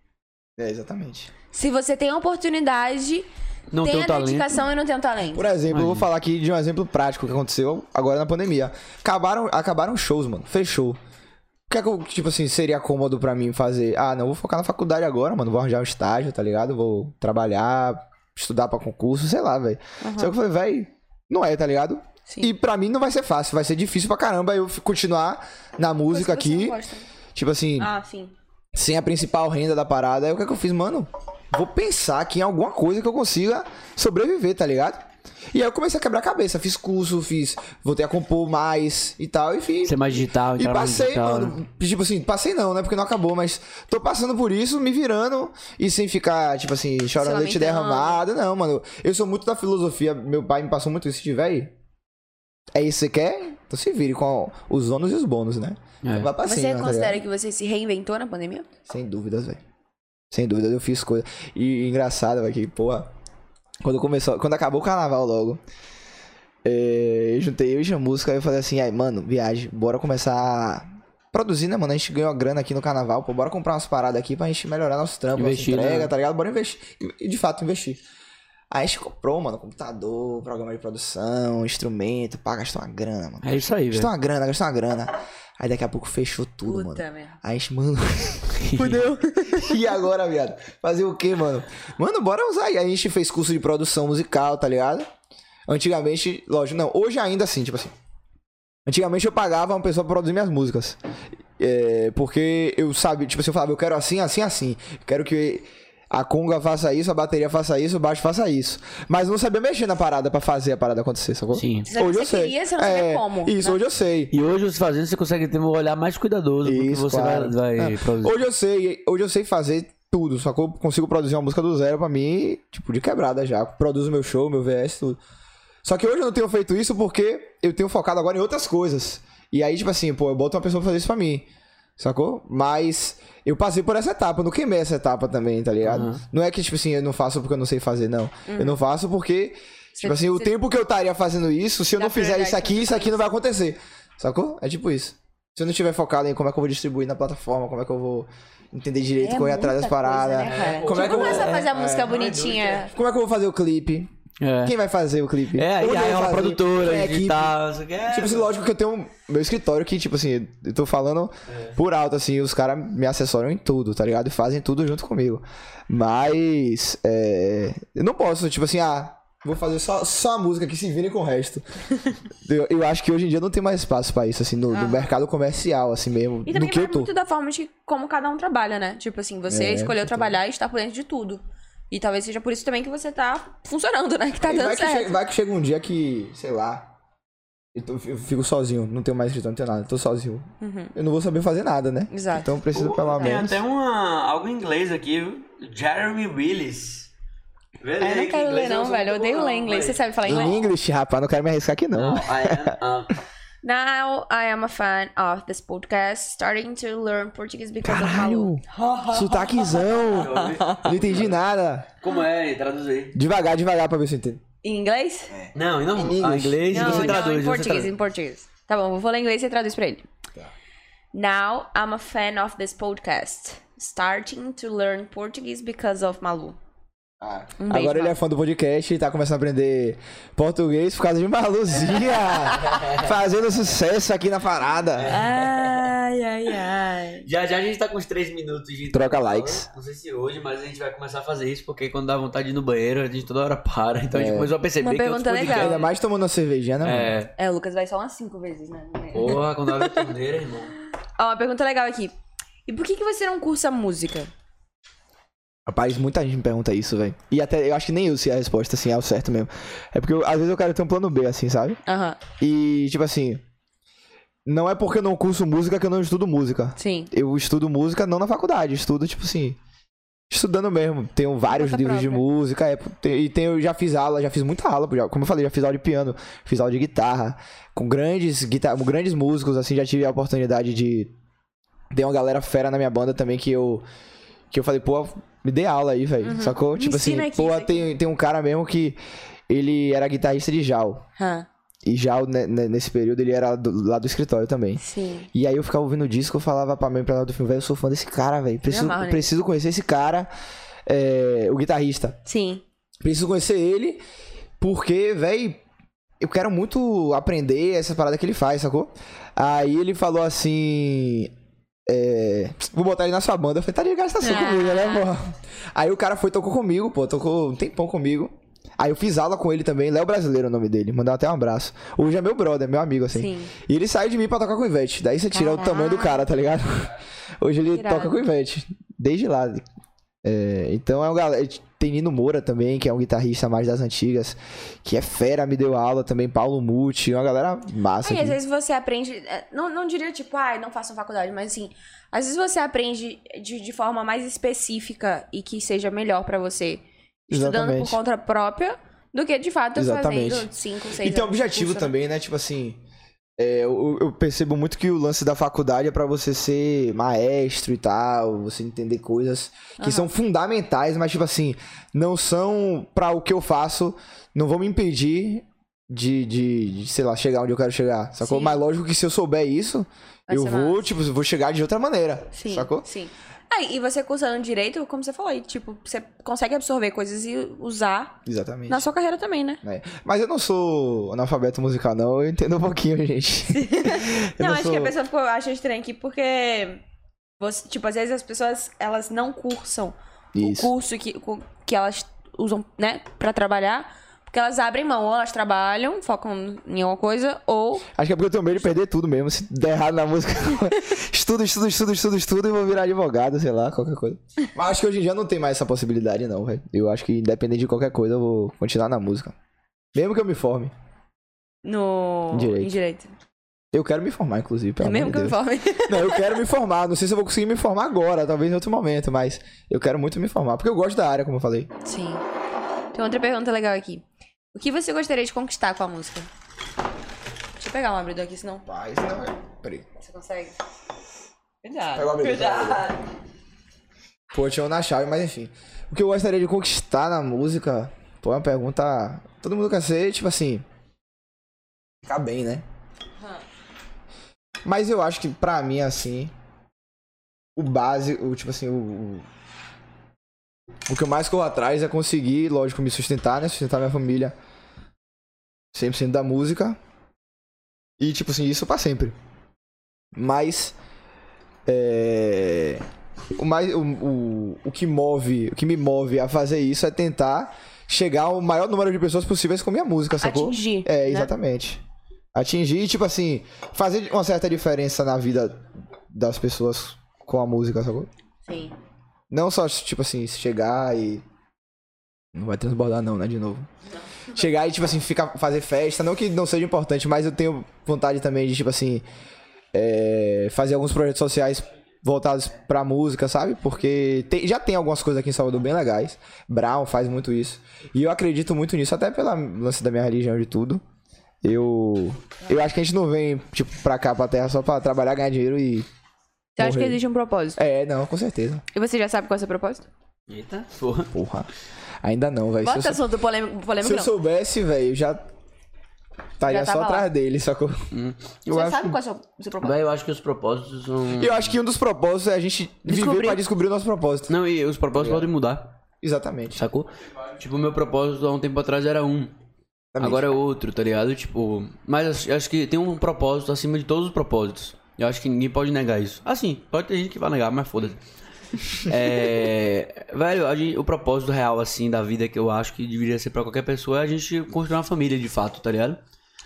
S1: É, exatamente.
S2: Se você tem oportunidade,
S3: Não
S1: um
S3: tem
S2: tem
S3: o
S2: a
S3: talento.
S2: dedicação e não tem o talento.
S1: Por exemplo, eu vou falar aqui de um exemplo prático que aconteceu agora na pandemia. Acabaram, acabaram shows, mano. Fechou. O que é que, eu, tipo assim, seria cômodo pra mim fazer? Ah, não, vou focar na faculdade agora, mano. Vou arranjar um estágio, tá ligado? Vou trabalhar, estudar pra concurso, sei lá, velho. Só que eu falei, velho, não é, tá ligado?
S2: Sim.
S1: E pra mim não vai ser fácil, vai ser difícil pra caramba eu f- continuar na
S2: Coisa que
S1: música
S2: você
S1: aqui.
S2: não gosta.
S1: Tipo assim,
S2: Ah, sim.
S1: sem a principal renda da parada. Aí o que, é que eu fiz, mano? Vou pensar aqui em alguma coisa que eu consiga sobreviver, tá ligado? E aí eu comecei a quebrar a cabeça, fiz curso, fiz, voltei a compor mais e tal, enfim.
S3: Ser mais digital,
S1: E
S3: entrar mais
S1: passei,
S3: digital, né?
S1: mano. Tipo assim, passei não, né? Porque não acabou, mas tô passando por isso, me virando e sem ficar, tipo assim, chorando leite
S2: lamentando.
S1: derramado. Não, mano. Eu sou muito da filosofia. Meu pai me passou muito isso de véi. É isso que você quer? Então se vire com os ônus e os bônus, né?
S3: É.
S1: Vai pra
S2: Você
S1: cima, tá ligado?
S2: considera que você se reinventou na pandemia?
S1: Sem dúvidas, velho. Sem dúvidas, eu fiz coisa. E, e engraçado, velho, que, porra. Quando começou. Quando acabou o carnaval logo. é, eu juntei eu e música aí eu falei assim, aí, mano, viagem, bora começar a produzir, né, mano? A gente ganhou a grana aqui no carnaval, pô, bora comprar umas paradas aqui pra gente melhorar nosso trampo,
S3: Investir,
S1: nossa entrega,
S3: né?
S1: tá ligado? Bora investir. E de fato, investir. Aí a gente comprou, mano, computador, programa de produção, instrumento, pá, gastou uma grana, mano.
S3: É isso aí,
S1: Gastou
S3: velho.
S1: uma grana, gastou uma grana. Aí daqui a pouco fechou tudo, mano.
S2: Puta merda.
S1: Aí, a gente, mano. Fudeu. e agora, viado? Fazer o quê, mano? Mano, bora usar. E aí a gente fez curso de produção musical, tá ligado? Antigamente, lógico, não. Hoje ainda assim, tipo assim. Antigamente eu pagava uma pessoa pra produzir minhas músicas. É, porque eu sabia, tipo assim, eu falava, eu quero assim, assim, assim. Eu quero que a conga faça isso, a bateria faça isso, o baixo faça isso. Mas eu não sabia mexer na parada pra fazer a parada acontecer, sacou?
S3: Sim.
S2: Você sabia que você queria, você não sabia
S1: É,
S2: como,
S1: Isso,
S2: né?
S1: hoje eu sei.
S3: E hoje você fazendo, você consegue ter um olhar mais cuidadoso do que
S1: Isso,
S3: você
S1: claro.
S3: vai, vai
S1: É.
S3: produzir.
S1: Hoje eu sei, hoje eu sei fazer tudo, só que eu consigo produzir uma música do zero pra mim, tipo, de quebrada já. Produzo meu show, meu VS, tudo. Só que hoje eu não tenho feito isso porque eu tenho focado agora em outras coisas. E aí, tipo assim, pô, eu boto uma pessoa pra fazer isso pra mim. Sacou? Mas eu passei por essa etapa, eu não queimei essa etapa também, tá ligado? Não é que, tipo assim, eu não faço porque eu não sei fazer, não. Eu não faço porque, tipo assim, o
S2: Hum. você-
S1: tempo que eu estaria fazendo isso, se eu
S2: Dá
S1: não fizer
S2: prioridade
S1: isso aqui,
S2: pra
S1: isso aqui não vai acontecer. Sacou? É tipo isso. Se eu não estiver focado em como é que eu vou distribuir na plataforma, como é que eu vou entender direito,
S2: É
S1: correr atrás das
S2: muita coisa,
S1: paradas.
S2: né, cara?
S1: Como é que eu-
S2: começa a fazer a
S1: é,
S2: música
S1: é,
S2: bonitinha.
S1: Como é que eu vou fazer o clipe?
S3: É.
S1: Quem vai fazer o clipe?
S3: É,
S1: Onde eu
S3: aí, aí
S1: vou
S3: é uma
S1: fazer?
S3: produtora,
S1: Quem é a equipe?
S3: editar, não sei o que. É,
S1: Tipo assim, lógico que eu tenho meu escritório que, tipo assim, eu tô falando por alto, assim, os caras me assessoram em tudo, tá ligado? E fazem tudo junto comigo. Mas, é, eu não posso, tipo assim, ah, vou fazer só, só a música que se virem com o resto. eu, eu acho que hoje em dia não tem mais espaço pra isso, assim, no, no mercado comercial, assim mesmo,
S2: Ah.
S1: no
S2: E também
S1: que
S2: vai
S1: eu tô.
S2: muito da forma de como cada um trabalha, né? Tipo assim, você
S1: É,
S2: escolheu trabalhar e estar por dentro de tudo. E talvez seja por isso também que você tá funcionando, né? Que tá
S1: E vai,
S2: dando
S1: que chega,
S2: certo.
S1: vai que chega um dia que, sei lá, eu, tô- eu fico sozinho, não tenho mais escritório, não tenho nada, eu tô sozinho. Eu não vou saber fazer nada, né?
S2: Uhum. Exato.
S1: Então eu preciso pelo
S3: Tem
S1: menos...
S3: É, até um uma, algo em inglês aqui, viu? Jeremy Willis. Vê
S2: Ah, Eu
S3: aí,
S2: não
S3: que
S2: quero ler,
S3: inglês eu
S2: não,
S3: sou
S2: velho. Eu
S3: muito
S2: odeio
S3: bom,
S2: ler inglês.
S3: mas-
S2: Você sabe falar
S1: Em
S2: inglês?
S1: English, rapaz, não quero me arriscar aqui não.
S3: Não, I am, um,
S2: Now I am a fan of this podcast, starting to learn Portuguese because of
S1: Caralho!
S2: Uhum.
S1: Sotaquezão! Não entendi nada.
S3: como é? Traduz aí.
S1: Devagar, devagar pra ver se eu entendo.
S2: my... Em inglês?
S3: Não, não. Em
S1: inglês.
S3: inglês, inglês
S2: Não,
S3: É, você
S2: não,
S3: traduz.
S2: em
S3: você
S2: português,
S3: traduz. Tá.
S2: em português. Tá bom, eu vou ler em inglês e traduz pra ele. Now I'm a fan of this podcast, starting to learn Portuguese because of Malu. Um beijo,
S1: Agora ele é
S2: Malu.
S1: fã do podcast e tá começando a aprender português por causa de Maluzia. fazendo sucesso aqui na parada.
S2: Ai, ai, ai.
S3: Já já a gente tá com uns 3 minutos de. então,
S1: Troca likes.
S3: Não sei se hoje, mas a gente vai começar a fazer isso porque quando dá vontade de ir no banheiro, a gente toda hora para. Então
S1: É.
S3: a gente começou a perceber
S2: Uma
S3: que outros
S2: pergunta legal.
S3: podcasts-
S1: Ainda mais tomando uma cervejinha, né? mano?
S3: É.
S2: É, o Lucas vai só umas cinco vezes, né?
S3: Porra, quando abre a torneira, irmão.
S2: Ó, uma pergunta legal aqui. E por que, que você não cursa música?
S1: Rapaz, muita gente me pergunta isso, velho. E até, eu acho que nem eu sei a resposta, assim, é o certo mesmo. É porque eu- às vezes eu quero ter um plano B, assim, sabe?
S2: Aham,
S1: E, tipo assim, não é porque eu não curso música que eu não estudo música.
S2: sim.
S1: eu estudo música não na faculdade, estudo, tipo assim, estudando mesmo. Tenho vários
S2: Conta
S1: livros de
S2: própria.
S1: música, é, tem- e tenho, já fiz aula, já fiz muita aula, já- como eu falei, já fiz aula de piano, fiz aula de guitarra, com grandes, guitar com grandes músicos, assim, já tive a oportunidade de. Tem uma galera fera na minha banda também que eu. Que eu falei, pô, me dê aula aí, velho. Sacou?
S2: Uhum. Me
S1: Tipo assim,
S2: ensina aqui
S1: pô,
S2: isso aqui.
S1: tem, tem um cara mesmo que. Ele era guitarrista de Jal.
S2: Aham,
S1: E Jal, né, né, nesse período, ele era do- lá do escritório também.
S2: sim.
S1: E aí eu ficava ouvindo o disco, eu falava pra mãe pra lá do filme, velho, eu sou fã desse cara, velho. Preciso,
S2: amarro, né?
S1: preciso conhecer esse cara, é, o guitarrista.
S2: Sim.
S1: Preciso conhecer ele, porque, velho, eu quero muito aprender essa parada que ele faz, sacou? Aí ele falou assim. é, vou botar ele na sua banda. Eu falei, tá de gastação
S2: Ah.
S1: comigo, né, pô? Aí o cara foi, tocou comigo, pô, tocou um tempão comigo. Aí eu fiz aula com ele também, Léo Brasileiro é o nome dele, mandar até um abraço. Hoje é meu brother, meu amigo, assim.
S2: Sim.
S1: E ele saiu de mim pra tocar com o Ivete. Daí você tira o
S2: Caralho.
S1: tamanho do cara, tá ligado? Hoje ele
S2: Irado.
S1: toca com o Ivete. Desde lá. É, então é um galera. Tem Nino Moura também, que é um guitarrista mais das antigas, que é fera, me deu aula também, Paulo Muti, uma galera massa.
S2: Aí,
S1: aqui.
S2: às vezes você aprende. é, Não, não diria tipo, ai, não façam faculdade, mas assim. Às vezes você aprende de, de forma mais específica e que seja melhor pra você. Estudando por
S1: Exatamente.
S2: conta própria do que de fato
S1: Exatamente.
S2: fazendo 5, 6
S1: E tem um objetivo também, né? Tipo assim. é, eu, eu percebo muito que o lance da faculdade é pra você ser maestro e tal, você entender coisas que são fundamentais, mas tipo assim, não são pra o que eu faço, não vão me impedir de, de, de, sei lá, chegar onde eu quero chegar, sacou?
S2: Sim.
S1: Mas lógico que se eu souber isso,
S2: Vai
S1: eu
S2: ser
S1: vou,
S2: massa.
S1: tipo, eu vou chegar de outra maneira,
S2: Sim,
S1: sacou?
S2: sim. Ah, e você cursando direito, como você falou, aí, tipo, você consegue absorver coisas e usar
S1: Exatamente.
S2: na sua carreira também, né?
S1: É. Mas eu não sou analfabeto musical, não, eu entendo um pouquinho, gente. Eu
S2: Não, acho que é a
S1: sou-
S2: pessoa ficou, acha estranho aqui porque. você- tipo, às vezes as pessoas elas não cursam
S1: Isso.
S2: o curso que, cu- que elas usam, né, pra trabalhar. Porque elas abrem mão, ou elas trabalham, focam em alguma coisa, ou.
S1: Acho que é porque eu tenho medo de perder tudo mesmo. Se der errado na música, estudo, estudo, estudo, estudo, estudo e vou virar advogado, sei lá, qualquer coisa. Mas acho que hoje em dia não tem mais essa possibilidade, não, velho. Eu acho que independente de qualquer coisa, eu vou continuar na música. Mesmo que eu me forme.
S2: No.
S1: Direito.
S2: Em direito.
S1: Eu quero me formar, inclusive, pelo
S2: É mesmo
S1: amor
S2: que eu
S1: de
S2: me
S1: Deus.
S2: forme.
S1: Não, eu quero me formar. Não sei se eu vou conseguir me formar agora, talvez em outro momento, mas eu quero muito me formar. Porque eu gosto da área, como eu falei.
S2: Sim. Tem outra pergunta legal aqui. O que você gostaria de conquistar com a música? Deixa eu pegar um abridor aqui, senão.
S1: Paz, não, é. Peraí.
S2: Você consegue?
S1: Pega o
S2: Cuidado.
S1: abridor,
S2: Ah, Cuidado.
S1: Pô, eu tinha um na chave, mas enfim. O que eu gostaria de conquistar na música, pô, é uma pergunta. Todo mundo quer ser, tipo assim. Ficar bem, né? Mas eu acho que pra mim, assim, o base, o tipo assim, o, o. O que eu mais corro atrás é conseguir, lógico, me sustentar, né? Sustentar minha família 100% da música. E, tipo assim, isso pra sempre. Mas. É. O, mais, o, o, o que move, o que me move a fazer isso é tentar chegar ao maior número de pessoas possíveis com minha música, sacou?
S2: Atingir.
S1: É,
S2: né?
S1: exatamente. Atingir, tipo assim, fazer uma certa diferença na vida das pessoas com a música, sacou?
S2: Sim.
S1: Não só, tipo assim, chegar e. Não vai transbordar, não, né? De novo. Chegar e, tipo assim, ficar, fazer festa. Não que não seja importante, mas eu tenho vontade também de, tipo assim. é, fazer alguns projetos sociais voltados pra música, sabe? Porque tem- já tem algumas coisas aqui em Salvador bem legais. Brown faz muito isso. E eu acredito muito nisso, até pelo lance da minha religião e tudo. Eu. Eu acho que a gente não vem, tipo, pra cá, pra terra, só pra trabalhar, ganhar dinheiro e.
S2: Você acha que
S1: Morrer.
S2: existe um propósito?
S1: É, não, com certeza.
S2: E você já sabe qual é o seu propósito?
S3: Eita, porra.
S1: Porra. Ainda não, velho. Se eu
S2: Bota assunto polêmico, polêmico
S1: Se eu
S2: não.
S1: soubesse, velho, eu já estaria só
S2: tava lá.
S1: atrás dele, sacou? Hum. Eu,
S4: Você
S1: acho...
S4: sabe qual é o seu, seu propósito?
S3: Véi, eu acho que os propósitos são.
S1: eu acho que um dos propósitos é a gente viver
S2: Descobrir.
S1: pra descobrir o nosso propósito.
S3: Não, e os propósitos podem mudar,
S1: Exatamente.
S3: sacou? Tipo, meu propósito há um tempo atrás era um. Agora é outro, tá ligado? Tipo. Mas acho- acho que tem um propósito acima de todos os propósitos. Eu acho que ninguém pode negar isso. Assim, pode ter gente que vai negar, mas foda-se. É, velho, a gente- o propósito real, assim, da vida que eu acho que deveria ser pra qualquer pessoa é a gente construir uma família de fato, tá ligado?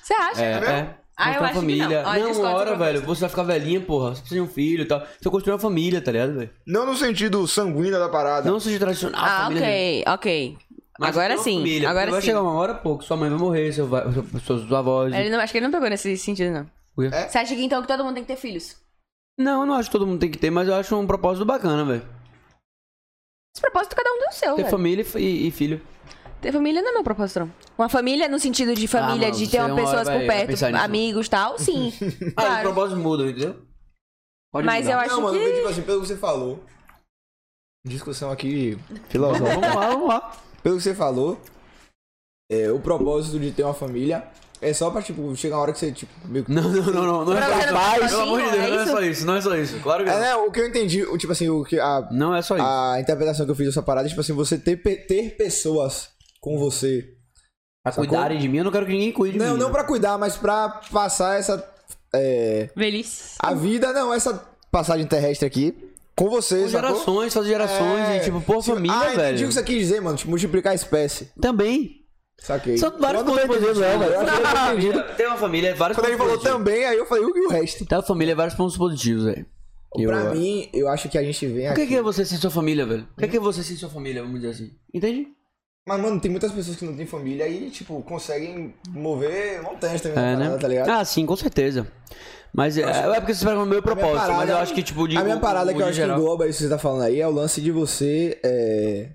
S2: Você acha?
S3: É,
S4: Ah,
S3: é.
S4: eu
S3: Construir uma
S4: acho que
S3: família.
S4: não. Ah, discordo
S3: uma hora,
S4: sobre
S3: velho, você vai ficar velhinha, porra. Você precisa de um filho e tal. Você construir uma família, tá ligado, velho?
S1: Não no sentido sanguíneo da parada.
S3: Não seja tradicional.
S2: Ah,
S3: família
S2: ok, ok.
S3: Mas
S2: agora
S3: ter uma
S2: sim,
S3: família,
S2: agora
S3: porque vai
S2: sim.
S3: chegar um uma hora, pô, que sua mãe vai morrer, seu vai, seu- seus seus avós.
S2: Ele não, acho que ele não pegou nesse sentido, não.
S3: Ué?
S4: Você acha que então que todo mundo tem que ter filhos?
S3: Não, eu não acho que todo mundo tem que ter, mas eu acho um propósito bacana, velho.
S2: Esse propósito cada um tem o seu,
S3: Ter
S2: velho.
S3: família e f- e, e filho.
S2: Ter família não é meu propósito, não. Uma família no sentido de família,
S3: Ah, mano,
S2: de ter
S3: você
S2: uma
S3: uma hora
S2: pessoas
S3: vai-
S2: por
S3: vai
S2: perto,
S3: pensar nisso.
S2: amigos e tal, sim.
S3: Ah, os
S2: claro.
S3: propósitos mudam, entendeu? Pode
S2: Mas eu
S3: mudar.
S2: acho
S1: mano,
S2: que...
S1: tipo assim, pelo que você falou. Discussão aqui
S3: Vamos
S1: filosófica.
S3: lá, vamos lá.
S1: pelo que você falou, é, o propósito de ter uma família é só pra, tipo, chegar uma hora que você, tipo, meio que-
S3: Não, não, não, não. Não é só
S2: Pra você
S3: isso.
S2: não
S3: Pelo amor de
S2: sozinho,
S3: Deus,
S2: é
S3: não é só isso, não é só isso. Claro que
S1: É,
S3: não.
S1: né, Ah, o que eu entendi, o, tipo assim, o que a
S3: Não é só isso.
S1: a interpretação que eu fiz dessa parada é tipo assim, você ter, pe- ter pessoas com você.
S3: Pra
S1: sacou?
S3: cuidarem de mim, eu não quero que ninguém cuide de
S1: Não,
S3: mim. né?
S1: não pra cuidar, mas pra passar essa. é,
S2: Velhice.
S1: a vida, não, essa passagem terrestre aqui com você,
S3: Com
S1: sacou?
S3: gerações, fazer gerações,
S1: É,
S3: e tipo, pô,
S1: tipo,
S3: família,
S1: ah, entendi o
S3: velho.
S1: que você quis dizer, mano. Tipo, multiplicar a espécie.
S3: Também.
S1: Saquei.
S3: São vários
S1: Eu não tô
S3: pontos
S1: entendendo,
S3: positivos,
S1: velho. Eu
S3: né?
S1: acho que eu tô entendendo.
S3: Ter uma família é vários
S1: Quando ele
S3: pontos
S1: falou
S3: positivos.
S1: também, aí eu falei, e o resto?
S3: Ter uma família é vários pontos positivos, velho.
S1: Pra
S3: Eu-
S1: mim, eu acho que a gente vem
S3: O
S1: aqui. Hum?
S3: que que é você sem sua família, velho? O que que é você sem sua família, vamos dizer assim? Entende?
S1: Mas, mano, tem muitas pessoas que não têm família e, tipo, conseguem mover montanhas também,
S3: É,
S1: na parada,
S3: né?
S1: tá ligado?
S3: Ah, sim, com certeza. Mas é, é porque você pega o meu propósito,
S1: minha parada-
S3: mas eu acho que, tipo, de.
S1: A minha
S3: o-
S1: parada
S3: o
S1: que eu
S3: de
S1: acho
S3: geral.
S1: que engloba isso que você tá falando aí é o lance de você. é,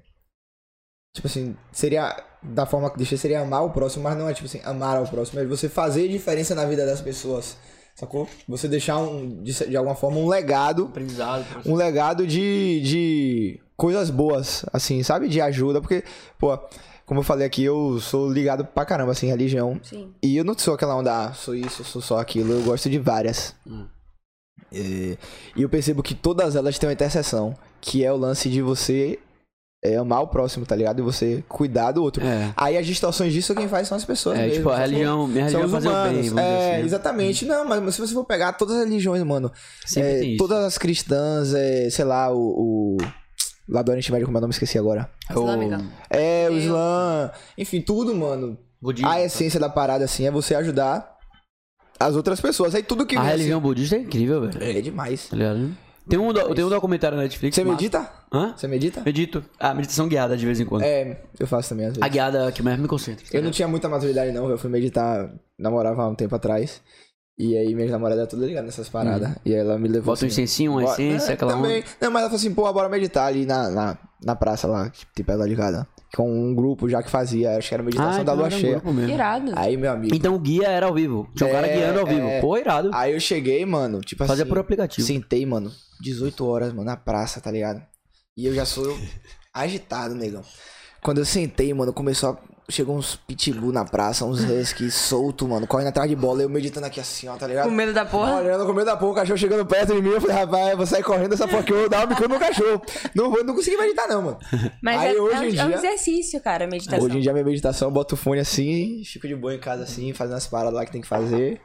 S1: Tipo assim, seria. Da forma que deixei, seria amar o próximo, mas não é tipo assim, amar ao próximo, é você fazer diferença na vida das pessoas. Sacou? Você deixar um. De, de alguma forma, um legado.
S3: Aprendizado. pra-
S1: Um legado de. de coisas boas, assim, sabe? De ajuda. Porque, pô, como eu falei aqui, eu sou ligado pra caramba, assim, em religião.
S2: Sim.
S1: E eu não sou aquela onda, ah, sou isso, sou só aquilo, eu gosto de várias.
S3: Hum.
S1: É, e eu percebo que todas elas têm uma interseção, que é o lance de você é, amar o próximo, tá ligado? E você cuidar do outro.
S3: É.
S1: Aí as distorções disso quem faz são as pessoas.
S3: É,
S1: mesmo,
S3: tipo, a
S1: sacou?
S3: religião. Minha
S1: São
S3: religião
S1: os
S3: fazer o bem,
S1: humanos.
S3: vamos
S1: é,
S3: dizer assim.
S1: exatamente. Não, mas, mas se você for pegar todas as religiões, mano,
S3: Sempre
S1: é,
S3: tem isso.
S1: todas as cristãs, é, sei lá, o. o... Lá do Oriente Médio, como é o nome, esqueci agora.
S4: Islâmica.
S1: É, o
S4: Deus.
S1: Islã, enfim, tudo, mano
S3: Budismo,
S1: a essência da parada, assim, é você ajudar as outras pessoas. Aí tudo que
S3: A
S1: vem,
S3: religião budista é incrível, velho.
S1: assim, é demais.
S3: Tá ligado? Tem um, do- tem um documentário na Netflix.
S1: Você
S3: massa.
S1: medita?
S3: Hã?
S1: Você medita?
S3: Medito. Ah, meditação guiada de vez em quando.
S1: É, eu faço também às
S3: A
S1: vezes.
S3: guiada que mais me concentra. tá
S1: Eu não
S3: ligado?
S1: tinha muita maturidade, não. Eu fui meditar, namorava há um tempo atrás. E aí minha namorada é toda ligada nessas paradas. E aí ela me levou.
S3: Bota um
S1: assim,
S3: incensinho, uma
S1: "Bora-"
S3: essência,
S1: É,
S3: aquela
S1: também.
S3: onda.
S1: Não, mas ela falou assim, pô, bora meditar ali na, na, na praça lá, que tem perto lá de casa. Com um grupo já que fazia, acho que era meditação
S3: Ah,
S1: da
S3: então
S1: lua
S3: era um
S1: cheia.
S3: grupo mesmo.
S2: Irado.
S1: Aí, meu amigo.
S3: Então o guia era ao vivo. Tinha um cara
S1: É,
S3: guiando ao vivo.
S1: é.
S3: Pô, irado.
S1: Aí eu cheguei, mano, tipo
S3: Então- Fazia
S1: assim.
S3: por aplicativo.
S1: Sentei, mano, 18 horas, mano, na praça, tá ligado? E eu já sou agitado, negão. Quando eu sentei, mano, começou a chegou uns pitbull na praça, uns husky solto, mano, correndo atrás de bola, eu meditando aqui assim, ó, tá ligado?
S2: Com medo da porra.
S1: Olhando com medo da porra, o cachorro chegando perto de mim, eu falei, rapaz, eu vou sair correndo dessa porra que eu vou dar um bico no cachorro. Não, vou, não consegui meditar não, mano.
S2: Mas
S1: Aí
S2: é,
S1: hoje
S2: é um,
S1: em
S2: é um
S1: dia-
S2: exercício, cara, a meditação.
S1: Hoje em dia minha meditação, eu boto o fone assim, fico de boa em casa assim, fazendo as paradas lá que tem que fazer.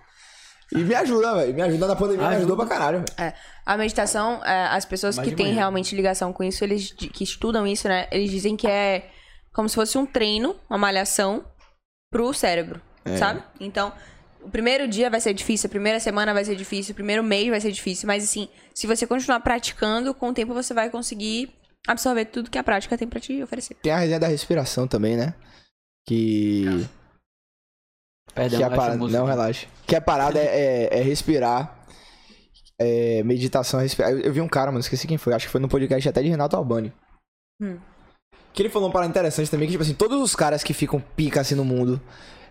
S1: E me ajuda, velho. Me ajuda na pandemia, me ajudou pra caralho, velho.
S2: É. A meditação, é, as pessoas
S3: Mais
S2: que
S3: de
S2: têm
S3: manhã.
S2: realmente ligação com isso, eles di- que estudam isso, né? Eles dizem que é como se fosse um treino, uma malhação pro cérebro,
S3: É.
S2: sabe? Então, o primeiro dia vai ser difícil, a primeira semana vai ser difícil, o primeiro mês vai ser difícil, mas assim, se você continuar praticando, com o tempo você vai conseguir absorver tudo que a prática tem pra te oferecer.
S1: Tem a resenha da respiração também, né? Que.
S3: Perdão,
S1: que a
S3: acho
S1: parada,
S3: música.
S1: não, relaxa. Que a parada é, é- é respirar. É meditação, respirar. Eu, eu vi um cara, mano, esqueci quem foi. Acho que foi no podcast até de Renato Albani.
S2: Hum.
S1: Que ele falou uma parada interessante também, que, tipo assim, todos os caras que ficam pica assim no mundo,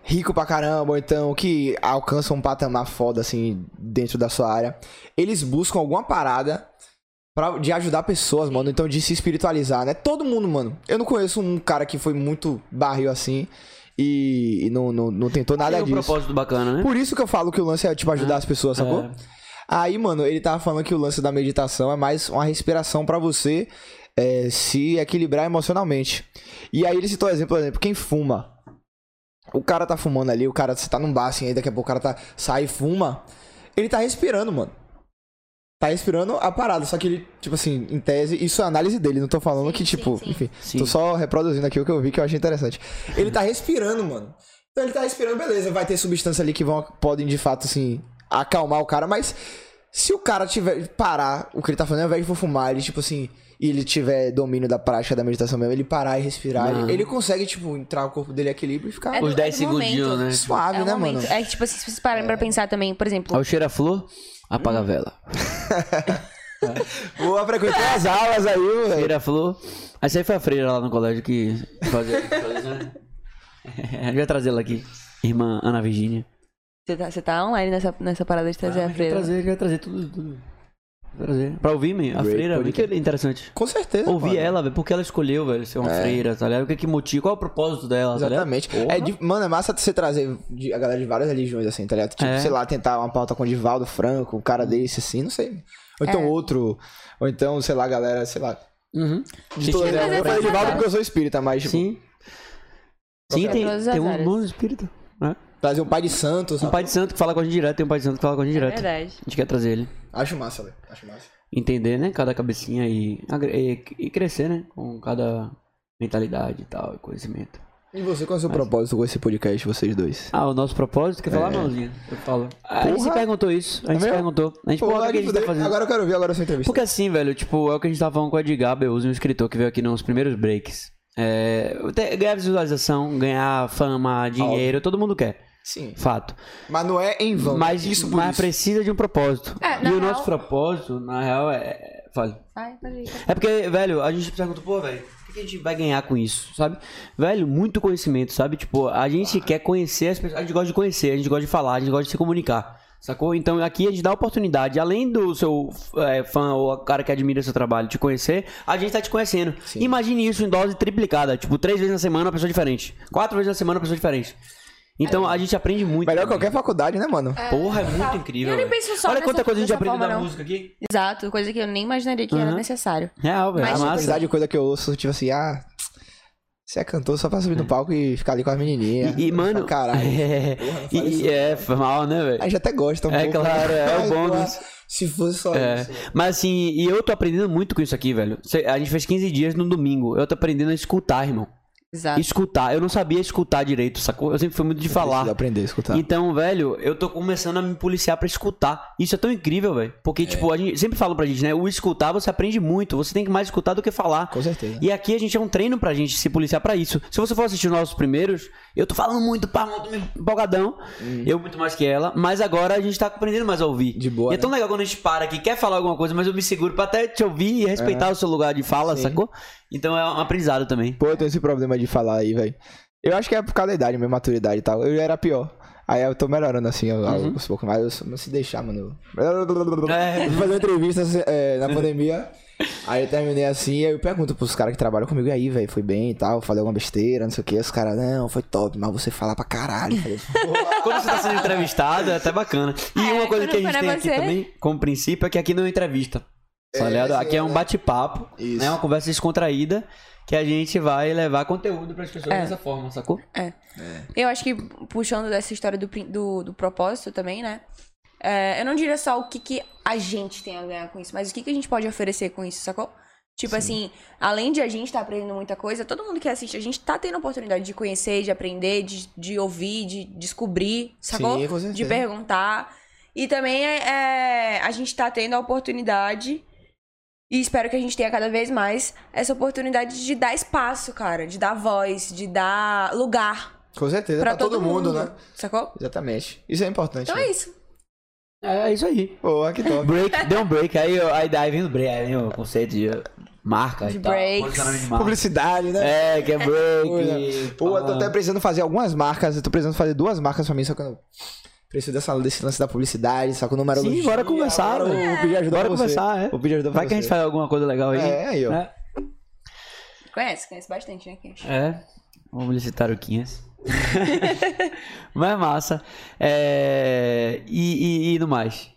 S1: rico pra caramba, ou então que alcançam um patamar foda, assim, dentro da sua área, eles buscam alguma parada pra, de ajudar pessoas, mano. Então, de se espiritualizar, né? Todo mundo, mano. Eu não conheço um cara que foi muito barril assim e, e não, não, não tentou nada
S3: Tem um
S1: é disso.
S3: propósito bacana, né?
S1: Por isso que eu falo que o lance é, tipo, ajudar as pessoas, sacou?
S3: É.
S1: Aí, mano, ele tava falando que o lance da meditação é mais uma respiração pra você é, se equilibrar emocionalmente. E aí ele citou um exemplo, por exemplo, quem fuma. O cara tá fumando ali, o cara, você tá num bar assim, aí daqui a pouco o cara tá, sai e fuma. Ele tá respirando, mano. Tá respirando a parada, só que ele, tipo assim, em tese, isso é a análise dele, não tô falando que, tipo, enfim,
S3: Sim.
S1: tô só reproduzindo aqui o que eu vi que eu achei interessante. Ele tá respirando, mano. Então ele tá respirando, beleza, vai ter substância ali que vão, podem de fato, assim, acalmar o cara, mas se o cara tiver, parar o que ele tá fazendo, ao invés de for fumar, ele, tipo assim, e ele tiver domínio da prática da meditação mesmo, ele parar e respirar,
S3: Não.
S1: ele, ele consegue, tipo, entrar o corpo dele em equilíbrio e ficar
S2: É
S3: Os
S2: do-
S3: 10
S2: é do momento.
S3: segundinhos, né?
S1: suave,
S2: é um
S1: né,
S2: momento.
S1: mano?
S2: É que, tipo assim, se vocês pararem pra pensar também, por exemplo,
S3: Ao cheiro a flor, apaga a
S1: Hum.
S3: vela.
S1: Boa, frequentei as aulas aí, velho.
S3: Freira falou. Aí você foi a freira lá no colégio que fazia, fazia isso, né? A gente vai trazer ela aqui. Irmã Ana Virgínia.
S2: você tá, você tá online nessa, nessa parada
S3: Ah,
S2: de trazer a
S3: Vai
S2: freira.
S3: trazer, a gente vai trazer tudo. tudo. Vai trazer. Pra ouvir, man, a
S1: Great
S3: freira, olha que é
S1: podcast.
S3: interessante.
S1: Com certeza.
S3: Ouvir
S1: mano.
S3: ela, velho, porque ela escolheu, velho, ser uma freira, tá ligado? O que que motiva, qual é o propósito dela,
S1: É. Exatamente.
S3: tá ligado?
S1: É, de- mano, é massa você trazer de- a galera de várias religiões, assim, tá ligado? Tipo,
S3: É. Hum.
S1: sei lá, tentar uma pauta com o Divaldo Franco, um cara desse, assim, não sei. Ou então
S2: É.
S1: outro. Ou então, sei lá, galera, sei lá.
S3: Uhum.
S1: De todas
S3: Sim,
S1: as- eu falei
S2: essas
S1: Divaldo
S2: áreas-
S1: porque eu sou espírita, mas, tipo,
S3: né? Sim. Sim, tem,
S2: Todas as
S3: tem um
S2: áreas.
S3: bom espírito. Né?
S1: trazer um pai de santo,
S3: Um
S1: sabe?
S3: pai de santo que fala com a gente direto, tem um pai de santo que fala com a gente
S2: É
S3: direto.
S2: verdade.
S3: A gente quer trazer ele.
S1: Acho massa, velho. Acho massa.
S3: entender, né? Cada cabecinha e, agre- e, e crescer, né? Com cada mentalidade e tal, e conhecimento.
S1: E você, qual é o seu propósito com esse podcast, vocês dois?
S3: Ah, o nosso propósito, quer falar, mãozinha? Eu falo. A gente se
S1: Porra.
S3: perguntou isso. A gente
S1: É
S3: se
S1: mesmo?
S3: perguntou. A gente perguntou o que a gente tá fazendo.
S1: agora eu quero ver agora a sua entrevista.
S3: Porque assim, velho, tipo, é o que a gente tava falando com o Edgar Beuze, um escritor que veio aqui nos primeiros breaks. É, ter- ganhar visualização, ganhar fama, dinheiro, todo mundo quer.
S1: Sim.
S3: Fato.
S1: Mas não é em vão.
S3: Mas,
S1: isso por
S3: mas
S1: isso.
S3: precisa de um propósito.
S4: É,
S3: e
S4: na
S3: o nosso
S4: real-
S3: propósito, na real, é. Fale.
S4: Sai, pode
S2: tá-
S4: ir.
S3: É porque, velho, a gente se pergunta, pô, velho, o que que a gente vai ganhar com isso, sabe? Velho, muito conhecimento, sabe? Tipo, a gente quer conhecer as pessoas, a gente gosta de conhecer, a gente gosta de falar, a gente gosta de se comunicar, sacou? Então aqui a gente dá a oportunidade, além do seu é, fã ou o cara que admira seu trabalho te conhecer, a gente tá te conhecendo. Imagine isso em dose triplicada, tipo, três vezes na semana uma pessoa diferente, quatro vezes na semana uma pessoa diferente. Então a gente aprende muito.
S1: Melhor que
S3: também.
S1: qualquer faculdade, né, mano?
S3: Porra, é muito incrível.
S2: Eu nem
S3: velho.
S2: penso só
S3: Olha
S2: nessa-
S3: quanta coisa a gente
S2: dessa
S3: aprende
S2: forma,
S3: na
S2: não.
S3: música aqui.
S2: Exato, coisa que eu nem imaginaria que era
S3: Aham.
S2: necessário.
S3: Real, velho.
S2: Mas,
S3: É
S2: tipo,
S3: massa.
S1: Apesar de coisa que eu ouço, tipo assim, ah. Você é cantor só pra subir no palco e ficar ali com as menininhas.
S3: Hum. E, e, mano.
S1: Pra Caralho.
S3: É, e- e- é, foi mal, né,
S1: A
S3: velho?
S1: gente até gosta um
S3: É
S1: pouco.
S3: claro, é o
S1: Mas,
S3: bônus.
S1: porra, Se fosse só
S3: É,
S1: isso.
S3: Mas assim, e eu tô aprendendo muito com isso aqui, velho. Cê- A gente fez 15 dias no domingo. Eu tô aprendendo a escutar, irmão.
S1: Ah.
S2: Exato.
S3: Escutar. Eu não sabia escutar direito, sacou? Eu sempre fui muito de
S1: Preciso
S3: falar.
S1: aprender a escutar.
S3: Então, velho, eu tô começando a me policiar pra escutar. Isso é tão incrível, velho. Porque, tipo, a gente sempre fala pra gente, né? O escutar você aprende muito. Você tem que mais escutar do que falar.
S1: Com certeza.
S3: E aqui a gente é um treino pra gente se policiar pra isso. Se você for assistir os nossos primeiros, eu tô falando muito, pá, mano, tô meio empolgadão. Eu muito mais que ela, mas agora a gente tá aprendendo mais a ouvir.
S1: Uhum. De boa, né?
S3: E é tão legal quando a gente para aqui, quer falar alguma coisa, mas eu me seguro pra até te ouvir e respeitar o seu lugar de fala,
S1: Sim.
S3: sacou? Então é um aprendizado também.
S1: Pô, eu tenho esse problema de falar aí, velho. Eu acho que é por causa da idade, minha maturidade e tal. Eu era pior. Aí eu tô melhorando assim, eu- aos poucos. Mas eu, sou- se deixar, mano. eu-
S3: É.
S1: Fui fazer uma entrevista é, na pandemia. Aí eu terminei assim, aí eu pergunto pros caras que trabalham comigo, e aí, velho, foi bem e tal, falei alguma besteira, não sei o que, os caras, não, foi top, mas você fala pra caralho. Eu Falei, "Pô,
S3: Quando você tá sendo entrevistado, é até bacana. E
S2: É,
S3: uma coisa
S2: quando
S3: que a gente
S2: for
S3: tem
S2: você.
S3: aqui também, como princípio, é que aqui não é entrevista. Tá
S1: É,
S3: ligado?
S1: sim,
S3: Aqui é um
S1: né?
S3: bate-papo,
S1: Isso.
S3: é uma conversa descontraída que a gente vai levar conteúdo pras pessoas
S2: É.
S3: dessa forma, sacou?
S2: Eu acho que, puxando dessa história do, prin- do, do propósito também, né? É, eu não diria só o que, que a gente tem a ganhar com isso, mas o que, que a gente pode oferecer com isso, sacou? Tipo assim, além de a gente estar aprendendo muita coisa, todo mundo que assiste, a gente tá tendo a oportunidade de conhecer, de aprender, de, de ouvir, de descobrir, sacou?
S1: Sim, com certeza.
S2: de perguntar. E também é, é, a gente tá tendo a oportunidade, e espero que a gente tenha cada vez mais, essa oportunidade de dar espaço, cara, de dar voz, de dar lugar
S1: Com certeza, pra, todo, mundo, né?
S2: Sacou?
S1: Exatamente. Isso é importante.
S2: Então
S1: né?
S2: é isso.
S3: É isso aí.
S1: Pô, que top.
S3: Break, deu um break, aí, ó, aí daí vem o break, aí vem o conceito de marca
S2: De
S3: e tal.
S2: breaks.
S3: posicionamento de marca.
S1: Publicidade, né?
S3: É, que é
S1: Coisa.
S3: break.
S1: Pô, eu tô
S3: falando.
S1: até precisando fazer algumas marcas. Eu tô precisando fazer duas marcas pra mim, só que eu não preciso dessa, desse lance da publicidade, só que o número
S3: Sim, bora conversar,
S1: Bora,
S3: velho.
S1: eu pedir ajuda
S3: Bora
S1: pra você.
S3: conversar, é.
S1: Vou pedir ajuda pra
S3: Vai que a gente
S1: você.
S3: faz alguma coisa legal aí.
S1: É, aí, ó.
S3: né?
S2: Conhece, conhece bastante, né, Kenji?
S3: É, vamos licitar o 500. Mas massa. É, e, e, e no mais?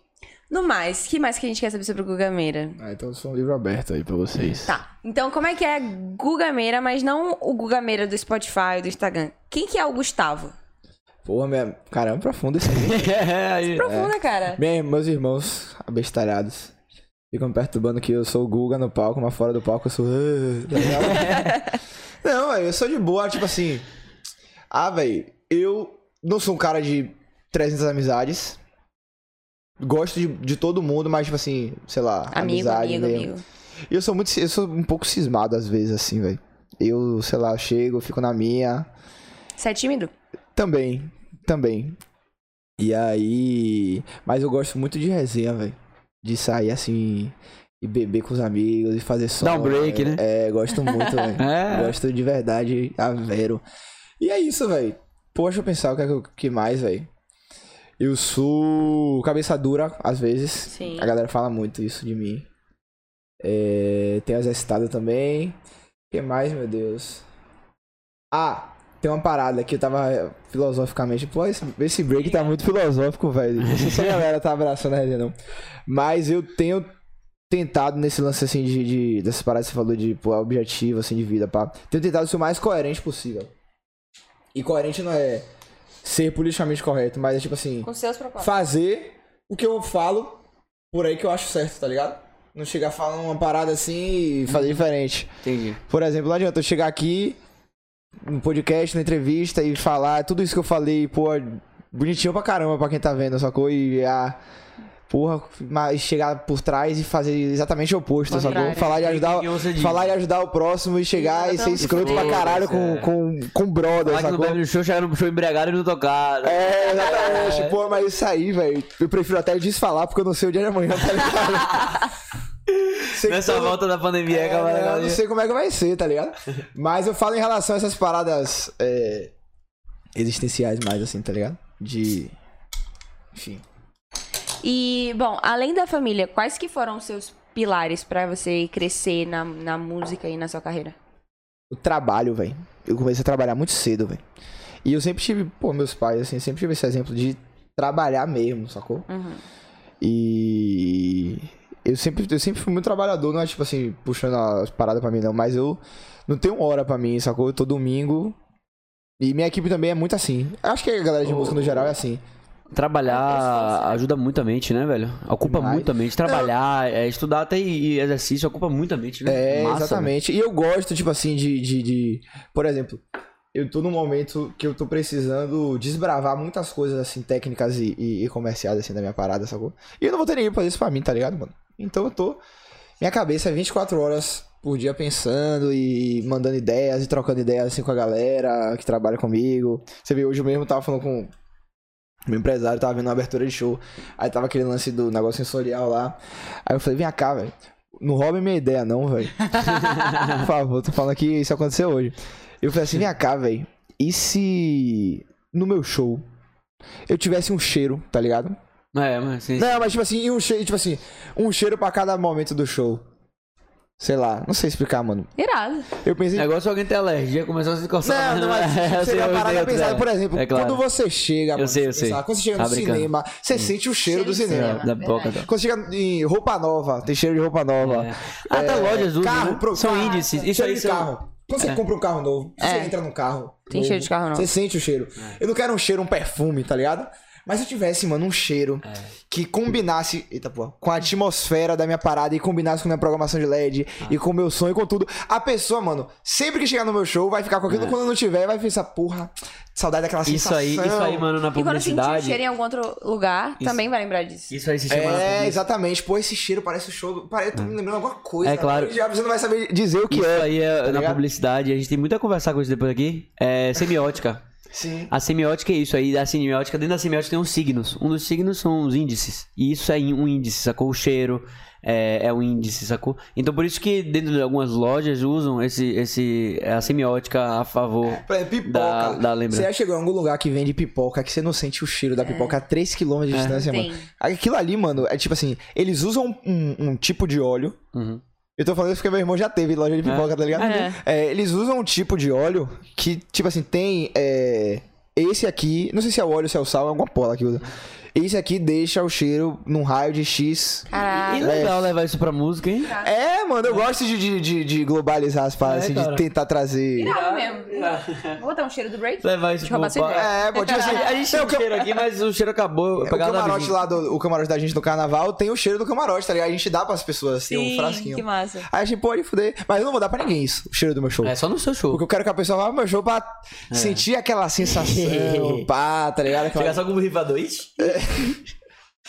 S2: No mais, que mais que a gente quer saber sobre o Gugameira?
S1: Ah, então sou um livro aberto aí pra vocês.
S2: Tá. Então, como é que é Gugameira, mas não o Gugameira do Spotify, do Instagram? Quem que é o Gustavo?
S1: Porra, minha... caramba, profundo isso aí. É.
S3: Aí,
S2: Profunda, cara.
S1: Minha- meus irmãos abestalhados ficam me perturbando que eu sou o Guga no palco, mas fora do palco eu sou. tá ligado? não, velho, eu sou de boa, tipo assim. Ah, velho, eu não sou um cara de 300 amizades. Gosto de, de todo mundo, mas, tipo assim, sei lá,
S2: Amigo,
S1: amizade
S2: amigo,
S1: mesmo.
S2: amigo.
S1: E eu sou muito. Eu sou um pouco cismado às vezes, assim, velho. Eu, sei lá, chego, fico na minha.
S2: Você é tímido?
S1: Também, também. E aí. Mas eu gosto muito de resenha, velho. De sair assim e beber com os amigos e fazer som.
S3: Dá um break,
S1: véi.
S3: né?
S1: É, gosto muito, velho.
S3: É.
S1: Gosto de verdade, a Vero. E é isso, velho. Pô, deixa eu pensar o que, é que eu- que mais, velho. Eu sou cabeça dura, às vezes.
S2: Sim.
S1: A galera fala muito isso de mim. É, tenho exercitado também. O que mais, meu Deus? Ah, tem uma parada que eu tava é, filosoficamente. Pô, esse, esse break tá muito filosófico, velho. Não sei se a galera tá abraçando a resenha, não. Mas eu tenho tentado nesse lance, assim, de, de dessas paradas que você falou de, pô, objetivo, assim, de vida, pá. Tenho tentado ser o mais coerente possível. E coerente não é ser politicamente correto, mas é tipo assim
S2: Com seus propósitos.
S1: fazer o que eu falo por aí que eu acho certo, tá ligado? Não chegar falando uma parada assim e fazer diferente.
S3: Entendi.
S1: Por exemplo, não adianta eu chegar aqui no podcast, na entrevista e falar tudo isso que eu falei, pô, bonitinho pra caramba pra quem tá vendo, sacou? E a. Porra, mas chegar por trás e fazer exatamente o oposto, sacou?
S2: Contrário.
S1: Falar de ajudar.
S3: O que você diz?
S1: Falar de ajudar o próximo e chegar e ser
S2: Exatamente.
S1: escroto pra caralho com, com, com o brother,
S3: é. Falar que não
S1: sacou?
S3: bebe no show, chegar no show embriagado e não tocar.
S1: É, exatamente. Pô, mas isso aí, velho. Eu prefiro até desfalar porque eu não sei o dia de amanhã, tá ligado? Sei que
S3: Nessa
S1: todo-
S3: volta da pandemia,
S1: É,
S3: galera.
S1: eu não sei como é que vai ser, tá ligado? Mas eu falo em relação a essas paradas é, existenciais mais, assim, tá ligado? De. Enfim.
S2: E, bom, além da família, quais que foram os seus pilares pra você crescer na, na música e na sua carreira?
S1: O trabalho, velho. Eu comecei a trabalhar muito cedo, velho. E eu sempre tive, pô, meus pais, assim, sempre tive esse exemplo de trabalhar mesmo, sacou?
S2: Uhum.
S1: E eu sempre, eu sempre fui muito trabalhador, não é tipo assim, puxando as paradas pra mim, não, mas eu não tenho hora pra mim, sacou? Eu tô domingo. E minha equipe também é muito assim. Acho que a galera de música no geral é assim.
S3: Trabalhar ajuda muito a mente, né, velho? Ocupa
S1: é Demais.
S3: muito a mente. Trabalhar, é, estudar até e, e exercício ocupa muito a mente, né?
S1: É,
S3: Massa,
S1: exatamente. E eu gosto, tipo assim, de, de, de- Por exemplo, eu tô num momento que eu tô precisando desbravar muitas coisas, assim, técnicas e, e- e comerciais, assim, da minha parada, sacou? E eu não vou ter ninguém pra fazer isso pra mim, tá ligado, mano? Então eu tô. Minha cabeça é 24 horas por dia pensando e mandando ideias e trocando ideias, assim, com a galera que trabalha comigo. Você vê, hoje eu mesmo tava falando com. Meu empresário tava vendo uma abertura de show. Aí tava aquele lance do negócio sensorial lá. Aí eu falei, vem cá, velho. Não roube minha ideia, não, velho. Por favor, tô falando que isso aconteceu hoje. Eu falei assim, vem cá, velho. E se no meu show eu tivesse um cheiro, tá ligado?
S3: mano. É, mas sim.
S1: Não, mas tipo assim, e um cheiro, tipo assim, um cheiro pra cada momento do show. Sei lá, não sei explicar, mano.
S2: Irado.
S1: Eu pensei.
S3: O negócio é alguém ter alergia, começar a se coçar.
S1: Não, não, mas
S3: Eu sei,
S1: seria
S3: eu
S1: uma parada
S3: entendo,
S1: pesada.
S3: é.
S1: Por exemplo,
S3: é claro.
S1: quando você chega, mano,
S3: sei, eu
S1: você pensa,
S3: sei.
S1: quando você chega
S3: Tá
S1: no
S3: brincando.
S1: cinema, você sente o cheiro do
S2: Cheiro do
S1: cinema.
S2: cinema.
S3: É, Da boca,
S2: Verdade.
S1: Quando chega em roupa nova, tem cheiro de roupa nova.
S3: É. Até lojas usam,
S1: Carro,
S3: né?
S1: pro-
S3: São
S1: carro,
S3: índices. Isso
S1: cheiro
S3: aí É.
S1: de
S3: são...
S1: carro. Quando você compra um carro novo, você
S2: É.
S1: entra num carro.
S2: Tem
S1: novo,
S2: cheiro de carro novo.
S1: Você sente o cheiro.
S3: É.
S1: Eu não quero um cheiro, um perfume, tá ligado? Mas se eu tivesse, mano, um cheiro
S3: É.
S1: que combinasse eita, porra, com a atmosfera da minha parada e combinasse com a minha programação de LED
S3: Ah.
S1: e com o meu som e com tudo, a pessoa, mano, sempre que chegar no meu show vai ficar com aquilo. Quando não tiver, vai pensar, porra, saudade daquela
S3: É. Isso
S1: sensação.
S3: aí, isso aí, mano, na
S2: E quando sentir o
S3: publicidade.
S2: cheiro em algum outro lugar, também vai lembrar disso.
S3: Isso aí se chama na
S1: É,
S3: publicidade.
S1: exatamente. Pô, esse cheiro parece o show. do- Pare- Eu tô me lembrando de alguma coisa. tá
S3: É claro.
S1: Já você não vai saber dizer o que
S3: Isso
S1: é.
S3: aí é na
S1: ligado?
S3: publicidade. A gente tem muito a conversar com isso depois aqui. É semiótica.
S1: Sim.
S3: A semiótica é isso aí, da semiótica, dentro da semiótica tem uns signos. Um dos signos são os índices. E isso é um índice, sacou? O cheiro é, é um índice, sacou? Então por isso que dentro de algumas lojas usam esse, esse, a semiótica a favor.
S1: Por exemplo, pipoca.
S3: Da- da lembrança.
S1: Você já chegou em algum lugar que vende pipoca que você não sente o cheiro da pipoca a 3km
S3: É.
S1: de distância,
S2: É. Tem.
S1: mano? Aquilo ali, mano, é tipo assim, eles usam um, um tipo de óleo.
S3: Uhum.
S1: Eu tô falando isso porque meu irmão já teve loja de pipoca, tá ligado?
S2: É.
S1: É, eles usam um tipo de óleo que, tipo assim, tem. é, esse aqui, não sei se é o óleo, se é o sal, é alguma porra que usa. Esse aqui deixa o cheiro num raio de X.
S2: Caraca.
S3: E legal levar isso pra música, hein?
S1: É, mano, eu gosto de, de, de- de globalizar as paradas,
S3: É,
S1: assim,
S3: cara.
S1: de tentar trazer.
S2: Irado mesmo. Vou botar um cheiro do break.
S3: Levar isso
S2: Deixa eu roubar
S3: pra...
S2: sua ideia.
S1: É, pô, tipo assim,
S3: A gente
S1: é
S3: tem
S1: o
S3: o
S1: que eu-
S3: cheiro aqui, mas o cheiro acabou.
S1: É, O camarote lá, do, o camarote da gente no carnaval tem o cheiro do camarote, tá ligado? A gente dá pras pessoas, assim, um frasquinho.
S2: que massa.
S1: Aí a gente pode fuder. Mas eu não vou dar pra ninguém isso, o cheiro do meu show.
S3: É só no seu show.
S1: Porque eu É. quero que a pessoa vá pro meu show pra sentir aquela sensação, pá, tá ligado? Aquela-
S3: Chegar só com o borrifador. Ixi.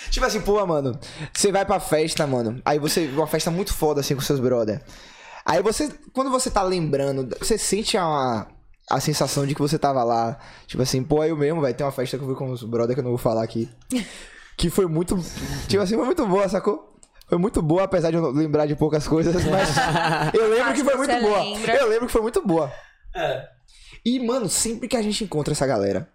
S1: Tipo assim, pô, mano, você vai pra festa, mano. Aí você. Uma festa muito foda, assim, com seus brother. Aí você. Quando você tá lembrando, você sente a, a sensação de que você tava lá. Tipo assim, pô, eu mesmo, vai ter uma festa que eu fui com os brother que eu não vou falar aqui. Que foi muito. Tipo assim, foi muito boa, sacou? Foi muito boa, apesar de eu não lembrar de poucas coisas, mas. Eu lembro que foi
S2: Mas você
S1: muito boa.
S2: lembra.
S1: Eu lembro que foi muito boa.
S3: É.
S1: E, mano, sempre que a gente encontra essa galera.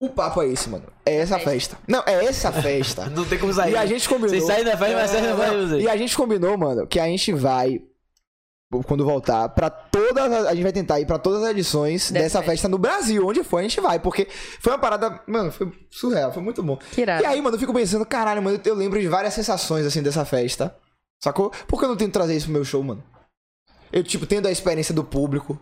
S1: O papo é esse, mano. É essa festa. Não, é essa festa.
S3: Não tem como sair.
S1: E a gente combinou. É,
S3: Vocês saem da festa, mas saem da festa, vocês.
S1: E a gente combinou, mano, que a gente vai. Quando voltar, pra todas. as- A gente vai tentar ir pra todas as edições
S2: Dessa
S1: dessa
S2: festa.
S1: festa no Brasil, onde for, a gente vai. Porque foi uma parada. Mano, foi surreal, foi muito bom.
S2: Que irado.
S1: E aí, mano, eu fico pensando, caralho, mano, eu lembro de várias sensações, assim, dessa festa. Sacou? Por que eu não tento trazer isso pro meu show, mano? Eu, tipo, tendo a experiência do público.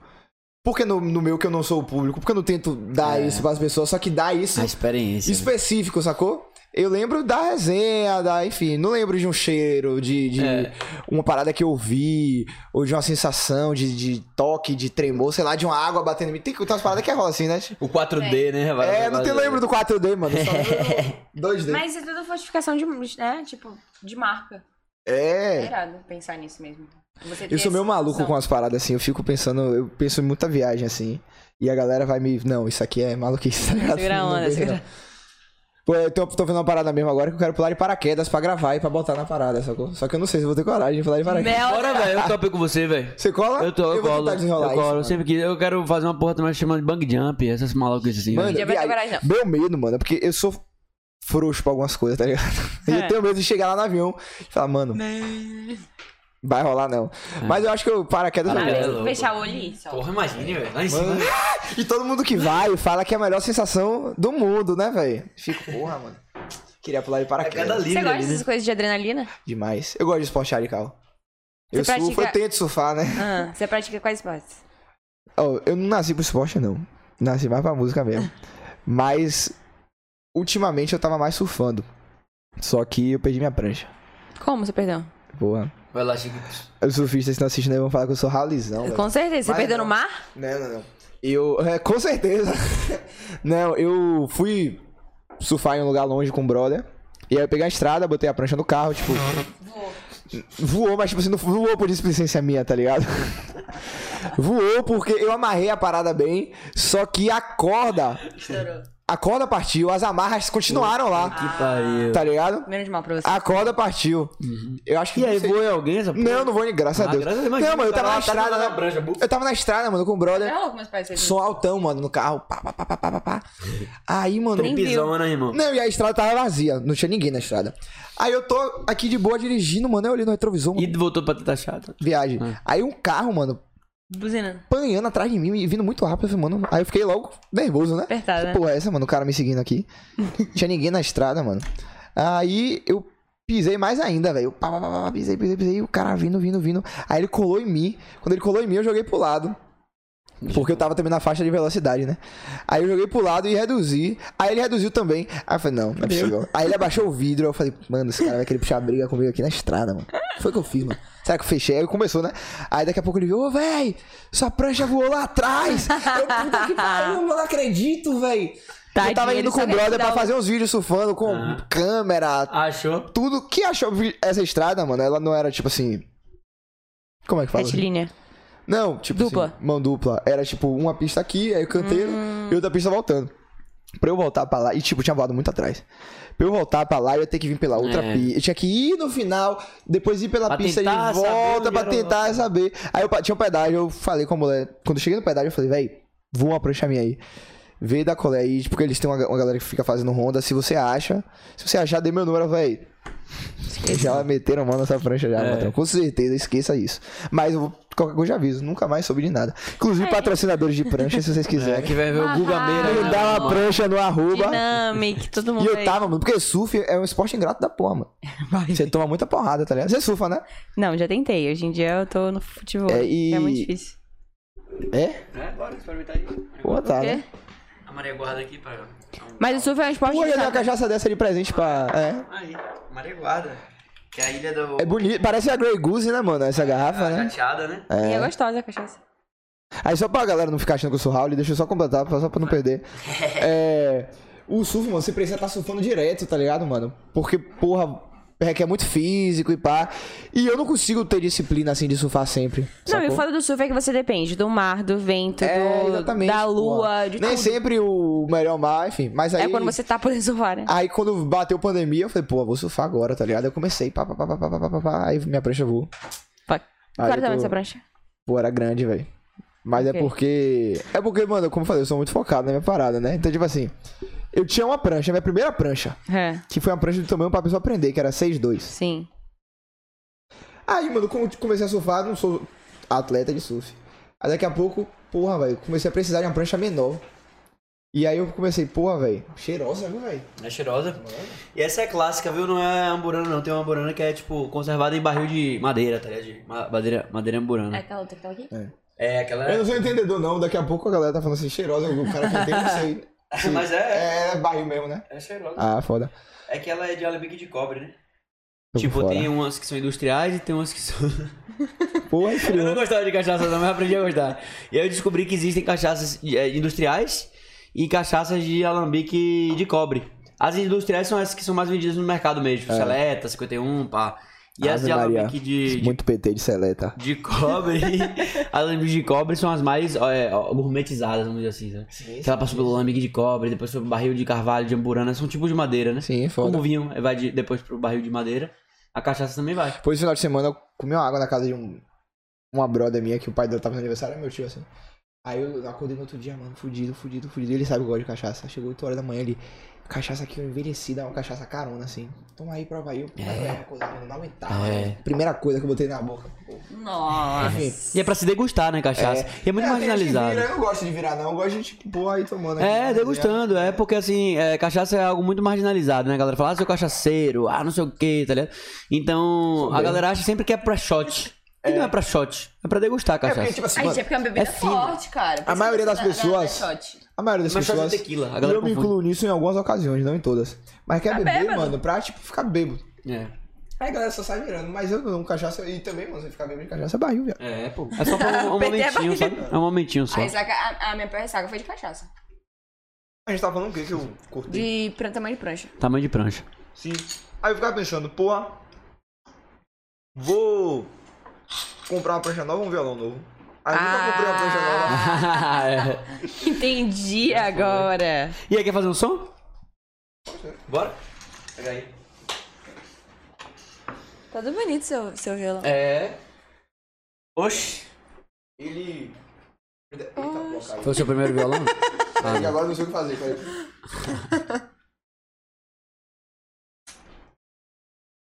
S1: Por que no, no meu que eu não sou o público? Por que eu não tento dar
S3: É.
S1: isso pras pessoas? Só que dar isso
S3: A experiência. né?
S1: específico, sacou? Eu lembro da resenha, da, enfim, não lembro de um cheiro, de, de
S3: É.
S1: uma parada que eu vi, ou de uma sensação de, de toque, de tremor, sei lá, de uma água batendo em mim. Tem que contar umas paradas que rola assim, né?
S3: O 4D, né? Vai-
S1: É, não
S3: vai-
S1: te lembro do 4D, mano. Só lembro do 2D.
S2: Mas é tudo fortificação de, né? Tipo, de marca. É
S1: É.
S2: irado pensar nisso mesmo. Você ter
S1: Eu sou
S2: essa
S1: meio maluco
S2: noção.
S1: com as paradas assim, eu fico pensando, eu penso em muita viagem assim. E a galera vai me. Não, isso aqui é maluquice, tá ligado?
S2: Segura a
S1: Não
S2: onda,
S1: pensa,
S2: segura.
S1: não. Pô, eu tô, tô vendo uma parada mesmo agora que eu quero pular de paraquedas pra gravar e pra botar na parada, sacou? Só que eu não sei se eu vou ter coragem de pular de paraquedas.
S2: Mel-
S3: Bora, velho. Eu topei com você, velho.
S1: Você cola?
S3: Eu tô, eu,
S1: vou
S3: colo.
S1: tentar
S3: Eu
S1: desenrolar
S3: colo. Eu
S1: isso,
S3: sempre quis. Eu quero fazer uma porra também chamando de bang jump, essas malucas assim.
S1: mano.
S3: velho.
S2: Ninguém vai ter
S1: e aí,
S2: coragem,
S1: Meu medo, mano, é porque eu sou frouxo pra algumas coisas, tá ligado?
S2: É.
S1: Eu tenho medo de chegar lá no avião e falar, mano, vai rolar não. Mas eu acho que o paraquedas
S2: Ah,
S1: eu gosto.
S3: é louco.
S2: Fechar o olho e ir só.
S3: Porra, imagine, velho. Lá em cima.
S1: Mano. E todo mundo que vai fala que é a melhor sensação do mundo, né, velho? Fico, porra, mano. Queria pular de
S3: Cada
S1: paraquedas.
S2: Você
S3: livre
S2: gosta
S3: ali,
S2: dessas
S3: né?
S2: coisas de adrenalina?
S1: Demais. Eu gosto de esporte radical. Eu
S2: Você
S1: surfo,
S2: pratica-
S1: eu tento surfar, né?
S2: Ah, você pratica quais esportes?
S1: Ó, eu não nasci pro esporte, não. Nasci mais pra música mesmo. Mas, ultimamente eu tava mais surfando. Só que eu perdi minha prancha.
S2: Como, você perdeu?
S1: Porra.
S3: Vai lá, Chiquitos.
S1: Os surfistas que não assistem vão falar que eu sou ralizão. velho.
S2: Com certeza. Você
S1: Mas
S2: perdeu
S1: não.
S2: no mar?
S1: Não, não, não. né, Eu. É, com certeza. não, eu fui surfar em um lugar longe com o brother. E aí eu peguei a estrada, botei a prancha no carro, tipo. Voou, mas tipo assim, não voou por displicência minha, tá ligado? voou porque eu amarrei a parada bem, só que a corda. a corda partiu, as amarras continuaram lá,
S3: Que pariu.
S1: tá ligado?
S2: Menos mal pra você.
S1: A corda partiu. Eu acho que.
S3: E aí,
S1: não sei-
S3: voou em alguém essa porra?
S1: Não, não vou, graças a
S3: Ah,
S1: Deus.
S3: graças a Deus,
S1: não,
S3: imagina,
S1: mano, eu
S3: tá
S1: tava
S3: lá,
S1: na
S3: tá na
S1: estrada. né?
S3: laranja, bu-
S1: eu tava na estrada, mano, com o brother.
S2: É louco, meus pais.
S1: Som altão, mano, no carro. Pá, pá, pá, pá, pá, pá, pá. Aí, mano.
S2: Nem
S3: Pisão, né, irmão?
S1: Não, e a estrada tava vazia, não tinha ninguém na estrada. Aí eu tô aqui de boa dirigindo, mano, eu olhei no retrovisor, mano,
S3: E voltou pra tentar chata.
S1: viagem.
S2: Ah.
S1: Aí um carro, mano,
S2: Buzina.
S1: panhando atrás de mim e vindo muito rápido, eu falei, mano. Aí eu fiquei logo nervoso, né?
S2: Apertado, né?
S1: Que porra é essa, mano? O cara me seguindo aqui. Tinha ninguém na estrada, mano. Aí eu pisei mais ainda, velho. Pá, pá, pá, pá, pá, Pisei, pisei, pisei. E o cara vindo, vindo, vindo. Aí ele colou em mim. Quando ele colou em mim, eu joguei pro lado. Porque eu tava também na faixa de velocidade, né? Aí eu joguei pro lado e reduzi. Aí ele reduziu também. Aí eu falei, não, não é possível. Aí ele abaixou o vidro. Eu falei, mano, esse cara vai querer puxar briga comigo aqui na estrada, mano. Foi o que eu fiz, mano. Será que eu fechei? Aí começou, né? Aí daqui a pouco ele viu, ô, véi, sua prancha voou lá atrás. Eu, puta que pariu, eu não acredito, véi.
S2: Tadinho,
S1: eu tava
S2: ele
S1: indo
S2: só
S1: com o
S2: quer te
S1: brother
S2: dar
S1: pra
S2: um-
S1: fazer uns vídeos surfando com câmera,
S3: Achou?
S1: tudo. Que achou essa estrada, mano? Ela não era tipo assim. Como é que fala?
S2: Retilínea.
S1: Não, tipo
S2: Dupla.
S1: assim, mão dupla. Era tipo uma pista aqui, aí o canteiro e outra pista voltando. Pra eu voltar pra lá, e tipo, tinha voado muito atrás. Pra eu voltar pra lá, eu ia ter que vir pela outra
S3: É.
S1: pista. Eu tinha que ir no final, depois ir pela
S3: Pra
S1: pista de
S3: tentar saber
S1: volta
S3: onde
S1: pra
S3: era o
S1: tentar
S3: outro.
S1: saber. Aí eu pa- tinha um pedágio, eu falei com a mulher. Quando eu cheguei no pedágio, eu falei, véi, voa uma prancha minha aí. Vê da colé aí, porque eles têm uma, uma galera que fica fazendo ronda. Se você acha, se você achar, dê meu número, véi. Já meteram mão nessa prancha já,
S3: É.
S1: patrão. Com certeza, esqueça isso. Mas eu vou, qualquer coisa eu já aviso, nunca mais soube de nada. Inclusive, patrocinadores de prancha, se vocês
S3: É,
S1: quiserem.
S3: que vai ver
S2: Ah,
S3: o Guga Meira. né?
S1: Me dá uma prancha no arroba.
S2: Dinâmica, todo
S1: E
S2: mundo
S1: eu tá-
S2: aí.
S1: tava, mano, porque surf é um esporte ingrato da porra, mano. Você toma muita porrada, tá ligado? Você surfa, né?
S2: Não, já tentei. Hoje em dia eu tô no futebol.
S1: É, e-
S2: É muito difícil.
S1: É?
S3: É, bora experimentar aí.
S1: Pô, tá, né?
S3: A Maria guarda aqui pra.
S2: É. Mas o surf é um esporte
S1: Pô,
S2: de
S1: já deu uma
S2: saco.
S1: cachaça dessa de presente pra. É.
S3: Aí, Maria guarda. Que é a ilha do.
S1: É bonito, parece a Grey Goose, né, mano? Essa garrafa, né?
S3: Chateada, né?
S2: E é gostosa a cachaça.
S1: Aí só pra galera não ficar achando que eu sou Raul, deixa eu só completar, só pra não perder. É. O surf, mano, você precisa estar surfando direto, tá ligado, mano? Porque, porra, requer muito físico e pá. E eu não consigo ter disciplina assim de surfar sempre.
S2: Não, e o
S1: sacou?
S2: foda do surf é que você depende do mar, do vento,
S1: É,
S2: do-
S1: exatamente.
S2: da lua,
S1: porra.
S2: de
S1: Nem
S2: tudo.
S1: sempre o melhor mar, enfim. Mas aí. Ah,
S2: É quando você tá podendo surfar, né?
S1: Aí quando bateu pandemia, eu falei, pô, vou surfar agora, tá ligado? Eu comecei, pá, pá, pá, pá, pá, pá, pá, pá, aí minha prancha voou.
S2: Fuck.
S1: Ah,
S2: Qual é
S1: eu
S2: era
S1: tô-
S2: essa prancha?
S1: Pô, era grande, velho. Mas
S2: Ok.
S1: é porque. É porque, mano, como eu falei, eu sou muito focado na minha parada, né? Então, tipo assim, eu tinha uma prancha, minha primeira prancha,
S2: É,
S1: que foi uma prancha do tamanho pra pessoa aprender, que era 6'2.
S2: sim.
S1: Aí, mano, como eu comecei a surfar, não sou atleta de surf. Aí daqui a pouco, porra, velho, comecei a precisar de uma prancha menor. E aí eu comecei, porra, velho, cheirosa, viu, velho?
S3: É cheirosa. E essa é clássica, viu? Não é amburana, não. Tem uma amburana que é, tipo, conservada em barril de madeira, tá ligado? De ma- madeira, madeira
S4: É
S3: amburana.
S4: aquela outra que tava aqui?
S3: É, aquela.
S1: Eu não sou entendedor, não. Daqui a pouco a galera tá falando assim, cheirosa, o cara que eu tenho, não sei.
S3: Mas é, é.
S1: É, é barril mesmo, né?
S3: É cheirosa.
S1: Ah, foda.
S3: É que ela é de alambique de cobre, né?
S1: Tô
S3: Tipo,
S1: fora.
S3: tem umas que são industriais e tem umas que são.
S1: Porra,
S3: Eu não
S1: frio.
S3: gostava de cachaça, não, mas aprendi a gostar. E aí eu descobri que existem cachaças eh, industriais e cachaças de alambique de cobre. As industriais são as que são mais vendidas no mercado mesmo. tipo Seleta, 51, pá. E as
S1: É. Ave
S3: de
S1: Maria.
S3: alambique de, de,
S1: Muito PT de seleta.
S3: de cobre. alambique de cobre são as mais ó, é, ó, gourmetizadas, vamos dizer assim. Né? Que ela passou pelo alambique de cobre, depois foi pro barril de carvalho, de amburana. São tipos de madeira, né?
S1: Sim, é foda.
S3: Como o vinho vai de- depois pro barril de madeira, a cachaça também vai.
S1: Depois no final de semana eu comi uma água na casa de um, uma brother minha que o pai dela tava no aniversário, era meu tio assim. Aí eu acordei no outro dia, mano, fudido, fudido, fudido. Ele sabe que eu gosto de cachaça. Chegou 8 horas da manhã ali. Cachaça aqui envelhecida, uma cachaça carona, assim. Toma aí, prova aí. Eu é. mano, não aguentava.
S3: É.
S1: velho. Primeira coisa que eu botei na boca.
S4: Nossa.
S1: Enfim.
S3: E é pra se degustar, né, cachaça? E é
S1: É, tem gente
S3: muito
S1: que
S3: marginalizado.
S1: vira, Eu não gosto de virar, não. Eu gosto de, tipo, pô, aí tomando. aqui,
S3: É,
S1: né,
S3: degustando, é porque assim, é, cachaça é algo muito marginalizado, né? A galera fala, ah, seu cachaceiro, ah, não sei o que, tá ligado? Então, a galera acha sempre que é pra shot. E não é pra shot, é pra degustar a
S1: tá ligado? É porque, tipo
S3: cachaça.
S1: assim,
S4: Ai,
S1: mano,
S4: gente, é porque é uma bebida
S3: É fino.
S4: forte, cara. Por
S1: A
S4: isso
S1: maioria
S4: que
S1: das
S4: a galera
S1: pessoas-
S4: dá shot.
S1: A maioria das
S3: Mas só de
S1: pessoas.
S3: tequila, a
S1: e
S3: galera
S1: eu me
S3: confunde.
S1: incluo nisso em algumas ocasiões, não em todas. Mas quer beber,
S4: bêbado.
S1: mano, pra tipo, ficar bêbado.
S3: É.
S1: Aí a galera só sai virando, mas eu não, cachaça. E também, mano, você ficar bêbado de cachaça é barril, viado.
S3: É, pô. É só pra um, um
S4: Perder a
S3: momentinho, sabe?
S4: barriga.
S3: É um momentinho só.
S4: A, ressaca- a- a minha pior ressaca foi de cachaça.
S1: A gente tava falando o que que eu curti?
S4: De pra- tamanho de prancha.
S3: Tamanho de prancha.
S1: Sim. Aí eu ficava pensando, porra, vou comprar uma prancha nova ou um violão novo? Aí eu nunca comprei uma prancha
S3: Ah.
S1: nova.
S3: É.
S2: Entendi agora.
S3: E aí, quer fazer um som? Bora? Pega aí.
S2: Todo bonito seu, seu violão.
S3: É. Oxi.
S1: Ele. Eita, vou colocar aí.
S3: Foi o seu primeiro violão?
S1: Peraí, que agora eu não sei o que fazer. peraí.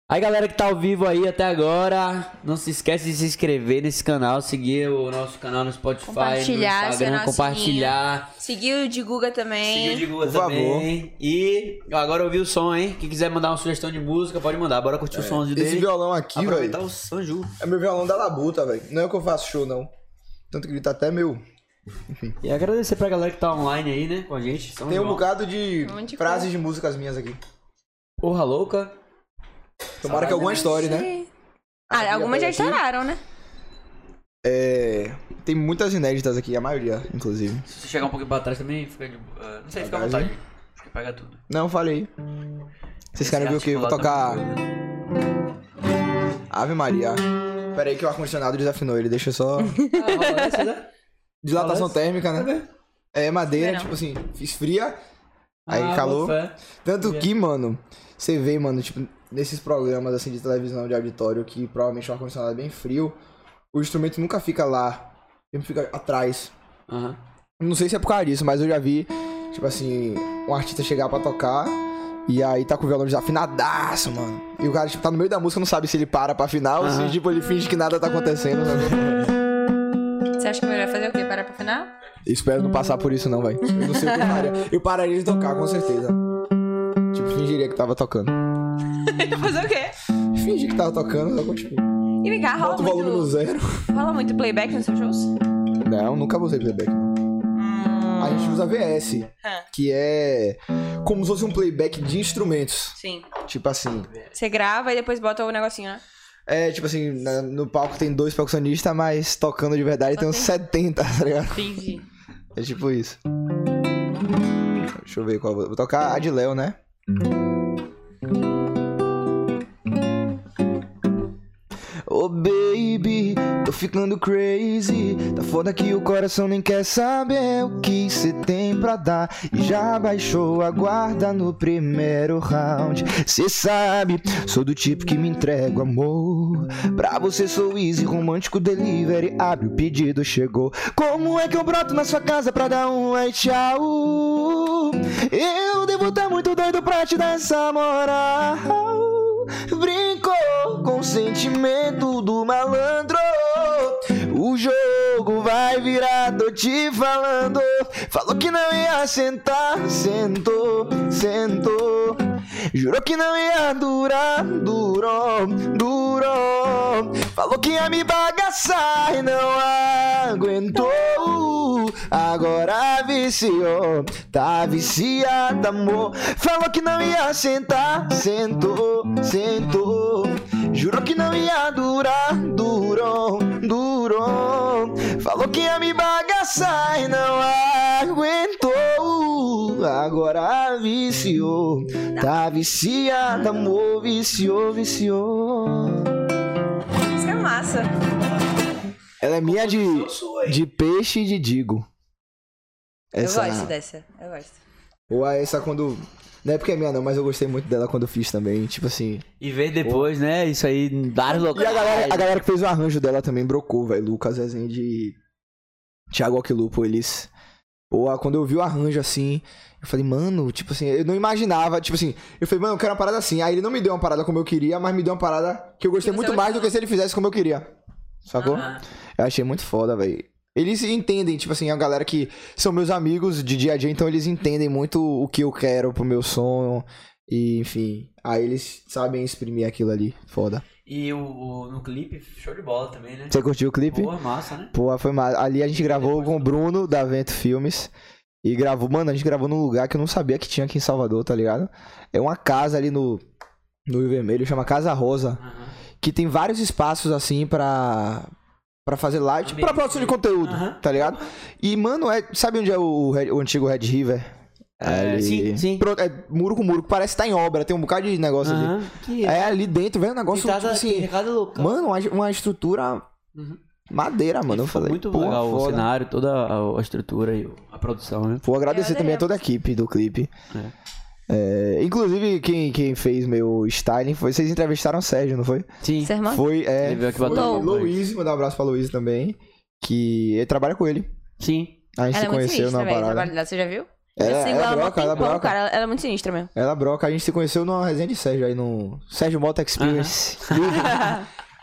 S3: Aí galera que tá ao vivo aí até agora, não se esquece de se inscrever nesse canal, seguir o nosso canal no Spotify,
S2: Compartilhar,
S3: no Instagram,
S2: acionar o
S3: compartilhar,
S2: É. Seguiu o de Guga
S3: seguir o
S2: também.
S3: de Guga
S5: Por favor.
S3: também. E agora ouvi o som, hein? Quem quiser mandar uma sugestão de música, pode mandar. Bora curtir o somzinho
S1: Esse
S3: dele.
S1: violão aqui,
S3: Aproveitar
S1: velho.
S3: o Sanju.
S1: É meu violão da labuta, velho. Não é que eu faço show, não. Tanto que ele tá até meu.
S3: E agradecer pra galera que tá online aí, né, com a gente. São
S1: Tem um
S3: João.
S1: bocado de
S6: Onde
S1: frases de músicas minhas aqui.
S3: Porra louca.
S1: Tomara que alguma história, né?
S2: Ah, algumas já estouraram, né?
S1: É. Tem muitas inéditas aqui, a maioria, inclusive.
S3: Se você chegar um pouquinho pra trás também, fica de... ah, Não sei, fica à
S1: Bagagem.
S3: vontade. Porque pega tudo.
S1: Não, falei. Vocês
S3: é
S1: querem ver o quê? Vou tocar
S3: né?
S1: Ave Maria. Pera aí que o ar-condicionado desafinou ele, deixa eu só.
S3: Ah, né?
S1: Dilatação
S3: Parece.
S1: térmica, né? É madeira, tipo assim, esfria, aí
S3: Ah,
S1: calor.
S3: é
S1: Tanto que, mano, você vê, mano, tipo, nesses programas assim de televisão, de auditório, que provavelmente o ar-condicionado é bem frio, o instrumento nunca fica lá, sempre fica atrás.
S3: Aham.
S1: Não sei se é por causa disso, mas eu já vi, tipo assim, um artista chegar pra tocar e aí tá com o violão desafinadaço, mano. E o cara, tipo, tá no meio da música, não sabe se ele para pra final, ou se,
S3: Aham.
S1: tipo, ele finge que nada tá acontecendo. sabe?
S2: Você acha que é melhor fazer o quê? Parar pra final?
S1: Espero não passar por isso, não, velho. Eu não sei o que eu faria. Eu pararia de tocar, com certeza. Tipo, fingiria que tava tocando.
S2: Então, fazer o quê?
S1: Fingir que tava tocando, só que, tipo,
S2: E vem cá, rola
S1: bota o volume no
S2: Ah, muito,
S1: zero.
S2: rola muito playback nos seus shows?
S1: Não, nunca usei playback, não. A gente usa VS,
S2: Ah.
S1: que é como se fosse um playback de instrumentos.
S2: Sim.
S1: Tipo assim,
S2: Você grava e depois bota o negocinho, né?
S1: É, tipo assim, na- no palco tem dois percussionistas, mas tocando de verdade tem uns 70, tá ligado?
S2: Entendi.
S1: É tipo isso. Deixa eu ver qual. Vou vou tocar a de Léo, né? Oh baby, tô ficando crazy. Tá foda que o coração nem quer saber o que cê tem pra dar. E já baixou a guarda no primeiro round. Cê sabe, sou do tipo que me entrego amor. Pra você sou easy, romântico delivery. Abre o pedido, chegou. Como é que eu broto na sua casa pra dar um ai tchau? Eu devo estar muito doido pra te dar essa moral. Brincou com o sentimento do malandro. O jogo vai virar, tô te falando. Falou que não ia sentar, sentou, sentou. Jurou que não ia durar, durou, durou. Falou que ia me bagaçar e não aguentou. Agora viciou, tá viciada, amor. Falou que não ia sentar, sentou, sentou. Jurou que não ia durar, durou, durou. Falou que ia me bagaçar e não aguentou. Agora viciou, tá viciada, amor. Viciou, viciou.
S2: Isso é massa.
S1: Ela é minha de, de peixe e de digo.
S2: Eu
S1: é
S2: gosto dessa. Eu gosto.
S1: Ou a essa quando. Não é porque é minha, não, mas eu gostei muito dela quando eu fiz também. Tipo assim.
S3: E ver depois, né? Isso aí, dar
S1: E
S3: locais.
S1: a galera, a galera que fez o arranjo dela também brocou, velho. Lucas Rezende e Thiago Alquilupo, eles. Pô, ah, quando eu vi o arranjo assim, eu falei, mano, tipo assim, eu não imaginava. Tipo assim, eu falei, mano, eu quero uma parada assim. Aí ele não me deu uma parada como eu queria, mas me deu uma parada que eu gostei
S2: Que você
S1: muito mais do
S2: gostou. Ah,
S1: que se ele fizesse como eu queria. Sacou? Eu achei muito foda, velho. Eles entendem, tipo assim, a galera que são meus amigos de dia a dia, então eles entendem muito o que eu quero pro meu som. E, enfim, aí eles sabem exprimir aquilo ali. Foda.
S3: E o, o- no clipe, show de bola também, né?
S1: Você curtiu o clipe?
S3: Boa, massa, né?
S1: Pô, foi mal. Ali a gente gravou com o Bruno da Vento Filmes. E gravou, mano, a gente gravou num lugar que eu não sabia que tinha aqui em Salvador, tá ligado? É uma casa ali no, no Rio Vermelho, chama Casa Rosa.
S3: Aham.
S1: Que tem vários espaços assim pra, pra fazer live, tipo, pra produção de conteúdo,
S3: Aham.
S1: tá ligado? E, mano, é, sabe onde é o, Red- o antigo Red River?
S3: É,
S1: Ali-
S3: sim, sim.
S1: Pronto, é muro com muro, que parece que tá em obra, tem um bocado de negócio ali.
S3: Aham. Que
S1: É ali dentro, velho, um negócio
S3: Pintado
S1: tipo
S3: assim,
S1: assim.
S3: Ricardo Louco.
S1: Mano, uma, uma estrutura
S3: Uhum.
S1: Madeira, mano. Eu
S3: Ficou
S1: falei,
S3: muito
S1: pô,
S3: legal o
S1: foda.
S3: cenário, toda a, a estrutura e o- a produção, né?
S1: Vou agradecer
S2: Eu
S1: também a toda
S2: adorei.
S1: a equipe do clipe. É, inclusive, quem, quem fez meu styling foi. Vocês entrevistaram o Sérgio, não foi?
S3: Sim.
S2: Ser irmão?
S1: Foi. É,
S3: Ele veio aqui
S1: foi
S3: bater um
S1: o
S3: papo
S1: Luiz, mandar um abraço pra Luiz também. Que ele trabalha com ele.
S3: Sim.
S1: A gente
S2: Ela é
S1: se
S2: muito
S1: conheceu
S2: sinistra,
S1: numa
S2: velho. o
S1: parada.
S2: trabalho dela, Você já viu?
S1: Ela-
S2: eu sigo
S1: ela
S2: ela há
S1: broca, ela
S2: um tempão,
S1: broca.
S2: cara. Ela é muito sinistra mesmo.
S1: Ela broca, a gente se conheceu numa resenha de Sérgio aí no Sérgio Moto Experience.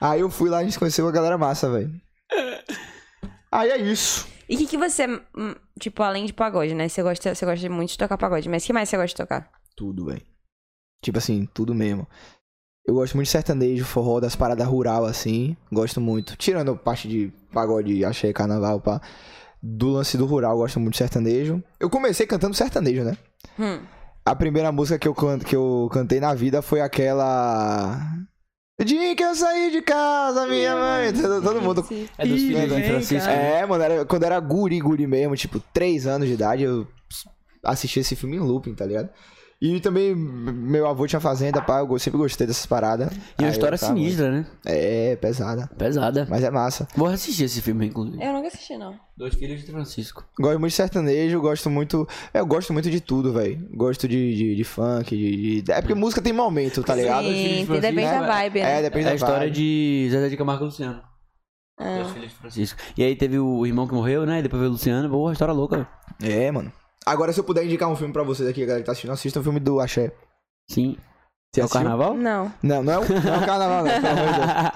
S1: aí eu fui lá e a gente se conheceu com a galera massa, velho. Aí é isso.
S2: E o que, que você. hum, Tipo, além de pagode, né? Você gosta, você gosta muito de tocar pagode, mas o que mais você gosta de tocar?
S1: Tudo, velho. Tipo assim, tudo mesmo. Eu gosto muito de sertanejo, forró, das paradas rural, assim. Gosto muito. Tirando a parte de pagode, axé, carnaval, pá. Do lance do rural, eu gosto muito de sertanejo. Eu comecei cantando sertanejo, né?
S2: Hum.
S1: A primeira música que eu, can- que eu cantei na vida foi aquela. O dia em que eu saí de casa, minha mãe. Todo todo mundo.
S3: É dos filhos de Francisco.
S1: É, mano, era- quando era guri, guri mesmo, tipo, 3 anos de idade, eu assisti esse filme em looping, tá ligado? E também, m- meu avô tinha fazenda, pá, eu go- sempre gostei dessas paradas.
S3: E
S1: Aí
S3: uma
S1: eu
S3: história
S1: tava-
S3: sinistra, né?
S1: É, pesada.
S3: Pesada.
S1: Mas é massa.
S3: Vou assistir esse filme, inclusive.
S2: Eu nunca assisti, não.
S1: Tá
S3: Dois filhos de Francisco.
S1: Gosto muito de sertanejo, gosto muito. é, Eu gosto muito de tudo, velho. Gosto de, de, de funk, de, de- É porque música tem momento, tá ligado?
S2: Sim,
S3: Francisco,
S2: depende
S3: né?
S2: da vibe, né?
S1: É, depende
S3: é
S1: da
S3: a história
S1: vibe.
S3: de Zezé de Camargo e Luciano.
S2: É.
S3: Dois filhos de Francisco. E aí teve o irmão que morreu, né? E depois veio o Luciano. Boa, história louca.
S1: É, mano. Agora, se eu puder indicar um filme pra vocês aqui, galera que tá assistindo, assista o filme do Axé.
S3: Sim.
S1: Você
S3: é o
S1: assistiu?
S3: carnaval?
S2: Não.
S1: Não, não é o, não é o carnaval, não, pelo amor de Deus.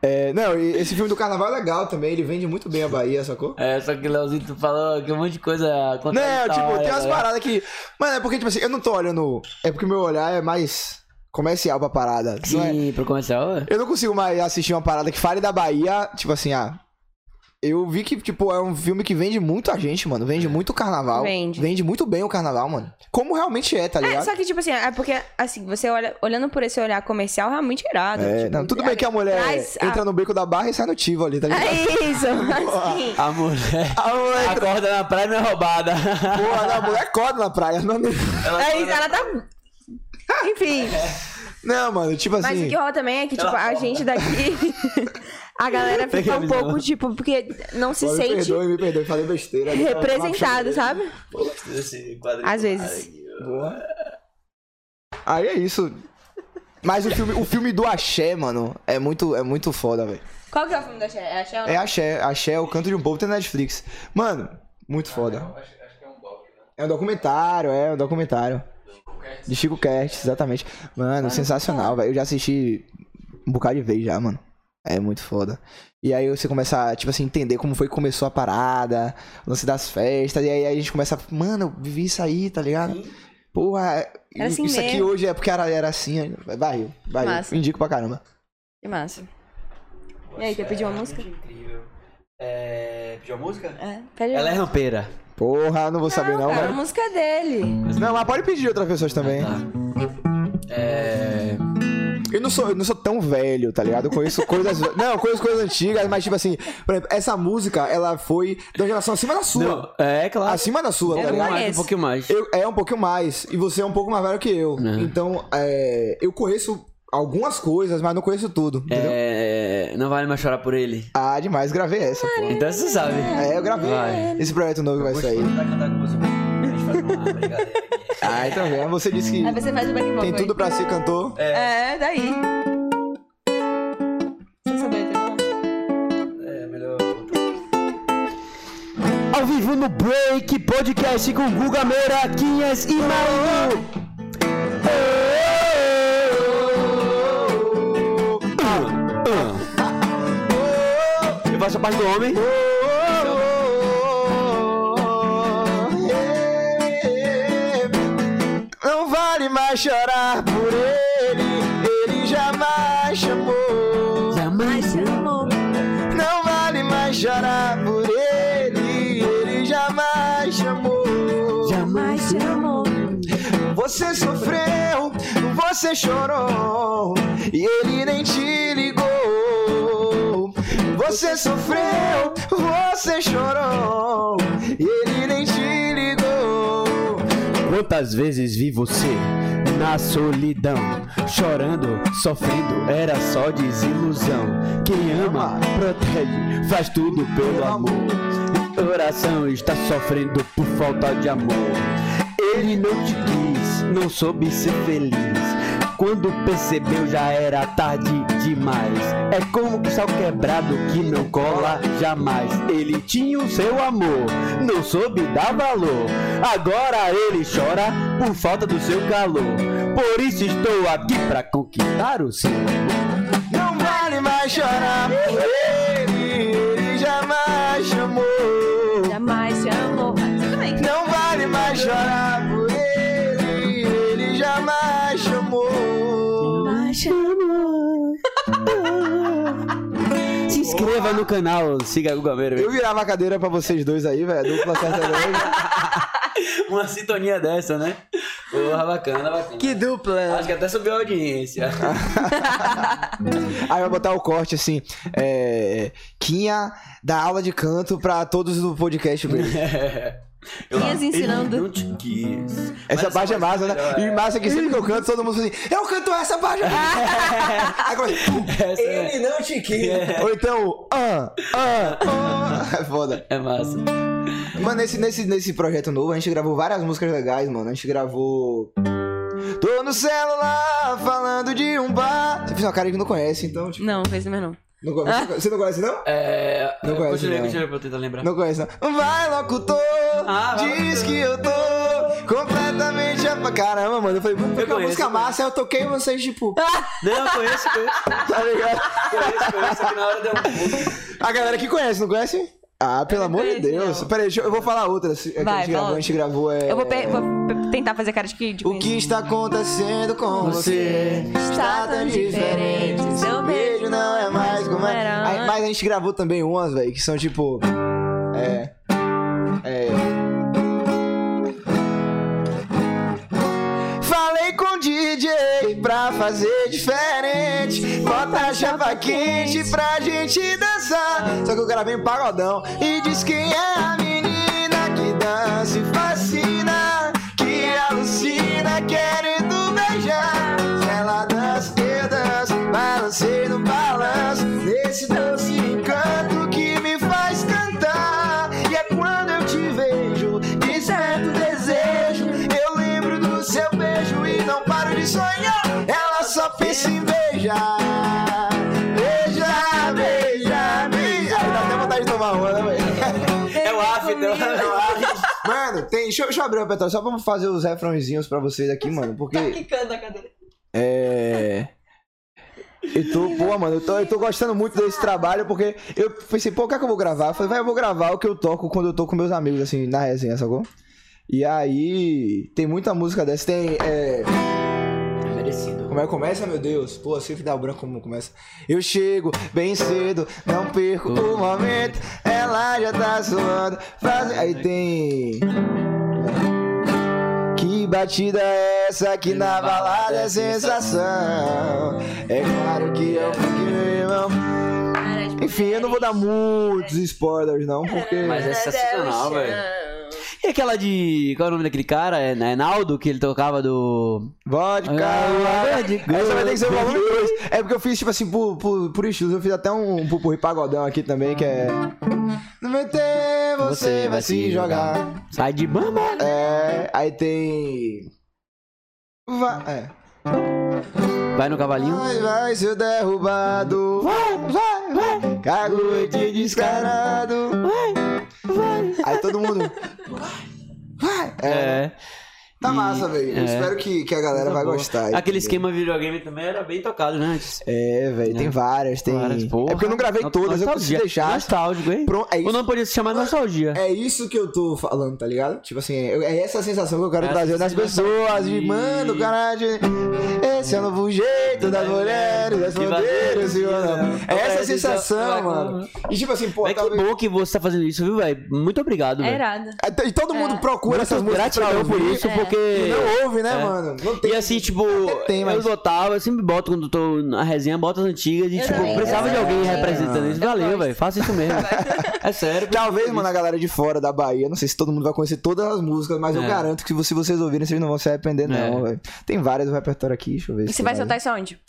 S1: É, não, e esse filme do carnaval é legal também, ele vende muito bem a Bahia, sacou?
S3: É, só que o Leozito tu falou que um monte de coisa
S1: Não, tipo, tem umas
S3: paradas.
S1: paradas que. Mano, é porque, tipo assim, eu não tô olhando. É porque meu olhar é mais comercial pra parada. Não é?
S3: Sim, pro comercial. é.
S1: Eu não consigo mais assistir uma parada que fale da Bahia, tipo assim, ah. Eu vi que, tipo, é um filme que vende muito a gente, mano. Vende muito o carnaval.
S2: Vende.
S1: Vende muito bem o carnaval, mano. Como realmente é, tá
S2: É,
S1: ligado?
S2: só que, tipo assim, é porque, assim, você olha, olhando por esse olhar comercial, realmente é irado.
S1: É,
S2: tipo,
S1: não, tudo bem que a mulher
S2: traz a-
S1: entra no beco da barra e sai no tivo ali, tá ligado?
S2: É isso, assim.
S3: A mulher
S1: A mulher entra,
S3: acorda na praia e não é roubada.
S1: porra, não, a mulher acorda na praia. Não,
S2: É isso, ela tá. Enfim.
S1: não, mano, tipo assim.
S2: Mas o que rola também é que, tipo, a gente daqui. a galera
S3: Tem
S2: fica um
S3: revisão.
S2: pouco, tipo, porque não se
S1: Pô, me
S2: sente
S1: perdoe, me perdoe, falei besteira. tá,
S2: representado, sabe? Às vezes.
S1: Boa. Aí é isso. Mas o filme, o filme do Axé, mano, é muito, é muito foda, velho.
S2: Qual que é o filme da Axé? É Axé ou não?
S1: É Axé, Axé é o canto de um povo tem na Netflix. Mano, muito foda. É um documentário, é um documentário. De Chico Kerst, exatamente. Mano, sensacional, velho. Eu já assisti um bocado de vez já, mano. É muito foda. E aí você começa, tipo assim, entender como foi que começou a parada, o lance das festas, e aí a gente começa, mano, eu vivi isso aí, tá ligado? Porra, é,
S2: Era assim
S1: isso aqui
S2: mesmo.
S1: hoje é porque era, era assim, vai, vai,
S2: Massa.
S1: indico pra caramba.
S2: Que massa. E aí, quer pedir uma música?
S3: incrível. É. Pediu a música?
S2: É, pede
S3: Ela é rampeira.
S1: Porra, não vou saber não,
S2: cara, a
S1: velho.
S2: música é dele.
S1: Não, mas pode pedir de outras
S3: Ah,
S1: pessoas também.
S3: Tá. É.
S1: Eu não sou, eu não sou tão velho, tá ligado? Eu conheço coisas. não, eu conheço coisas antigas, mas tipo assim, por exemplo, essa música, ela foi de uma geração acima da sua.
S3: Não, é claro.
S1: Acima da sua, tá
S3: é,
S1: ligado?
S3: mais, um pouquinho mais.
S1: Eu- é um pouquinho mais. E você é um pouco mais velho que eu.
S3: Uhum.
S1: Então, é, eu conheço algumas coisas, mas não conheço tudo. Entendeu?
S3: É. Não vale mais chorar por ele.
S1: Ah, demais, gravei essa, pô.
S3: Então você sabe.
S1: É, eu gravei.
S3: Vai.
S1: Esse projeto novo que vai sair.
S3: cantar com você. A gente faz uma brincadeira aqui.
S1: Ah, então vendo? Você disse que
S2: Aí você faz o back vocal.
S1: tem tudo pra ser cantor.
S2: aí. É, daí. Você sabe, entendeu?
S3: É, melhor.
S7: Ao vivo no Break Podcast com Guga Moraquinhas e Malu.
S3: Eu faço a parte do homem.
S1: Não vale mais chorar por ele, ele jamais chamou.
S2: Ai, te amo.
S1: Não vale mais chorar por ele, ele jamais chamou.
S2: Jamais te amo.
S1: Você sofreu, você chorou, e ele nem te ligou. Você sofreu, você chorou, e ele nem te ligou.
S7: Quantas vezes vi você na solidão, chorando, sofrendo, era só desilusão. Quem ama, protege, faz tudo pelo amor. E Oração está sofrendo por falta de amor. Ele não te quis, não soube ser feliz. Quando percebeu já era tarde demais. É como cristal quebrado que não cola jamais. Ele tinha o seu amor, não soube dar valor. Agora ele chora por falta do seu calor. Por isso estou aqui pra conquistar o seu amor. Não vale mais chorar por ele, ele jamais chamou.
S2: Jamais te amou. Você também.
S7: Não vale mais chorar por ele, ele jamais chamou. Se inscreva no canal, siga a Guga Meira.
S1: Eu virava a cadeira pra vocês dois aí, velho. Dupla sertaneja.
S3: Uma sintonia dessa, né? Porra, bacana, bacana.
S1: que dupla! né?
S3: Acho que até subiu a audiência.
S1: Aí vai botar o corte assim. É. Quinha da aula de canto pra todos do podcast mesmo.
S3: Eu
S2: Quinhas ensinando.
S3: Ele não te quis.
S1: Essa
S3: Mas
S1: parte é massa, né?
S3: melhor,
S1: E massa que sempre que eu canto, todo mundo fala assim: Eu canto essa parte! Aí começa, "Pum,
S3: Essa é-
S1: Ele não te quis! Ou então, ah, ah, ah. É foda.
S3: É massa.
S1: Mano, nesse, nesse, nesse projeto novo, a gente gravou várias músicas legais, mano. A gente gravou. Tô no celular falando de um bar. Você fez uma cara que não conhece, então, tipo.
S2: Não, fez também não.
S1: Não, conhe- Você não conhece, não?
S3: É.
S1: Não conhece,
S3: Continua,
S1: não.
S3: continua pra eu tentar lembrar.
S1: Não conhece, não. Vai, locutor!
S3: Ah, vai,
S1: diz
S3: locutor.
S1: que eu tô completamente. apa- Caramba, mano. Eu falei, mano, toquei uma
S3: conheço,
S1: música
S3: eu
S1: massa, aí eu toquei e vocês, tipo.
S3: Não, eu conheço, conheço.
S1: Tá ligado?
S3: Conheço, conheço. Aqui na hora deu um pouco.
S1: A galera que conhece, não conhece? Ah, pelo amor de
S2: conheço,
S1: Deus.
S2: não.
S1: Peraí, deixa eu, eu vou falar outra. se- é que a
S2: Vai,
S1: gente
S2: fala
S1: gravou, a
S2: outra.
S1: gente gravou. É...
S2: Eu vou, pe- vou pe- tentar fazer cara de que. de
S1: O que está acontecendo com você? Está tão diferente. Seu beijo não é mais como era. Aí, mas a gente gravou também umas, velho, que são tipo. É. É. Falei com o DJ pra fazer diferente. Bota a chapa quente pra gente dançar. Só que eu gravei um pagodão e diz quem é a menina que dança e fascina, que alucina querendo beijar. Se ela dança, eu danço, balancei no balanço. Nesse doce encanto que me faz cantar. E é quando eu te vejo, de certo desejo. Eu lembro do seu beijo e não paro de sonhar. Ela só pensa em beijar. Beijar, beijar, beijar. Dá até vontade de tomar uma, né, velho?
S3: É o after.
S1: Mano, tem. Deixa, eu- deixa eu abrir o petróleo. Só vamos fazer os refrãozinhos pra vocês aqui, mano. Porque.
S2: Quicando a cadeira.
S1: É. Eu tô, pô, mano, eu tô, eu tô gostando muito desse trabalho porque eu pensei, pô, o que é que eu vou gravar? Eu falei, vai, eu vou gravar o que eu toco quando eu tô com meus amigos, assim, na resenha, sacou? E aí, tem muita música dessa. Tem. É...
S3: Merecido.
S1: Como é que começa, meu Deus? Pô, sempre dá o branco como começa. Eu chego bem cedo, não perco o momento. Ela já tá suando. Faz... Aí tem. Que batida é essa que na balada é sensação? É claro que eu fiquei, meu irmão. Enfim, eu não vou dar muitos spoilers, não, porque.
S3: Mas é sensacional,
S2: né?
S3: velho. E aquela de. Qual é o nome daquele cara? É é Naldo, que ele tocava do.
S1: Vodka,
S3: Ah,
S1: vodka. Essa vai ter que ser o volume 2. É porque eu fiz, tipo assim, por, por, por estilos. Eu fiz até um pupurri pagodão aqui também, que é... No meu tempo você vai se jogar.
S3: Sai de bamba.
S1: É, aí tem... Vai, é.
S3: Vai no cavalinho.
S1: vai, vai ser derrubado. um- Vai, vai, vai. Caguete descarado. Vai, vai. Aí todo mundo... Vai, vai. É,
S3: É.
S1: tá
S3: E-
S1: massa, velho. Eu
S3: é.
S1: Espero que, que a galera vai
S3: Tá bom.
S1: gostar.
S3: Aquele esquema videogame também era bem tocado, né? Antes.
S1: É, velho, tem várias, tem.
S3: Várias,
S1: é porque eu não gravei
S3: Nostal-
S1: todas, eu preciso
S3: nostalgia.
S1: deixar.
S3: Nostálgico, hein?
S1: Pronto, é
S3: O
S1: isso.
S3: nome podia se chamar Nostalgia.
S1: É isso que eu tô falando, tá ligado? Tipo assim, é é essa sensação que eu quero
S3: Essa
S1: trazer nas
S3: sensação
S1: pessoas.
S3: de-
S1: De, mano, caralho. Esse é o novo jeito das mulheres, das
S3: De
S1: bandeiras e o
S3: né?
S1: amor. É essa a
S3: Vai, vai,
S1: sensação,
S3: vai,
S1: mano. E tipo assim, pô,
S3: Mas É que
S1: talvez-
S3: bom que você tá fazendo isso, viu, velho? Muito obrigado,
S2: É
S3: velho.
S2: irado.
S1: E todo mundo procura essas
S3: É. Muito
S1: músicas pra
S3: gratidão por
S1: ouvir.
S2: é.
S3: isso, porque...
S1: E não ouve, né,
S3: É.
S1: mano? Não tem.
S3: E assim, tipo,
S1: tem, mas-
S3: eu botava, eu sempre boto quando tô na resenha, boto as antigas e,
S2: Eu
S3: tipo,
S2: também,
S3: precisava
S2: eu
S3: de alguém
S2: também.
S1: Ah.
S3: representando isso.
S2: Eu
S3: Valeu,
S2: gosto.
S3: velho. Faça isso mesmo. é sério.
S1: Talvez, mano, a galera de fora da Bahia, não sei se todo mundo vai conhecer todas as músicas, mas eu
S3: É.
S1: garanto que se vocês ouvirem, vocês não vão se arrepender, não, velho. Tem várias no repertório aqui, deixa eu ver.
S2: E
S1: se
S2: você
S1: tem
S2: vai
S1: mais.
S2: soltar isso aonde?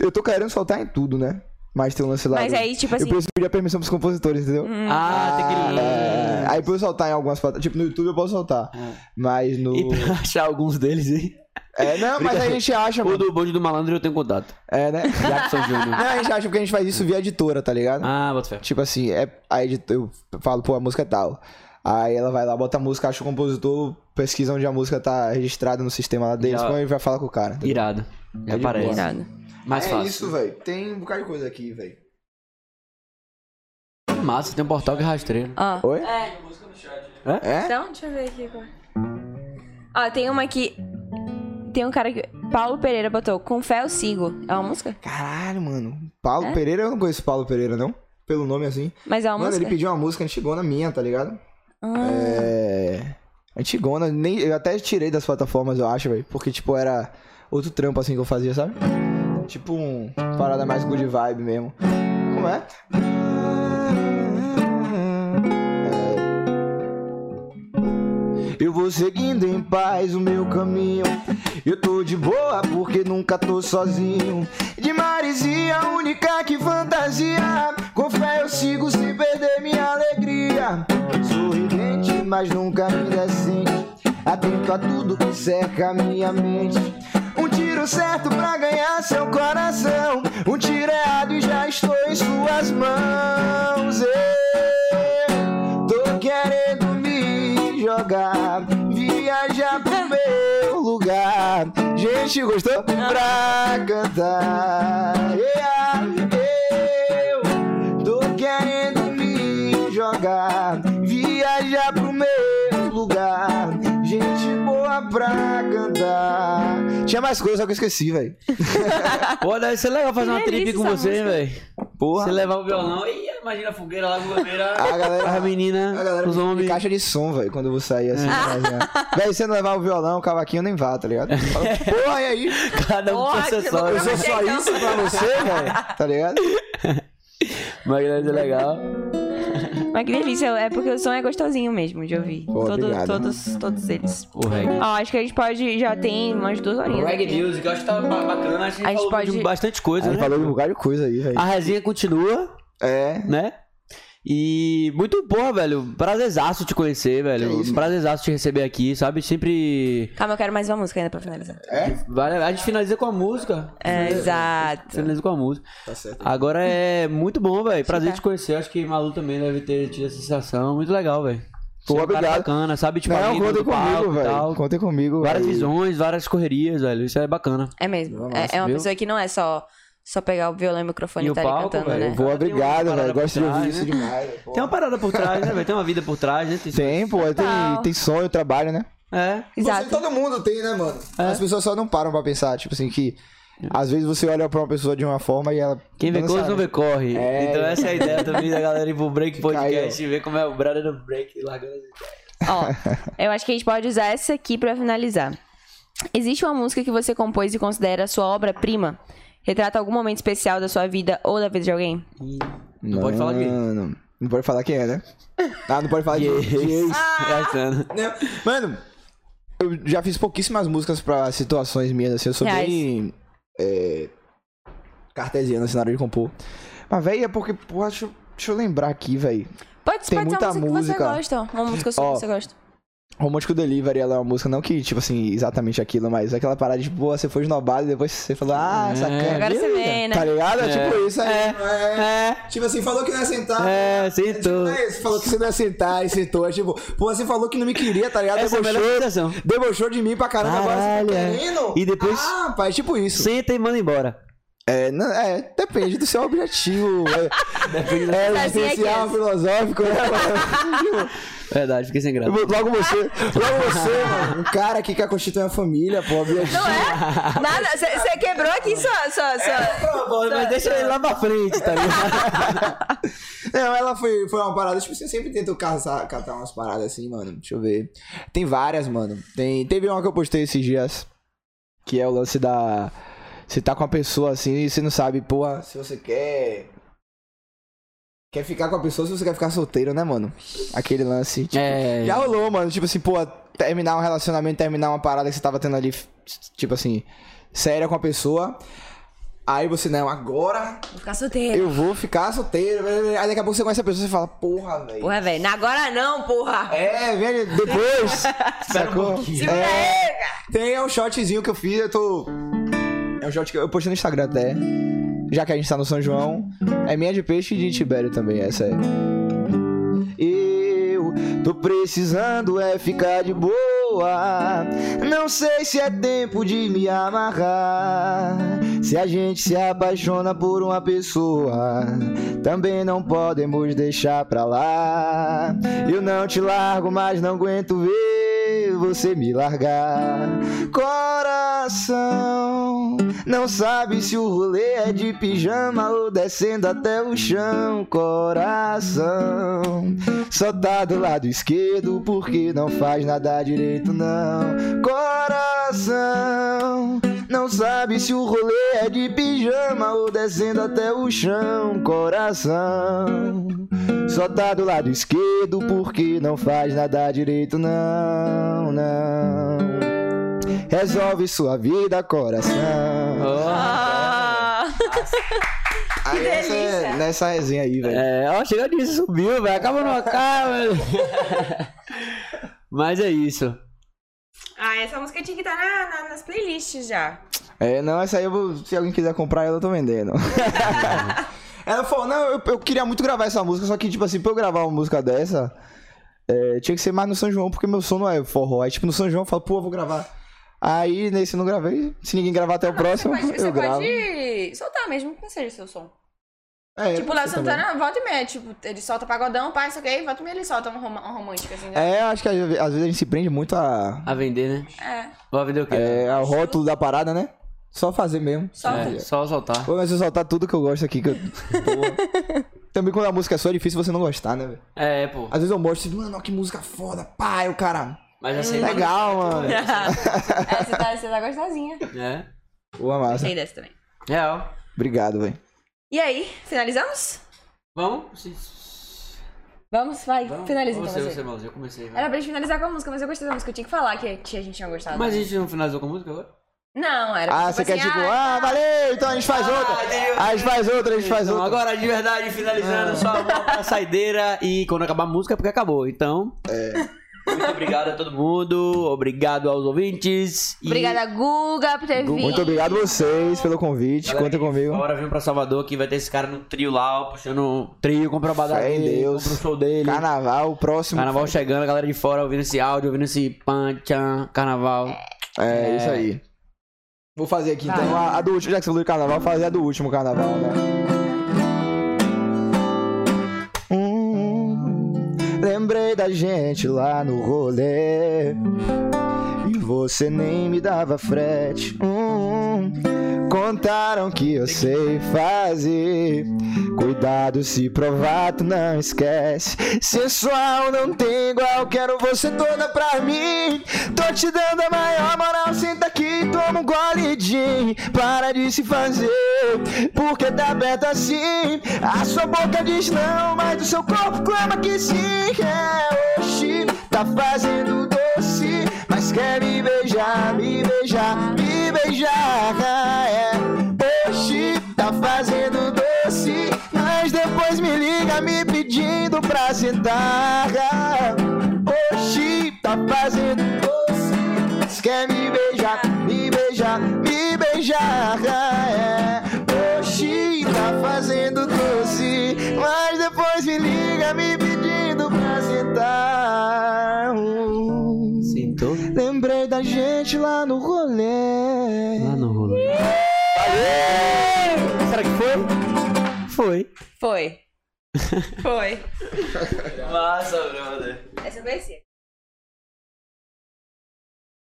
S1: Eu tô querendo soltar em tudo, né? Mas tem um lance lá.
S2: Mas
S1: do-
S2: aí, tipo
S1: Eu
S2: assim. Hum.
S1: preciso pedir a permissão pros compositores, entendeu?
S3: Ah, tem que...
S1: é, Aí pra eu soltar em algumas plataformas. Tipo, no YouTube eu posso soltar. Mas no.
S3: É. E pra achar alguns deles aí.
S1: É, não, mas aí a gente
S2: Tá
S1: acha,
S3: O
S1: mano.
S3: do bonde do malandro eu tenho contato.
S1: É, né?
S3: Jackson Jr.
S1: Não, a gente acha porque a gente faz isso via editora, tá ligado?
S3: Ah, bota fé.
S1: Tipo assim, é, a editora, eu falo, pô, a música é tal. Aí ela vai lá, bota a música, acha o compositor, pesquisa onde a música tá registrada no sistema lá deles,
S3: Já-
S1: põe e vai falar com o cara. entendeu?
S3: Irado.
S1: É de
S3: Aparece.
S1: boa.
S2: assim, Irado.
S3: Mais
S1: é
S3: fácil.
S1: isso, velho. Tem um bocado de coisa aqui, velho.
S3: Massa, tem um portal que rastreia.
S2: Ó.
S1: Oi? É?
S2: Então, deixa eu ver aqui. qual é. Ó, tem uma aqui. Tem um cara que. Paulo Pereira botou. Com fé eu sigo. É uma música?
S1: Caralho, mano. Paulo Pereira, eu não conheço Paulo Pereira, não. Pelo nome assim.
S2: Mas é uma
S1: Mano,
S2: música.
S1: ele pediu uma música antigona minha, tá ligado?
S2: Ah,
S1: É. Antigona, nem, eu até tirei das plataformas, eu acho, velho. Porque, tipo, era outro trampo assim que eu fazia, sabe? Tipo um parada mais good vibe mesmo. Como é? Eu vou seguindo em paz o meu caminho. Eu tô de boa porque nunca tô sozinho. De maresia única que fantasia. Com fé eu sigo sem perder minha alegria. Sorridente, mas nunca me decente. Atento a tudo que cerca a minha mente. Um tiro certo pra ganhar seu coração. Um tiro errado e já estou em suas mãos. Eu tô querendo me jogar, viajar pro meu lugar. Gente, gostou? Pra cantar. Yeah, eu tô querendo me jogar, viajar pro meu lugar. Gente boa pra cantar. Tinha mais coisa, só que eu esqueci, velho.
S3: Pô, deve ser legal fazer uma
S2: delícia
S3: trip com
S2: essa
S3: você,
S2: música.
S3: velho. Você
S1: Porra.
S3: levar o violão e imagina a fogueira lá, a goleira.
S1: A galera-
S3: a menina,
S1: A galera
S3: Ah, os
S1: me- me
S3: homens.
S1: caixa de som, velho, quando eu vou sair assim. É. Velho, se eu não levar o violão, o cavaquinho, eu nem vá, tá ligado? Fala, Porra, e aí?
S3: Cada um
S2: Porra,
S3: com seu
S2: que
S3: só.
S2: loucura. é-
S1: Eu sou só
S3: então."
S1: isso pra você, velho? Tá ligado?
S3: Mas deve ser legal.
S2: mas que delícia. É porque o som é gostosinho mesmo de ouvir.
S1: Pô,
S2: Todo-
S1: obrigado.
S2: todos, todos eles.
S3: O reggae.
S2: Ó, acho que a gente pode. Já tem umas duas horinhas. aqui.
S3: Music, eu acho que tá ba- bacana. Acho que
S2: Ah, é. A gente
S3: falou
S2: pode-
S3: de bastante coisa,
S1: Ele
S3: né?
S1: falou de um bocado de coisa aí, velho.
S3: A resenha continua,
S1: É.
S3: né? E muito boa, velho. Prazerzaço te conhecer, velho. Prazerzaço te receber aqui, sabe? Sempre.
S2: Calma, eu quero mais uma música ainda pra finalizar.
S1: É?
S3: Vale- A gente finaliza com a música.
S2: É, exato.
S3: Finaliza com a música.
S1: Tá certo.
S3: Agora é muito bom, velho. Prazer
S2: Sim, tá.
S3: te conhecer. Acho que Malu também deve ter tido essa sensação. Muito legal, velho. Você é um cara
S1: obrigado.
S3: bacana, sabe? Tipo,
S1: Não,
S3: além do-
S1: contem
S3: do
S1: comigo,
S3: palco e tal. um.
S1: velho. Contem comigo.
S3: Várias
S1: velho.
S3: visões, várias correrias, velho. Isso é bacana.
S2: É mesmo.
S3: Nossa,
S2: É, é uma
S3: viu?
S2: pessoa que não é só, só pegar o violão e o microfone e,
S3: E o
S2: tá ali
S3: palco,
S2: cantando,
S3: velho,
S2: né?
S3: o
S1: Pô,
S3: Tem uma
S1: obrigado,
S3: parada
S1: velho.
S3: por
S1: Gosto de
S3: trás,
S1: ouvir isso
S3: né?
S1: demais. velho. Pô.
S3: Tem uma parada por trás, né, velho? Tem uma vida por trás, né? Tem-
S1: Tem, pô.
S2: Total.
S1: Tem, tem sonho, trabalho, né?
S3: É.
S1: Você-
S2: Exato.
S1: todo mundo tem, né, mano? As pessoas só não param pra pensar, tipo assim, que... Às vezes você olha pra uma pessoa de uma forma e ela...
S3: É. Quem vê
S1: não
S3: coisa
S1: sabe.
S3: não vê corre.
S1: É.
S3: Então essa é a ideia também da galera ir pro Break Podcast
S1: Caiu.
S3: e ver como é o brother do Break largando as ideias.
S2: Ó, eu acho que a gente pode usar essa aqui pra finalizar. Existe uma música que você compôs e considera sua obra-prima? Retrata algum momento especial da sua vida ou da vida de alguém?
S3: Não, pode falar de
S1: Não, não. Não pode falar quem é, né? Ah, não pode falar de, de ex.
S3: Gastando.
S1: Não. Mano, eu já fiz pouquíssimas músicas pra situações minhas, assim. Eu sou
S2: Reais.
S1: bem. É, cartesiano, assim, na hora de compor. Mas, velho, é porque, pô, deixa, eu- deixa eu lembrar aqui, velho.
S2: Pode,
S1: Tem
S2: pode ser uma
S1: muita
S2: música, que
S1: música.
S2: você gosta. Uma música sua
S1: Ó.
S2: que você gosta.
S1: Romântico Delivery, ela é uma música, não que, tipo assim, exatamente aquilo, mas aquela parada de, pô, você foi esnobado e depois você falou, ah, sacana.
S2: Agora você vê, né?
S1: Tá ligado? É,
S3: É.
S1: tipo isso aí.
S3: É.
S1: É.
S3: É,
S1: Tipo assim, falou que não ia sentar.
S3: é,
S1: Tipo,
S3: sentou.
S1: não é isso, falou que você não ia sentar e sentou. É tipo, pô, você falou que não me queria, tá ligado?
S3: Essa é a melhor
S1: Debochou.
S3: sensação.
S1: debochou de mim pra caramba, agora você
S3: Caralho,
S1: tá
S3: é.
S1: querendo?
S3: E depois-
S1: Ah, rapaz, tipo isso.
S3: Senta e manda embora.
S8: É, não- é, depende do seu objetivo. É,
S3: Depende da-
S8: é
S9: Sozinha
S8: existencial,
S9: aqui.
S8: filosófico, né, mano?
S3: Verdade, fiquei sem graça.
S8: Tipo, Logo você, logo você, mano, um cara que quer constituir uma família, pô, objetivo.
S9: Não é? Nada, você quebrou aqui sua. sua, sua...
S3: Ah, Mas deixa ele lá pra frente, tá ligado?
S8: Não, ela foi, foi uma parada, tipo, você sempre tenta caçar, catar umas paradas assim, mano. Deixa eu ver. Tem várias, mano. Tem, teve uma que eu postei esses dias, que é o lance da. Você tá com a pessoa assim e você não sabe, porra, se você quer. Quer ficar com a pessoa se você quer ficar solteiro, né, mano? Aquele lance. Tipo,
S3: É.
S8: Já rolou, mano. Tipo assim, pô, terminar um relacionamento, terminar uma parada que você tava tendo ali, tipo assim, séria com a pessoa. Aí você, não, agora
S9: Vou ficar solteiro.
S8: eu vou ficar solteiro. blá, blá, blá. Aí daqui a pouco você conhece a pessoa e fala, porra, velho.
S9: Porra, velho. Agora não, porra.
S8: É, velho, depois. sacou? É, tem um shotzinho que eu fiz, eu tô. É um shot que eu postei no Instagram até. Já que a gente tá no São João. É minha de peixe e de Tibério também, essa é.
S1: Eu tô precisando é ficar de boa. Não sei se é tempo de me amarrar. Se a gente se apaixona por uma pessoa, também não podemos deixar pra lá. Eu não te largo, mas não aguento ver você me largar. Coração, não sabe se o rolê é de pijama ou descendo até o chão. Coração, só tá do lado esquerdo porque não faz nada direito, não. Coração, não sabe se o rolê é de pijama ou descendo até o chão. Coração, só tá do lado esquerdo porque não faz nada direito, não, não. Resolve sua vida, coração.
S9: Ah.
S8: Aí essa é-
S9: delícia.
S8: nessa resenha aí, velho.
S3: É, ó, chegou disso, subiu, velho. Acaba não acaba. velho. Mas é isso.
S10: Ah, essa música tinha que
S2: tá
S10: estar na- na- nas playlists já.
S8: É, não, essa aí eu vou, se alguém quiser comprar, ela eu tô vendendo. ela falou, não, eu, eu queria muito gravar essa música, só que, tipo assim, pra eu gravar uma música dessa, é, tinha que ser mais no São João, porque meu som não é forró. Aí, tipo, no São João eu falo, pô, eu vou gravar. Aí, nesse eu não gravei. Se ninguém gravar até o próximo,
S2: Ah, Mas você
S8: eu gravo.
S2: pode soltar mesmo que não seja seu som.
S8: É,
S2: tipo, Léo
S8: você também.
S2: Santana, volta e meia. Tipo, ele solta pagodão, pai, isso aqui, volta e meia, ele solta um, rom- um romântico, assim. né?
S8: É, eu acho que às ve- às vezes a gente se prende muito a,
S3: A vender, né?
S2: É.
S3: Vai vender o quê?
S8: é, ao rótulo da parada, né? Só fazer mesmo.
S3: É, só soltar.
S8: Pô, mas eu soltar tudo que eu gosto aqui. Que eu... Pô. Também quando a música é sua, é difícil você não gostar, né, velho?
S3: É, pô.
S8: Às vezes eu mostro, mano, ó, que música foda, pá, e o cara. é
S3: Mas assim.
S8: Legal, mano.
S2: É, você tá, você tá gostosinha.
S3: É.
S8: Boa massa.
S9: Gostei dessa também.
S3: Real.
S8: Obrigado, velho.
S9: E aí, finalizamos?
S3: Vamos? Se-
S2: Vamos, vai, finaliza
S3: Ou
S2: então
S3: você,
S2: você.
S3: você, Malu, eu comecei. né? vai.
S2: Era pra gente finalizar com a música, mas eu gostei da música. Eu tinha que falar que que a gente tinha gostado.
S3: Mas a gente não finalizou com a música agora?
S2: Não, era
S8: Ah,
S2: tipo
S8: você quer
S2: assim,
S8: tipo,
S2: ah,
S8: ah, valeu, então a gente faz outra.
S3: Deus.
S8: A gente faz outra, a gente faz
S3: Então,
S8: outra. É.
S3: agora de verdade, finalizando, só vou pra saideira e quando acabar a música, é porque acabou. Então.
S8: É.
S3: Muito obrigado a todo mundo. Obrigado aos ouvintes. e-
S9: Obrigada, Guga, por ter vindo.
S8: Muito obrigado vocês pelo convite.
S3: Galera,
S8: Conta
S3: que
S8: comigo.
S3: Agora vem pra Salvador que vai ter esse cara no trio lá, ó, puxando um trio, compra a badada
S8: Fé em
S3: dele,
S8: Deus.
S3: compra o show dele.
S8: Carnaval, próximo.
S3: Carnaval chegando, a galera de fora ouvindo esse áudio, ouvindo esse pancha, carnaval.
S8: É, isso aí. Vou fazer aqui então a, a do último, já que você falou de carnaval, fazer a do último carnaval, né?
S1: Hum, lembrei da gente lá no rolê. E você nem me dava frete. Hum, contaram que eu sei fazer. Cuidado se provar, tu não esquece. Sensual não tem igual, quero você toda pra mim. Tô te dando a maior moral, senta aqui, toma um gole de gin. Para de se fazer, porque tá aberto assim. A sua boca diz não, mas o seu corpo clama que sim. É, oxi, tá fazendo doce, mas quer me beijar, me beijar, me beijar. É, oxi, tá fazendo doce, mas depois me liga me pedindo pra sentar. Oxi, tá fazendo doce, mas quer me beijar, me beijar, me beijar. É, oxi, tá fazendo doce, mas depois me liga me pedindo pra sentar.
S3: Sentou
S1: Lembrei
S3: Ah,
S1: da gente lá no rolê.
S3: lá no rolê.
S1: Valeu!
S3: Foi.
S2: Foi. Foi.
S3: Massa, brother.
S2: Essa eu conhecia.